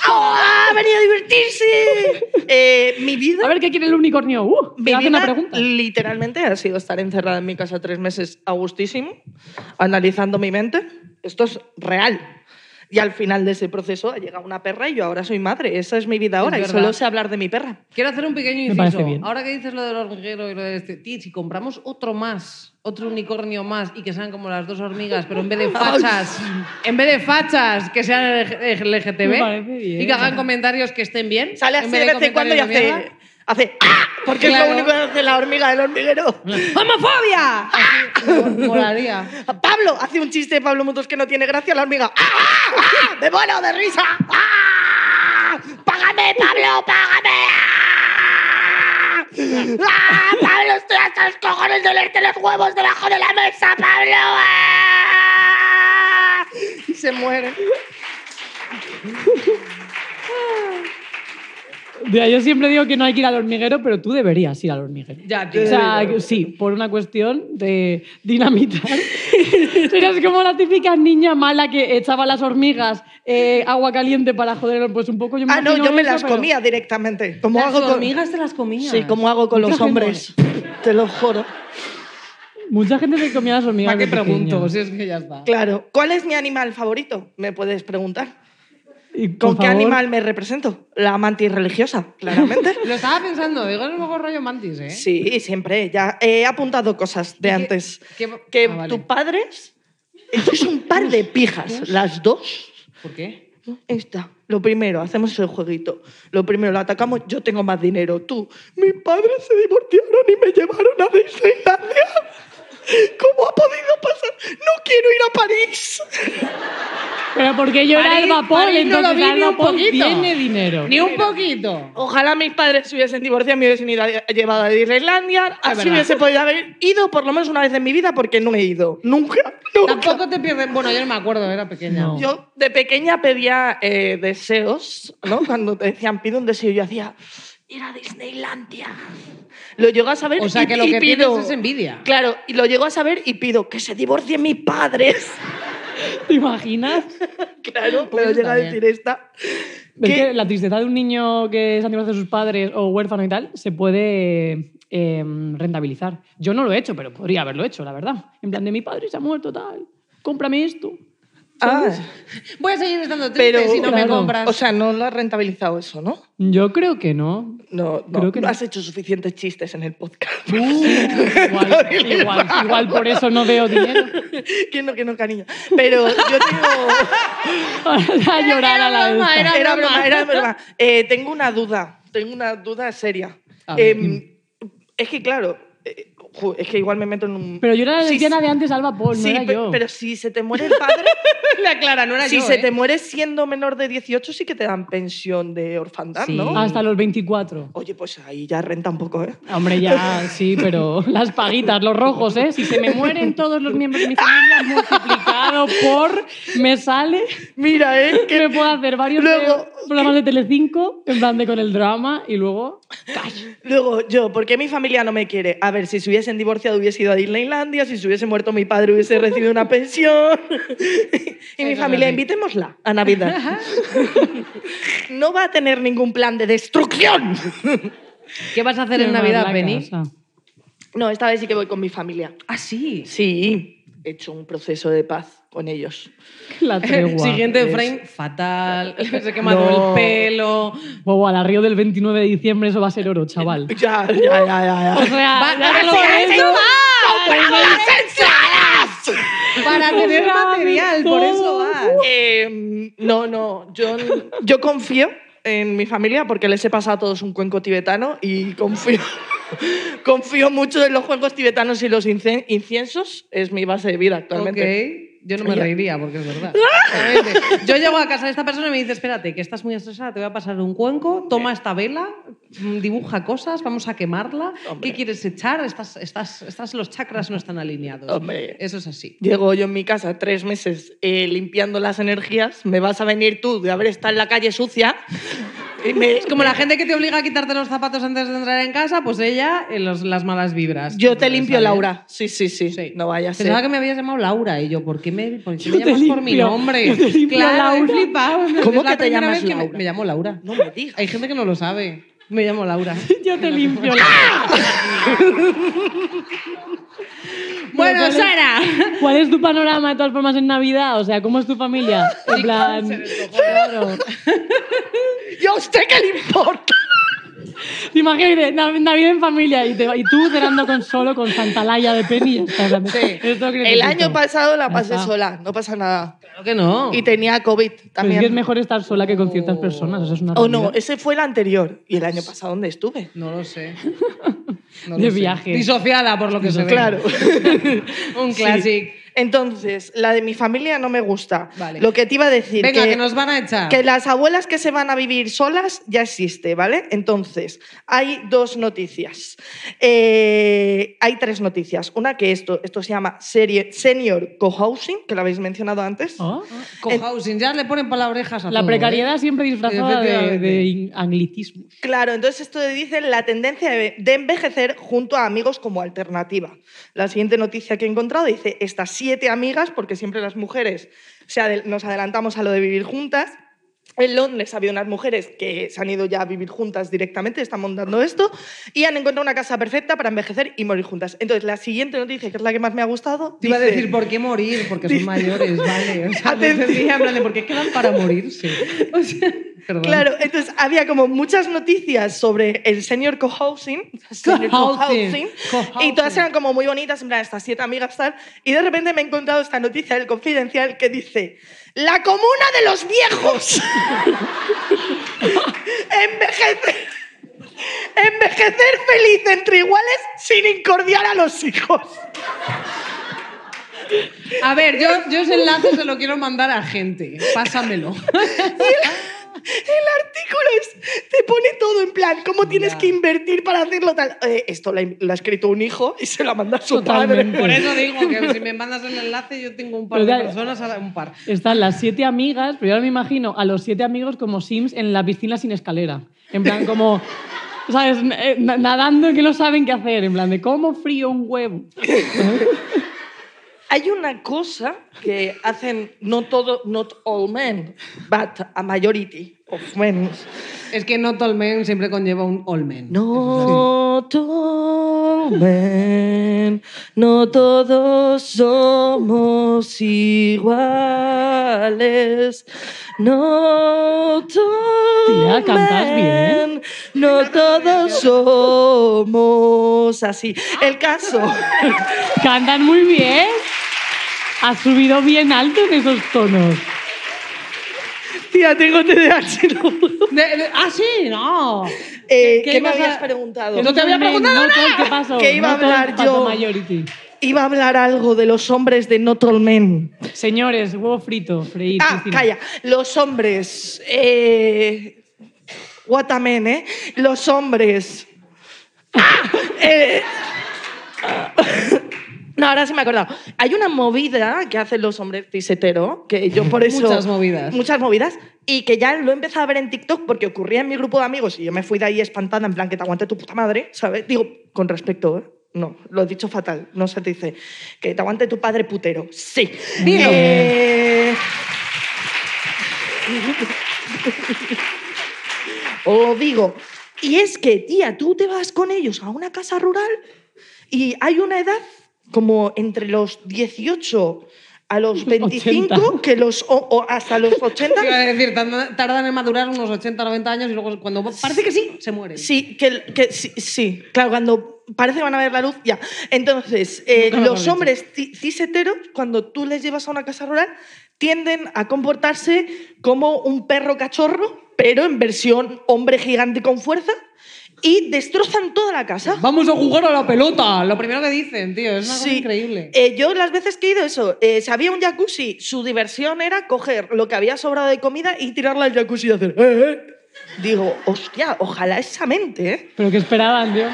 [SPEAKER 3] ¡Ha venido a divertirse! Eh, mi vida.
[SPEAKER 2] A ver qué quiere el unicornio. ¡Uh!
[SPEAKER 3] Mi
[SPEAKER 2] Te hace una
[SPEAKER 3] vida,
[SPEAKER 2] pregunta.
[SPEAKER 3] literalmente ha sido estar encerrada en mi casa tres meses a gustísimo, analizando mi mente. Esto es real. Y al final de ese proceso ha llegado una perra y yo ahora soy madre. Esa es mi vida ahora y
[SPEAKER 1] verdad.
[SPEAKER 3] solo sé hablar de mi perra.
[SPEAKER 1] Quiero hacer un pequeño
[SPEAKER 2] parece
[SPEAKER 1] inciso.
[SPEAKER 2] bien.
[SPEAKER 1] Ahora que dices lo del hormiguero y lo de este, tío, si compramos otro más, otro unicornio más y que sean como las dos hormigas, pero en vez de fachas, en vez de fachas, que sean LGTB
[SPEAKER 2] Me parece bien.
[SPEAKER 1] y que hagan comentarios que estén bien.
[SPEAKER 3] Sale
[SPEAKER 1] en
[SPEAKER 3] así
[SPEAKER 1] vez
[SPEAKER 3] de vez en cuando y
[SPEAKER 1] comentarios de
[SPEAKER 3] hace...
[SPEAKER 1] mierda.
[SPEAKER 3] hace ¡Ah! Porque es
[SPEAKER 1] Claro.
[SPEAKER 3] lo único que hace la hormiga del hormiguero.
[SPEAKER 1] ¡Homofobia! Así, Molaría.
[SPEAKER 3] Pablo, hace un chiste de Pablo Motos que no tiene gracia, la hormiga. ¡Ah, ah, ah! ¡Me muero de risa! ¡Ah! ¡Págame, Pablo, págame! ¡Ah! ¡Ah, Pablo, estoy hasta los cojones de leerte los huevos debajo de la mesa, Pablo! ¡Ah! Y se muere.
[SPEAKER 2] Mira, yo siempre digo que no hay que ir al hormiguero, pero tú deberías ir al hormiguero.
[SPEAKER 1] Ya, tío.
[SPEAKER 2] O sea, que sí, por una cuestión de dinamitar. Eres como la típica niña mala que echaba a las hormigas eh, agua caliente para joder, pues un poco yo me
[SPEAKER 3] Ah, no,
[SPEAKER 2] imagino
[SPEAKER 3] yo me
[SPEAKER 2] eso,
[SPEAKER 3] las
[SPEAKER 2] pero-
[SPEAKER 3] comía directamente. Como
[SPEAKER 1] Las
[SPEAKER 3] hago con...
[SPEAKER 1] hormigas te las comías.
[SPEAKER 3] Sí, como hago con los hombres. Te lo juro.
[SPEAKER 2] Mucha gente se comía las hormigas.
[SPEAKER 1] ¿Para qué
[SPEAKER 2] de pequeña.
[SPEAKER 1] pregunto? Si es que ya está.
[SPEAKER 3] Claro. ¿Cuál es mi animal favorito? Me puedes preguntar.
[SPEAKER 2] Y,
[SPEAKER 3] ¿Con
[SPEAKER 2] por
[SPEAKER 3] qué
[SPEAKER 2] favor,
[SPEAKER 3] animal me represento? La mantis religiosa, claramente.
[SPEAKER 1] Lo estaba pensando, digo, es un poco rollo mantis, ¿eh?
[SPEAKER 3] Sí, siempre. Ya he apuntado cosas de antes.
[SPEAKER 1] qué-
[SPEAKER 3] que
[SPEAKER 1] ah, vale.
[SPEAKER 3] tu padre es un par de pijas, las dos.
[SPEAKER 1] ¿Por qué?
[SPEAKER 3] Esta. Lo primero, hacemos el jueguito. Lo primero, lo atacamos. Yo tengo más dinero. Tú, mis padres se divorciaron y me llevaron a Disneylandia. ¿Cómo ha podido pasar? No quiero ir a París.
[SPEAKER 2] Pero porque yo era
[SPEAKER 1] París-
[SPEAKER 2] el vapor,
[SPEAKER 1] París no lo
[SPEAKER 2] entonces ah,
[SPEAKER 1] vi
[SPEAKER 2] al
[SPEAKER 1] ni un
[SPEAKER 2] vapor
[SPEAKER 1] poquito.
[SPEAKER 2] tiene dinero.
[SPEAKER 1] Ni un poquito.
[SPEAKER 3] Ojalá mis padres se hubiesen divorciado, me hubiesen ido a- llevado a Disneylandia. Así
[SPEAKER 1] verdad.
[SPEAKER 3] hubiese podido haber ido por lo menos una vez en mi vida, porque no he ido. Nunca. nunca.
[SPEAKER 1] Tampoco te pierden. Bueno, yo no me acuerdo, era pequeña.
[SPEAKER 2] No.
[SPEAKER 3] Yo de pequeña pedía eh, deseos, ¿no? Cuando te decían pide un deseo, yo hacía ir a Disneylandia. Lo llego a saber
[SPEAKER 1] O sea,
[SPEAKER 3] y-
[SPEAKER 1] que lo
[SPEAKER 3] y
[SPEAKER 1] que
[SPEAKER 3] pido.
[SPEAKER 1] tienes es envidia.
[SPEAKER 3] Claro, y lo llego a saber y pido que se divorcien mis padres.
[SPEAKER 2] ¿Te imaginas?
[SPEAKER 3] claro,
[SPEAKER 1] Pues
[SPEAKER 3] pero llega a
[SPEAKER 1] está bien.
[SPEAKER 3] decir esta.
[SPEAKER 2] Es
[SPEAKER 3] ¿Qué?
[SPEAKER 2] que la tristeza de un niño que se ha divorciado de sus padres o huérfano y tal se puede eh, rentabilizar. Yo no lo he hecho, pero podría haberlo hecho, la verdad. En plan de mi padre se ha muerto, tal. Cómprame esto.
[SPEAKER 3] Ah,
[SPEAKER 1] Voy a seguir estando triste
[SPEAKER 3] pero
[SPEAKER 1] si no me
[SPEAKER 2] Claro.
[SPEAKER 1] compras.
[SPEAKER 3] O sea, no lo has rentabilizado eso, ¿no?
[SPEAKER 2] Yo creo que no.
[SPEAKER 3] No, no.
[SPEAKER 2] Creo que
[SPEAKER 3] no
[SPEAKER 2] no.
[SPEAKER 3] has hecho suficientes chistes en el podcast.
[SPEAKER 2] igual, igual, igual por eso no veo dinero.
[SPEAKER 3] que no, que no, cariño. Pero yo tengo.
[SPEAKER 2] a llorar a la vez.
[SPEAKER 3] Era broma, era broma. Eh, tengo una duda, tengo una duda seria.
[SPEAKER 1] A ver,
[SPEAKER 3] Em, es que, claro, eh, ju, es que igual me meto en un.
[SPEAKER 2] Pero yo era la
[SPEAKER 3] Sí,
[SPEAKER 2] lesbiana
[SPEAKER 3] sí,
[SPEAKER 2] de antes, Alba Paul,
[SPEAKER 3] sí,
[SPEAKER 2] no era
[SPEAKER 3] pe-
[SPEAKER 2] yo.
[SPEAKER 3] pero si se te muere el padre,
[SPEAKER 1] La Clara, no era
[SPEAKER 3] si
[SPEAKER 1] yo,
[SPEAKER 3] se
[SPEAKER 1] ¿eh?
[SPEAKER 3] te muere siendo menor de 18, sí que te dan pensión de orfandad,
[SPEAKER 1] Sí.
[SPEAKER 3] ¿no?
[SPEAKER 1] Ah.
[SPEAKER 2] Hasta los 24.
[SPEAKER 3] Oye, pues ahí ya renta un poco, ¿eh?
[SPEAKER 2] Hombre, ya, sí, pero las paguitas, los rojos, ¿eh? Si se me mueren todos los miembros de mi familia multiplicado por, me sale
[SPEAKER 3] Mira, ¿eh?
[SPEAKER 2] que me
[SPEAKER 3] Que
[SPEAKER 2] puedo hacer varios
[SPEAKER 3] Luego-
[SPEAKER 2] de- programas de Telecinco, en plan de con el drama, y luego...
[SPEAKER 3] luego yo, ¿por qué mi familia no me quiere? A ver, si se hubiesen divorciado hubiese ido a Disneylandia, si se hubiese muerto mi padre hubiese recibido una pensión. y
[SPEAKER 1] Eso
[SPEAKER 3] mi
[SPEAKER 1] es
[SPEAKER 3] familia,
[SPEAKER 1] así.
[SPEAKER 3] invitémosla a Navidad. no va a tener ningún plan de destrucción.
[SPEAKER 1] ¿Qué vas a hacer en
[SPEAKER 2] Qué
[SPEAKER 1] Navidad,
[SPEAKER 2] mala
[SPEAKER 1] Penny?
[SPEAKER 2] casa.
[SPEAKER 3] No, esta vez sí que voy con mi familia.
[SPEAKER 1] Ah, sí.
[SPEAKER 3] Sí, he hecho un proceso de paz con ellos.
[SPEAKER 2] La tregua.
[SPEAKER 1] Siguiente frame, fatal. Se quema todo
[SPEAKER 3] No.
[SPEAKER 1] el pelo.
[SPEAKER 2] Bobo, a la Río del 29 de diciembre eso va a ser oro, chaval.
[SPEAKER 3] Ya, ya, ya, ya.
[SPEAKER 2] O
[SPEAKER 3] ya.
[SPEAKER 2] sea,
[SPEAKER 1] Va-
[SPEAKER 2] ya
[SPEAKER 1] va-
[SPEAKER 2] te lo
[SPEAKER 1] sí,
[SPEAKER 2] ves,
[SPEAKER 1] sí,
[SPEAKER 2] ¿no?
[SPEAKER 1] Para tener
[SPEAKER 2] Claro,
[SPEAKER 1] material, por eso vas.
[SPEAKER 3] Eh, no, no, yo, yo confío en mi familia porque les he pasado a todos un cuenco tibetano y confío, confío mucho en los cuencos tibetanos y los incen- inciensos. Es mi base de vida actualmente.
[SPEAKER 1] Ok. Yo no me
[SPEAKER 3] Ya.
[SPEAKER 1] reiría, porque es verdad. Exactamente. Yo llego a casa de esta persona y me dice, espérate, que estás muy estresada, te voy a pasar un cuenco, toma esta vela, mm, dibuja cosas, vamos a quemarla.
[SPEAKER 3] Hombre.
[SPEAKER 1] ¿Qué quieres echar? Estás, estás, estás, los chakras no están alineados.
[SPEAKER 3] Hombre.
[SPEAKER 1] Eso es así.
[SPEAKER 3] Llego yo en mi casa tres meses eh, limpiando las energías, me vas a venir tú de haber estado en la calle sucia. Y me,
[SPEAKER 1] Es como la gente que te obliga a quitarte los zapatos antes de entrar en casa, pues ella, eh, los- las malas vibras.
[SPEAKER 3] yo te limpio,
[SPEAKER 1] ¿Sabes?
[SPEAKER 3] Laura. Sí, sí, sí,
[SPEAKER 1] Sí.
[SPEAKER 3] No vayas a
[SPEAKER 1] Pensaba
[SPEAKER 3] ser.
[SPEAKER 1] que me habías llamado Laura y yo, ¿por qué me, por qué
[SPEAKER 2] Yo
[SPEAKER 1] me
[SPEAKER 2] te
[SPEAKER 1] llamas por mi
[SPEAKER 2] limpio,
[SPEAKER 1] nombre?
[SPEAKER 2] yo te limpio,
[SPEAKER 1] claro,
[SPEAKER 2] Laura.
[SPEAKER 1] he flipado. Es
[SPEAKER 3] ¿Cómo
[SPEAKER 1] la
[SPEAKER 3] que te
[SPEAKER 1] primera
[SPEAKER 3] llamas
[SPEAKER 1] vez que me-
[SPEAKER 3] Laura?
[SPEAKER 1] Me, llamo Laura.
[SPEAKER 3] No me digas.
[SPEAKER 1] Hay gente que no lo sabe. Me llamo Laura.
[SPEAKER 2] Yo te limpio la...
[SPEAKER 1] bueno,
[SPEAKER 2] ¿cuál es-
[SPEAKER 1] Sara.
[SPEAKER 2] ¿Cuál es tu panorama de todas formas en Navidad? O sea, ¿cómo es tu familia? En plan, claro.
[SPEAKER 3] ¿Y a usted qué le importa?
[SPEAKER 2] Imagínate, Nav- Navidad en familia y, te- y tú cenando con solo con Santalaya de Penny y ya estás hablando.
[SPEAKER 3] Sí.
[SPEAKER 2] "Es Pues lo que
[SPEAKER 3] El
[SPEAKER 2] necesito".
[SPEAKER 3] año pasado la
[SPEAKER 2] Ya
[SPEAKER 3] pasé
[SPEAKER 2] está.
[SPEAKER 3] sola, no pasa nada.
[SPEAKER 1] Claro que no.
[SPEAKER 3] Y tenía COVID
[SPEAKER 2] Pero es
[SPEAKER 3] también.
[SPEAKER 2] que es mejor estar sola que con ciertas personas, eso es una
[SPEAKER 3] O no,
[SPEAKER 2] realidad.
[SPEAKER 3] ese fue el anterior. ¿Y el año pasado dónde estuve?
[SPEAKER 1] No lo sé. No
[SPEAKER 2] De
[SPEAKER 1] lo sé.
[SPEAKER 2] viaje.
[SPEAKER 1] Disociada, por lo que se ve.
[SPEAKER 3] Claro.
[SPEAKER 1] Un
[SPEAKER 3] Sí.
[SPEAKER 1] classic.
[SPEAKER 3] Entonces, la de mi familia no me gusta.
[SPEAKER 1] Vale.
[SPEAKER 3] Lo que te iba a decir.
[SPEAKER 1] Venga, que, nos van a echar.
[SPEAKER 3] Que las abuelas que se van a vivir solas ya existe, ¿vale? Entonces, hay dos noticias. Eh, hay tres noticias. Una que esto, esto se llama serie, Senior Co-Housing, que lo habéis mencionado antes.
[SPEAKER 2] ¿Oh?
[SPEAKER 1] Cohousing, ya le ponen por las orejas a
[SPEAKER 2] La
[SPEAKER 1] todo, ¿eh?
[SPEAKER 2] precariedad siempre disfrazada de,
[SPEAKER 1] Efectivamente.
[SPEAKER 2] de in- anglicismos.
[SPEAKER 3] Claro, entonces esto dice la tendencia de de envejecer junto a amigos como alternativa. La siguiente noticia que he encontrado dice estas siete amigas, porque siempre las mujeres se adel- nos adelantamos a lo de vivir juntas. En Londres había unas mujeres que se han ido ya a vivir juntas directamente, están montando esto, y han encontrado una casa perfecta para envejecer y morir juntas. Entonces, la siguiente noticia, que es la que más me ha gustado,
[SPEAKER 1] Te iba a
[SPEAKER 3] dice-
[SPEAKER 1] decir por qué morir, porque son mayores, vale. O sea, no
[SPEAKER 3] Atención.
[SPEAKER 1] entendía, en plan de por qué quedan para morirse. O sea, perdón.
[SPEAKER 3] Claro, entonces había como muchas noticias sobre el senior co-housing, senior
[SPEAKER 1] Co-housing,
[SPEAKER 3] co-housing, y todas eran como muy bonitas, en plan, estas siete amigas tal, y de repente me he encontrado esta noticia del Confidencial que dice, la comuna de los viejos envejecer, envejecer feliz entre iguales sin incordiar a los hijos.
[SPEAKER 1] A ver, yo, yo ese enlace se lo quiero mandar a gente. Pásamelo.
[SPEAKER 3] El artículo es- te pone todo en plan, cómo tienes
[SPEAKER 1] Ya.
[SPEAKER 3] que invertir para hacerlo tal. Eh, esto la- lo ha escrito un hijo y se lo manda a su
[SPEAKER 2] Totalmente.
[SPEAKER 3] padre.
[SPEAKER 1] Por eso digo que si me mandas el enlace, yo tengo un par
[SPEAKER 2] Pero
[SPEAKER 1] de
[SPEAKER 3] Pues
[SPEAKER 2] ya-
[SPEAKER 1] personas, a la- un par.
[SPEAKER 2] Están las siete amigas, pero yo ahora me imagino a los siete amigos como Sims en la piscina sin escalera. En plan, como, ¿sabes? Eh, na- Nadando que no saben qué hacer. En plan, de cómo frío un huevo.
[SPEAKER 3] Hay una cosa que hacen no todo, not all men, but a majority of men.
[SPEAKER 1] Es que no all men siempre conlleva un all men.
[SPEAKER 3] Not all men, no todos somos iguales. No
[SPEAKER 2] Tía,
[SPEAKER 3] todos
[SPEAKER 2] cantas bien.
[SPEAKER 3] no todos somos así. El caso.
[SPEAKER 2] Cantan muy bien. Has subido bien alto en esos tonos.
[SPEAKER 3] Tía, tengo TDAH. no puedo.
[SPEAKER 1] De- de- ah, sí, no.
[SPEAKER 3] Eh,
[SPEAKER 1] ¿Qué
[SPEAKER 3] ¿Qué, me
[SPEAKER 1] ibas a-
[SPEAKER 3] habías preguntado?
[SPEAKER 2] Que
[SPEAKER 1] No te había
[SPEAKER 2] son men,
[SPEAKER 1] preguntado
[SPEAKER 2] no son-
[SPEAKER 1] nada.
[SPEAKER 2] ¿Qué pasó?
[SPEAKER 3] Que iba a
[SPEAKER 2] No son
[SPEAKER 3] hablar
[SPEAKER 2] pato
[SPEAKER 3] yo.
[SPEAKER 2] majority.
[SPEAKER 3] Iba a hablar algo de los hombres de Not All Men.
[SPEAKER 2] Señores, huevo frito, freír.
[SPEAKER 3] Ah,
[SPEAKER 2] Cristina.
[SPEAKER 3] calla. Los hombres. Eh, what a men, ¿eh? Los hombres. Ah, eh. No, ahora sí me he acordado. Hay una movida que hacen los hombres tisetero, que yo por eso...
[SPEAKER 1] Muchas movidas.
[SPEAKER 3] Muchas movidas. Y que ya lo he empezado a ver en TikTok porque ocurría en mi grupo de amigos y yo me fui de ahí espantada, en plan, que te aguante tu puta madre, ¿sabes? Digo, con respecto, ¿eh? No, lo he dicho fatal. No se te dice que te aguante tu padre putero. Sí.
[SPEAKER 1] Dilo.
[SPEAKER 3] Eh, Os digo. Y es que, tía, tú te vas con ellos a una casa rural y hay una edad como entre los 18 a los 25
[SPEAKER 2] 80.
[SPEAKER 3] que los o, o hasta los
[SPEAKER 1] Te iba
[SPEAKER 3] 80
[SPEAKER 1] a decir, tardan tardan en madurar unos 80, 90 años y luego cuando parece que sí, se mueren.
[SPEAKER 3] sí que, que sí, sí, claro cuando parece que van a ver la luz ya entonces eh,
[SPEAKER 2] Nunca mejor
[SPEAKER 3] los
[SPEAKER 2] dicho.
[SPEAKER 3] hombres ti- ciseteros cuando tú les llevas a una casa rural tienden a comportarse como un perro cachorro pero en versión hombre gigante con fuerza y destrozan toda la casa
[SPEAKER 1] Vamos a jugar a la pelota. Lo primero que dicen, tío, es una cosa
[SPEAKER 3] Sí.
[SPEAKER 1] increíble.
[SPEAKER 3] Eh, yo las veces que he ido eso, eh, si había un jacuzzi, su diversión era coger lo que había sobrado de comida y tirarla al jacuzzi y hacer... "Eh, eh". Digo, hostia, ojalá esa mente. ¿eh?
[SPEAKER 2] Pero que esperaban, tío.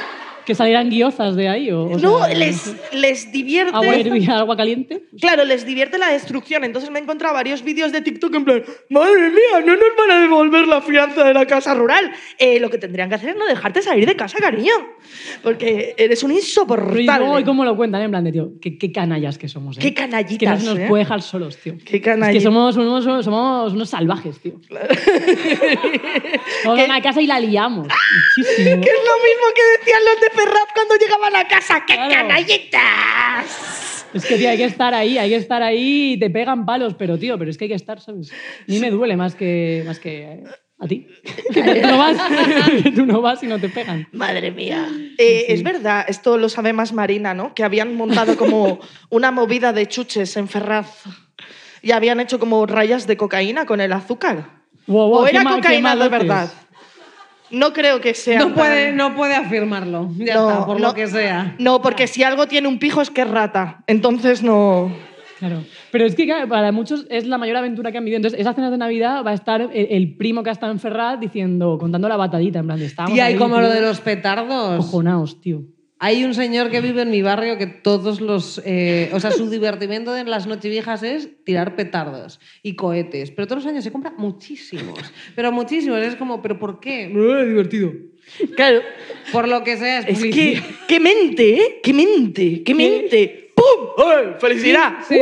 [SPEAKER 2] Que salieran guiozas de ahí. O, o
[SPEAKER 3] no,
[SPEAKER 2] sea,
[SPEAKER 3] les, les divierte...
[SPEAKER 2] Agua hervida, agua caliente.
[SPEAKER 3] Claro, les divierte la destrucción. Entonces me he encontrado varios vídeos de TikTok en plan, madre mía, no nos van a devolver la fianza de la casa rural. Eh, lo que tendrían que hacer es no dejarte salir de casa, cariño. Porque eres un
[SPEAKER 2] Pero y luego, ¿y
[SPEAKER 3] insoportable.
[SPEAKER 2] cómo lo cuentan? En plan de, tío, qué, qué canallas que somos. ¿eh?
[SPEAKER 3] Qué canallitas,
[SPEAKER 2] Que no se nos
[SPEAKER 3] ¿eh?
[SPEAKER 2] puede dejar solos, tío.
[SPEAKER 3] Qué
[SPEAKER 2] Es que
[SPEAKER 3] canallitas.
[SPEAKER 2] somos, somos, somos unos salvajes, tío. Vamos a una casa y la liamos. Muchísimo.
[SPEAKER 3] Que es lo mismo que decían los de Ferraz cuando llegaban a casa. ¡Qué
[SPEAKER 2] Claro.
[SPEAKER 3] canallitas!
[SPEAKER 2] Es que, tío, hay que estar ahí, hay que estar ahí y te pegan palos, pero, tío, pero es que hay que estar, ¿sabes? A mí me duele más que, más que A ti. Que tú no vas, tú no vas y no te pegan.
[SPEAKER 4] Madre mía.
[SPEAKER 3] Eh, Es verdad, esto lo sabe más Marina, ¿no? Que habían montado como una movida de chuches en Ferraz y habían hecho como rayas de cocaína con el azúcar.
[SPEAKER 2] Wow, wow,
[SPEAKER 3] o
[SPEAKER 2] Oh, qué
[SPEAKER 3] era
[SPEAKER 2] ma- qué
[SPEAKER 3] cocaína de
[SPEAKER 2] malotes.
[SPEAKER 3] verdad. No creo que sea.
[SPEAKER 1] No puede, no puede afirmarlo, ya está, por lo que sea.
[SPEAKER 3] No, porque si algo tiene un pijo es que es rata. Entonces no.
[SPEAKER 2] Claro. Pero es que claro, para muchos es la mayor aventura que han vivido. Entonces, esas cenas de Navidad va a estar el, el primo que ha estado en Ferraz diciendo, contando la batadita, en plan, de, estábamos
[SPEAKER 1] Y hay
[SPEAKER 2] ahí,
[SPEAKER 1] como
[SPEAKER 2] tío,
[SPEAKER 1] lo de los petardos.
[SPEAKER 2] cojonaos, tío.
[SPEAKER 1] Hay un señor que vive en mi barrio que todos los. eh, o sea, su divertimento en las nocheviejas es tirar petardos y cohetes. Pero todos los años se compra muchísimos. Pero muchísimos. Es como, ¿pero por qué? No, es divertido.
[SPEAKER 3] Claro.
[SPEAKER 1] Por lo que sea, es,
[SPEAKER 3] Es que.
[SPEAKER 1] publicidad.
[SPEAKER 3] ¡Qué mente, eh! ¡Qué mente! ¡Qué mente! ¡Pum! ¡Ay, ¡Felicidad!
[SPEAKER 1] Sí.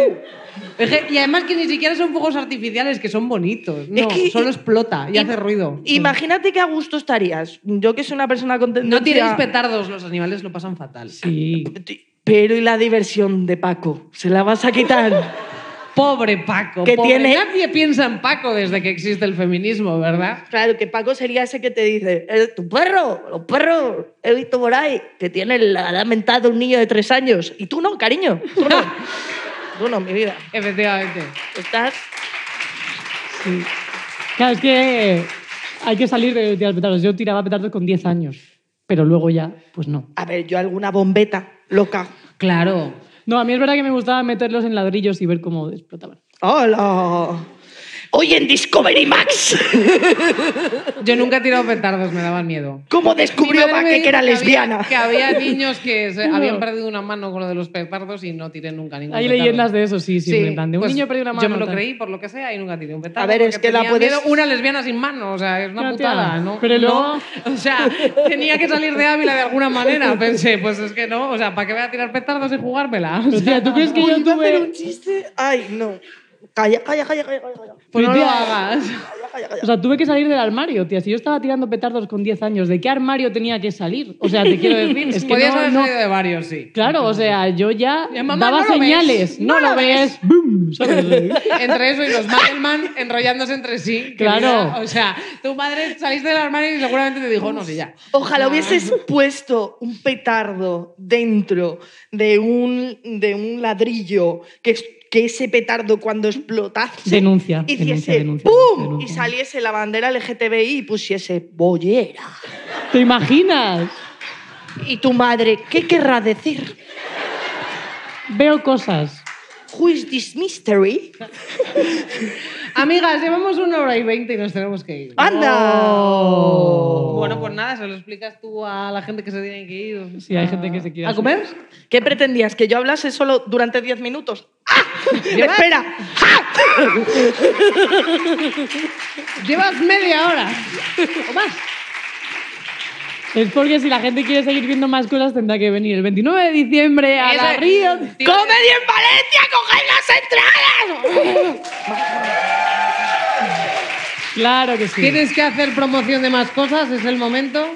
[SPEAKER 1] Es que- y además que ni siquiera son fuegos artificiales, que son bonitos. No,
[SPEAKER 3] Es que-
[SPEAKER 1] solo explota y
[SPEAKER 3] Im-
[SPEAKER 1] hace ruido.
[SPEAKER 3] Imagínate qué a gusto estarías. Yo que soy una persona contenta.
[SPEAKER 1] No tiréis petardos, los animales lo pasan fatal.
[SPEAKER 2] Sí.
[SPEAKER 3] Pero y la diversión de Paco, se la vas a quitar.
[SPEAKER 1] Pobre Paco.
[SPEAKER 3] Que
[SPEAKER 1] pobre.
[SPEAKER 3] tiene-
[SPEAKER 1] Nadie piensa en Paco desde que existe el feminismo, ¿verdad?
[SPEAKER 4] Claro, que Paco sería ese que te dice, "Eh, tu perro, los perros, he visto por ahí, que tiene la edad mental de un niño de tres años. Y tú no, cariño. Tú no, Tú no, mi vida.
[SPEAKER 1] Efectivamente.
[SPEAKER 4] Estás...
[SPEAKER 2] Claro, es que hay que salir de tirar petardos. Yo tiraba petardos con 10 años, pero luego ya, pues no.
[SPEAKER 3] A ver, yo alguna bombeta loca.
[SPEAKER 1] Claro.
[SPEAKER 2] No, a mí es verdad que me gustaba meterlos en ladrillos y ver cómo explotaban.
[SPEAKER 3] ¡Hola!
[SPEAKER 4] Hoy en Discovery Max,
[SPEAKER 1] Yo nunca he tirado petardos, me daban miedo.
[SPEAKER 4] ¿cómo
[SPEAKER 1] Mi
[SPEAKER 4] descubrió
[SPEAKER 1] madre me
[SPEAKER 4] Paque
[SPEAKER 1] dijo
[SPEAKER 4] que era
[SPEAKER 1] había-
[SPEAKER 4] lesbiana?
[SPEAKER 1] Que había niños que se habían perdido una mano con lo de los petardos y no tiré nunca ningún
[SPEAKER 2] Hay
[SPEAKER 1] petardo.
[SPEAKER 2] leyendas de eso, sí, sí. en plan de un
[SPEAKER 1] pues,
[SPEAKER 2] niño perdió una mano.
[SPEAKER 1] Yo me lo
[SPEAKER 2] tal.
[SPEAKER 1] creí por lo que sea y nunca tiré un petardo.
[SPEAKER 3] A ver, es
[SPEAKER 1] porque
[SPEAKER 3] que la
[SPEAKER 1] tenía
[SPEAKER 3] puedes-
[SPEAKER 1] miedo. Una lesbiana sin mano, o sea, es una
[SPEAKER 2] Ya, tía.
[SPEAKER 1] putada, ¿no?
[SPEAKER 2] Pero luego-
[SPEAKER 1] No, o sea, tenía que salir de Ávila de alguna manera. Pensé, pues es que no, o sea, ¿para qué voy a tirar petardos y jugármela? O
[SPEAKER 2] Pero,
[SPEAKER 1] sea,
[SPEAKER 2] tía, ¿tú crees que
[SPEAKER 3] Uy,
[SPEAKER 2] yo
[SPEAKER 3] iba a hacer
[SPEAKER 2] tuve...?
[SPEAKER 3] un chiste. Ay, no. Calla, calla, calla, calla, calla, calla.
[SPEAKER 1] pues
[SPEAKER 2] Pero,
[SPEAKER 1] no lo
[SPEAKER 2] tía,
[SPEAKER 1] hagas.
[SPEAKER 3] Calla, calla, calla.
[SPEAKER 2] O sea, tuve que salir del armario, tía. Si yo estaba tirando petardos con 10 años, ¿de qué armario tenía que salir? O sea, te quiero decir, es que
[SPEAKER 1] Podías
[SPEAKER 2] no-
[SPEAKER 1] haber
[SPEAKER 2] no-
[SPEAKER 1] salido de varios, sí.
[SPEAKER 2] Claro, o sea, yo ya
[SPEAKER 1] Ya, mamá,
[SPEAKER 2] daba
[SPEAKER 1] no lo
[SPEAKER 2] señales.
[SPEAKER 1] ves.
[SPEAKER 2] No, lo ves. Boom, ¿sabes?
[SPEAKER 1] entre eso y los Mandelman enrollándose entre sí.
[SPEAKER 2] Claro.
[SPEAKER 1] querida. O sea, tu madre saliste del armario y seguramente te dijo, no, sí, ya.
[SPEAKER 3] Ojalá hubieses puesto un petardo dentro de un, de un ladrillo que, es- que ese petardo cuando explotase
[SPEAKER 2] Denuncia, denuncia,
[SPEAKER 3] hiciese
[SPEAKER 2] denuncia,
[SPEAKER 3] ¡pum!
[SPEAKER 2] denuncia.
[SPEAKER 3] y saliese la bandera LGTBI y pusiese bollera.
[SPEAKER 2] ¿Te imaginas?
[SPEAKER 3] Y tu madre, ¿qué querrá decir?
[SPEAKER 2] Veo cosas.
[SPEAKER 3] Who is this mystery?
[SPEAKER 1] Amigas, llevamos una hora y veinte y nos tenemos que ir.
[SPEAKER 3] ¡Anda!
[SPEAKER 2] Oh.
[SPEAKER 1] Bueno, pues nada, se lo explicas tú a la gente que se tiene que ir.
[SPEAKER 2] Sí, hay gente que se quiere
[SPEAKER 1] ¿A comer?
[SPEAKER 3] ¿Qué pretendías? ¿Que yo hablase solo durante 10 minutos? ¡Ah!
[SPEAKER 1] Lleva-
[SPEAKER 3] ¡Espera!
[SPEAKER 1] Llevas media hora. ¿O más?
[SPEAKER 2] Es porque si la gente quiere seguir viendo más cosas tendrá que venir el 29 de diciembre a la
[SPEAKER 1] Esa-
[SPEAKER 2] Río.
[SPEAKER 1] Tío,
[SPEAKER 3] ¡Comedia en Valencia! ¡Coged las entradas!
[SPEAKER 2] Claro que sí.
[SPEAKER 1] ¿Tienes que hacer promoción de más cosas? ¿Es el momento?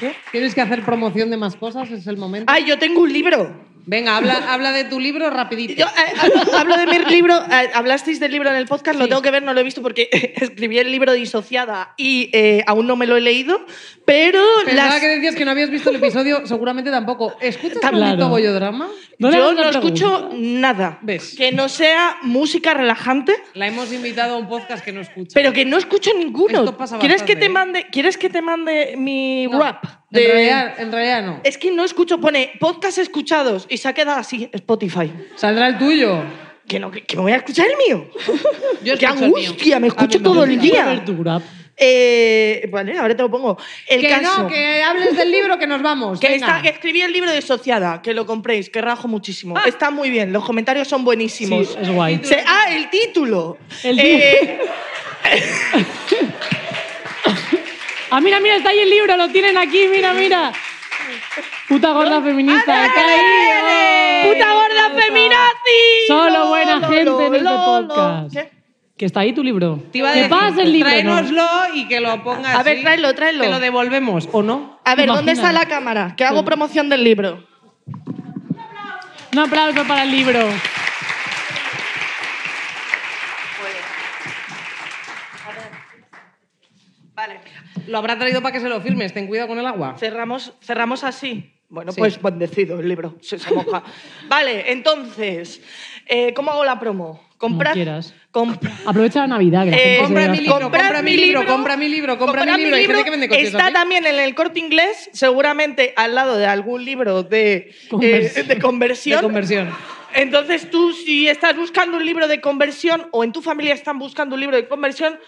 [SPEAKER 3] ¿Qué?
[SPEAKER 1] ¿Tienes que hacer promoción de más cosas? ¿Es el momento?
[SPEAKER 3] ¡Ay, yo tengo un libro!
[SPEAKER 1] Venga, habla, habla de tu libro rapidito.
[SPEAKER 3] Yo eh, hablo- hablo de mi libro, eh, hablasteis del libro en el podcast, lo tengo que ver, no lo he visto porque escribí el libro disociada y eh, aún no me lo he leído, pero
[SPEAKER 1] Pensaba
[SPEAKER 3] las-
[SPEAKER 1] que decías que no habías visto el episodio, seguramente tampoco. ¿Escuchas
[SPEAKER 2] Claro.
[SPEAKER 1] Pablito Bollodrama?
[SPEAKER 2] No le
[SPEAKER 3] yo
[SPEAKER 2] hagas
[SPEAKER 3] no
[SPEAKER 2] la
[SPEAKER 3] escucho nada
[SPEAKER 1] ¿Ves?
[SPEAKER 3] que no sea música relajante,
[SPEAKER 1] La hemos invitado a un podcast que no escucha.
[SPEAKER 3] pero que no escucho ninguno.
[SPEAKER 1] Esto pasa
[SPEAKER 3] ¿Quieres que
[SPEAKER 1] bastante,
[SPEAKER 3] te
[SPEAKER 1] ¿eh?
[SPEAKER 3] mande, quieres que te mande mi
[SPEAKER 1] No,
[SPEAKER 3] rap?
[SPEAKER 1] En,
[SPEAKER 3] de- Eh,
[SPEAKER 1] realidad, en realidad no.
[SPEAKER 3] Es que no escucho, pone podcast escuchados y se ha quedado así Spotify.
[SPEAKER 1] Saldrá el tuyo.
[SPEAKER 3] Que no, que, que me voy a escuchar el mío.
[SPEAKER 1] Yo
[SPEAKER 3] ¡Qué
[SPEAKER 1] escucho el mío.
[SPEAKER 3] angustia! Me
[SPEAKER 1] A
[SPEAKER 3] escucho
[SPEAKER 1] mí me
[SPEAKER 3] todo el
[SPEAKER 1] gusta.
[SPEAKER 3] día.
[SPEAKER 2] Poner tu grab.
[SPEAKER 3] Eh, vale, ahora te lo pongo. El
[SPEAKER 1] que
[SPEAKER 3] caso.
[SPEAKER 1] no, que hables del libro que nos vamos.
[SPEAKER 3] que
[SPEAKER 1] venga.
[SPEAKER 3] está- que escribí el libro de Sociada, que lo compréis, que rajo muchísimo.
[SPEAKER 1] Ah.
[SPEAKER 3] Está muy bien, los comentarios son
[SPEAKER 2] Sí,
[SPEAKER 3] buenísimos.
[SPEAKER 2] es guay.
[SPEAKER 3] Se- ah, el título.
[SPEAKER 2] El
[SPEAKER 3] Eh,
[SPEAKER 2] Ah, mira, mira, está ahí el libro, lo tienen aquí, mira, mira. Puta gorda feminista, está ahí.
[SPEAKER 3] ¡Puta gorda feminazi!
[SPEAKER 2] Solo buena
[SPEAKER 3] Lo,
[SPEAKER 2] gente
[SPEAKER 3] lo,
[SPEAKER 2] en este
[SPEAKER 3] lo, lo.
[SPEAKER 2] podcast.
[SPEAKER 3] ¿Qué?
[SPEAKER 2] Que está ahí tu libro.
[SPEAKER 1] Te iba a
[SPEAKER 2] Que
[SPEAKER 1] decir,
[SPEAKER 2] pase el libro. ¿no?
[SPEAKER 1] Tráenoslo y que lo pongas.
[SPEAKER 3] A ver, tráelo, tráelo.
[SPEAKER 1] Te lo devolvemos, ¿o no?
[SPEAKER 3] A ver, ¿dónde
[SPEAKER 2] Imagina.
[SPEAKER 3] está la cámara? Que hago promoción del libro.
[SPEAKER 2] Un aplauso para el libro.
[SPEAKER 3] Vale.
[SPEAKER 1] Lo habrá traído para que se lo firmes. Ten cuidado con el agua.
[SPEAKER 3] Cerramos, cerramos así. Bueno,
[SPEAKER 1] Sí.
[SPEAKER 3] pues bendecido el libro, se, se moja. vale, entonces, eh, ¿cómo hago la promo? Comprad,
[SPEAKER 2] quieras.
[SPEAKER 3] compra-
[SPEAKER 2] Aprovecha la Navidad. Que la
[SPEAKER 3] Eh,
[SPEAKER 2] gente se
[SPEAKER 1] compra
[SPEAKER 2] vea-
[SPEAKER 1] mi libro,
[SPEAKER 3] comprad
[SPEAKER 1] compra mi libro, compra mi libro, compra
[SPEAKER 3] comprad
[SPEAKER 1] mi libro. Hay gente que vende coches
[SPEAKER 3] Está
[SPEAKER 1] así.
[SPEAKER 3] también en el corte inglés, seguramente al lado de algún libro de,
[SPEAKER 2] Conversión.
[SPEAKER 3] eh, de conversión.
[SPEAKER 1] De conversión.
[SPEAKER 3] Entonces tú, si estás buscando un libro de conversión o en tu familia están buscando un libro de conversión,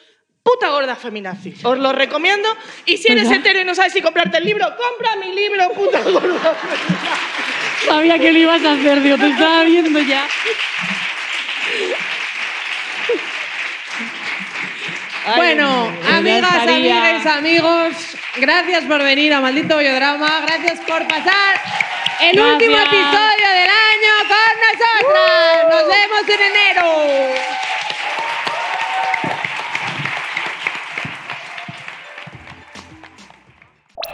[SPEAKER 3] puta gorda feminazi. Os lo recomiendo. Y si eres hetero y no sabes si comprarte el libro, compra mi libro, puta gorda feminazi.
[SPEAKER 2] Sabía que lo ibas a hacer, digo, te estaba viendo ya.
[SPEAKER 1] Bueno,
[SPEAKER 2] ya
[SPEAKER 1] amigas,
[SPEAKER 2] estaría.
[SPEAKER 1] amigues, amigos, gracias por venir a Maldito Bollodrama. Gracias por pasar el
[SPEAKER 2] Gracias.
[SPEAKER 1] último episodio del año con nosotras. Nos vemos en enero.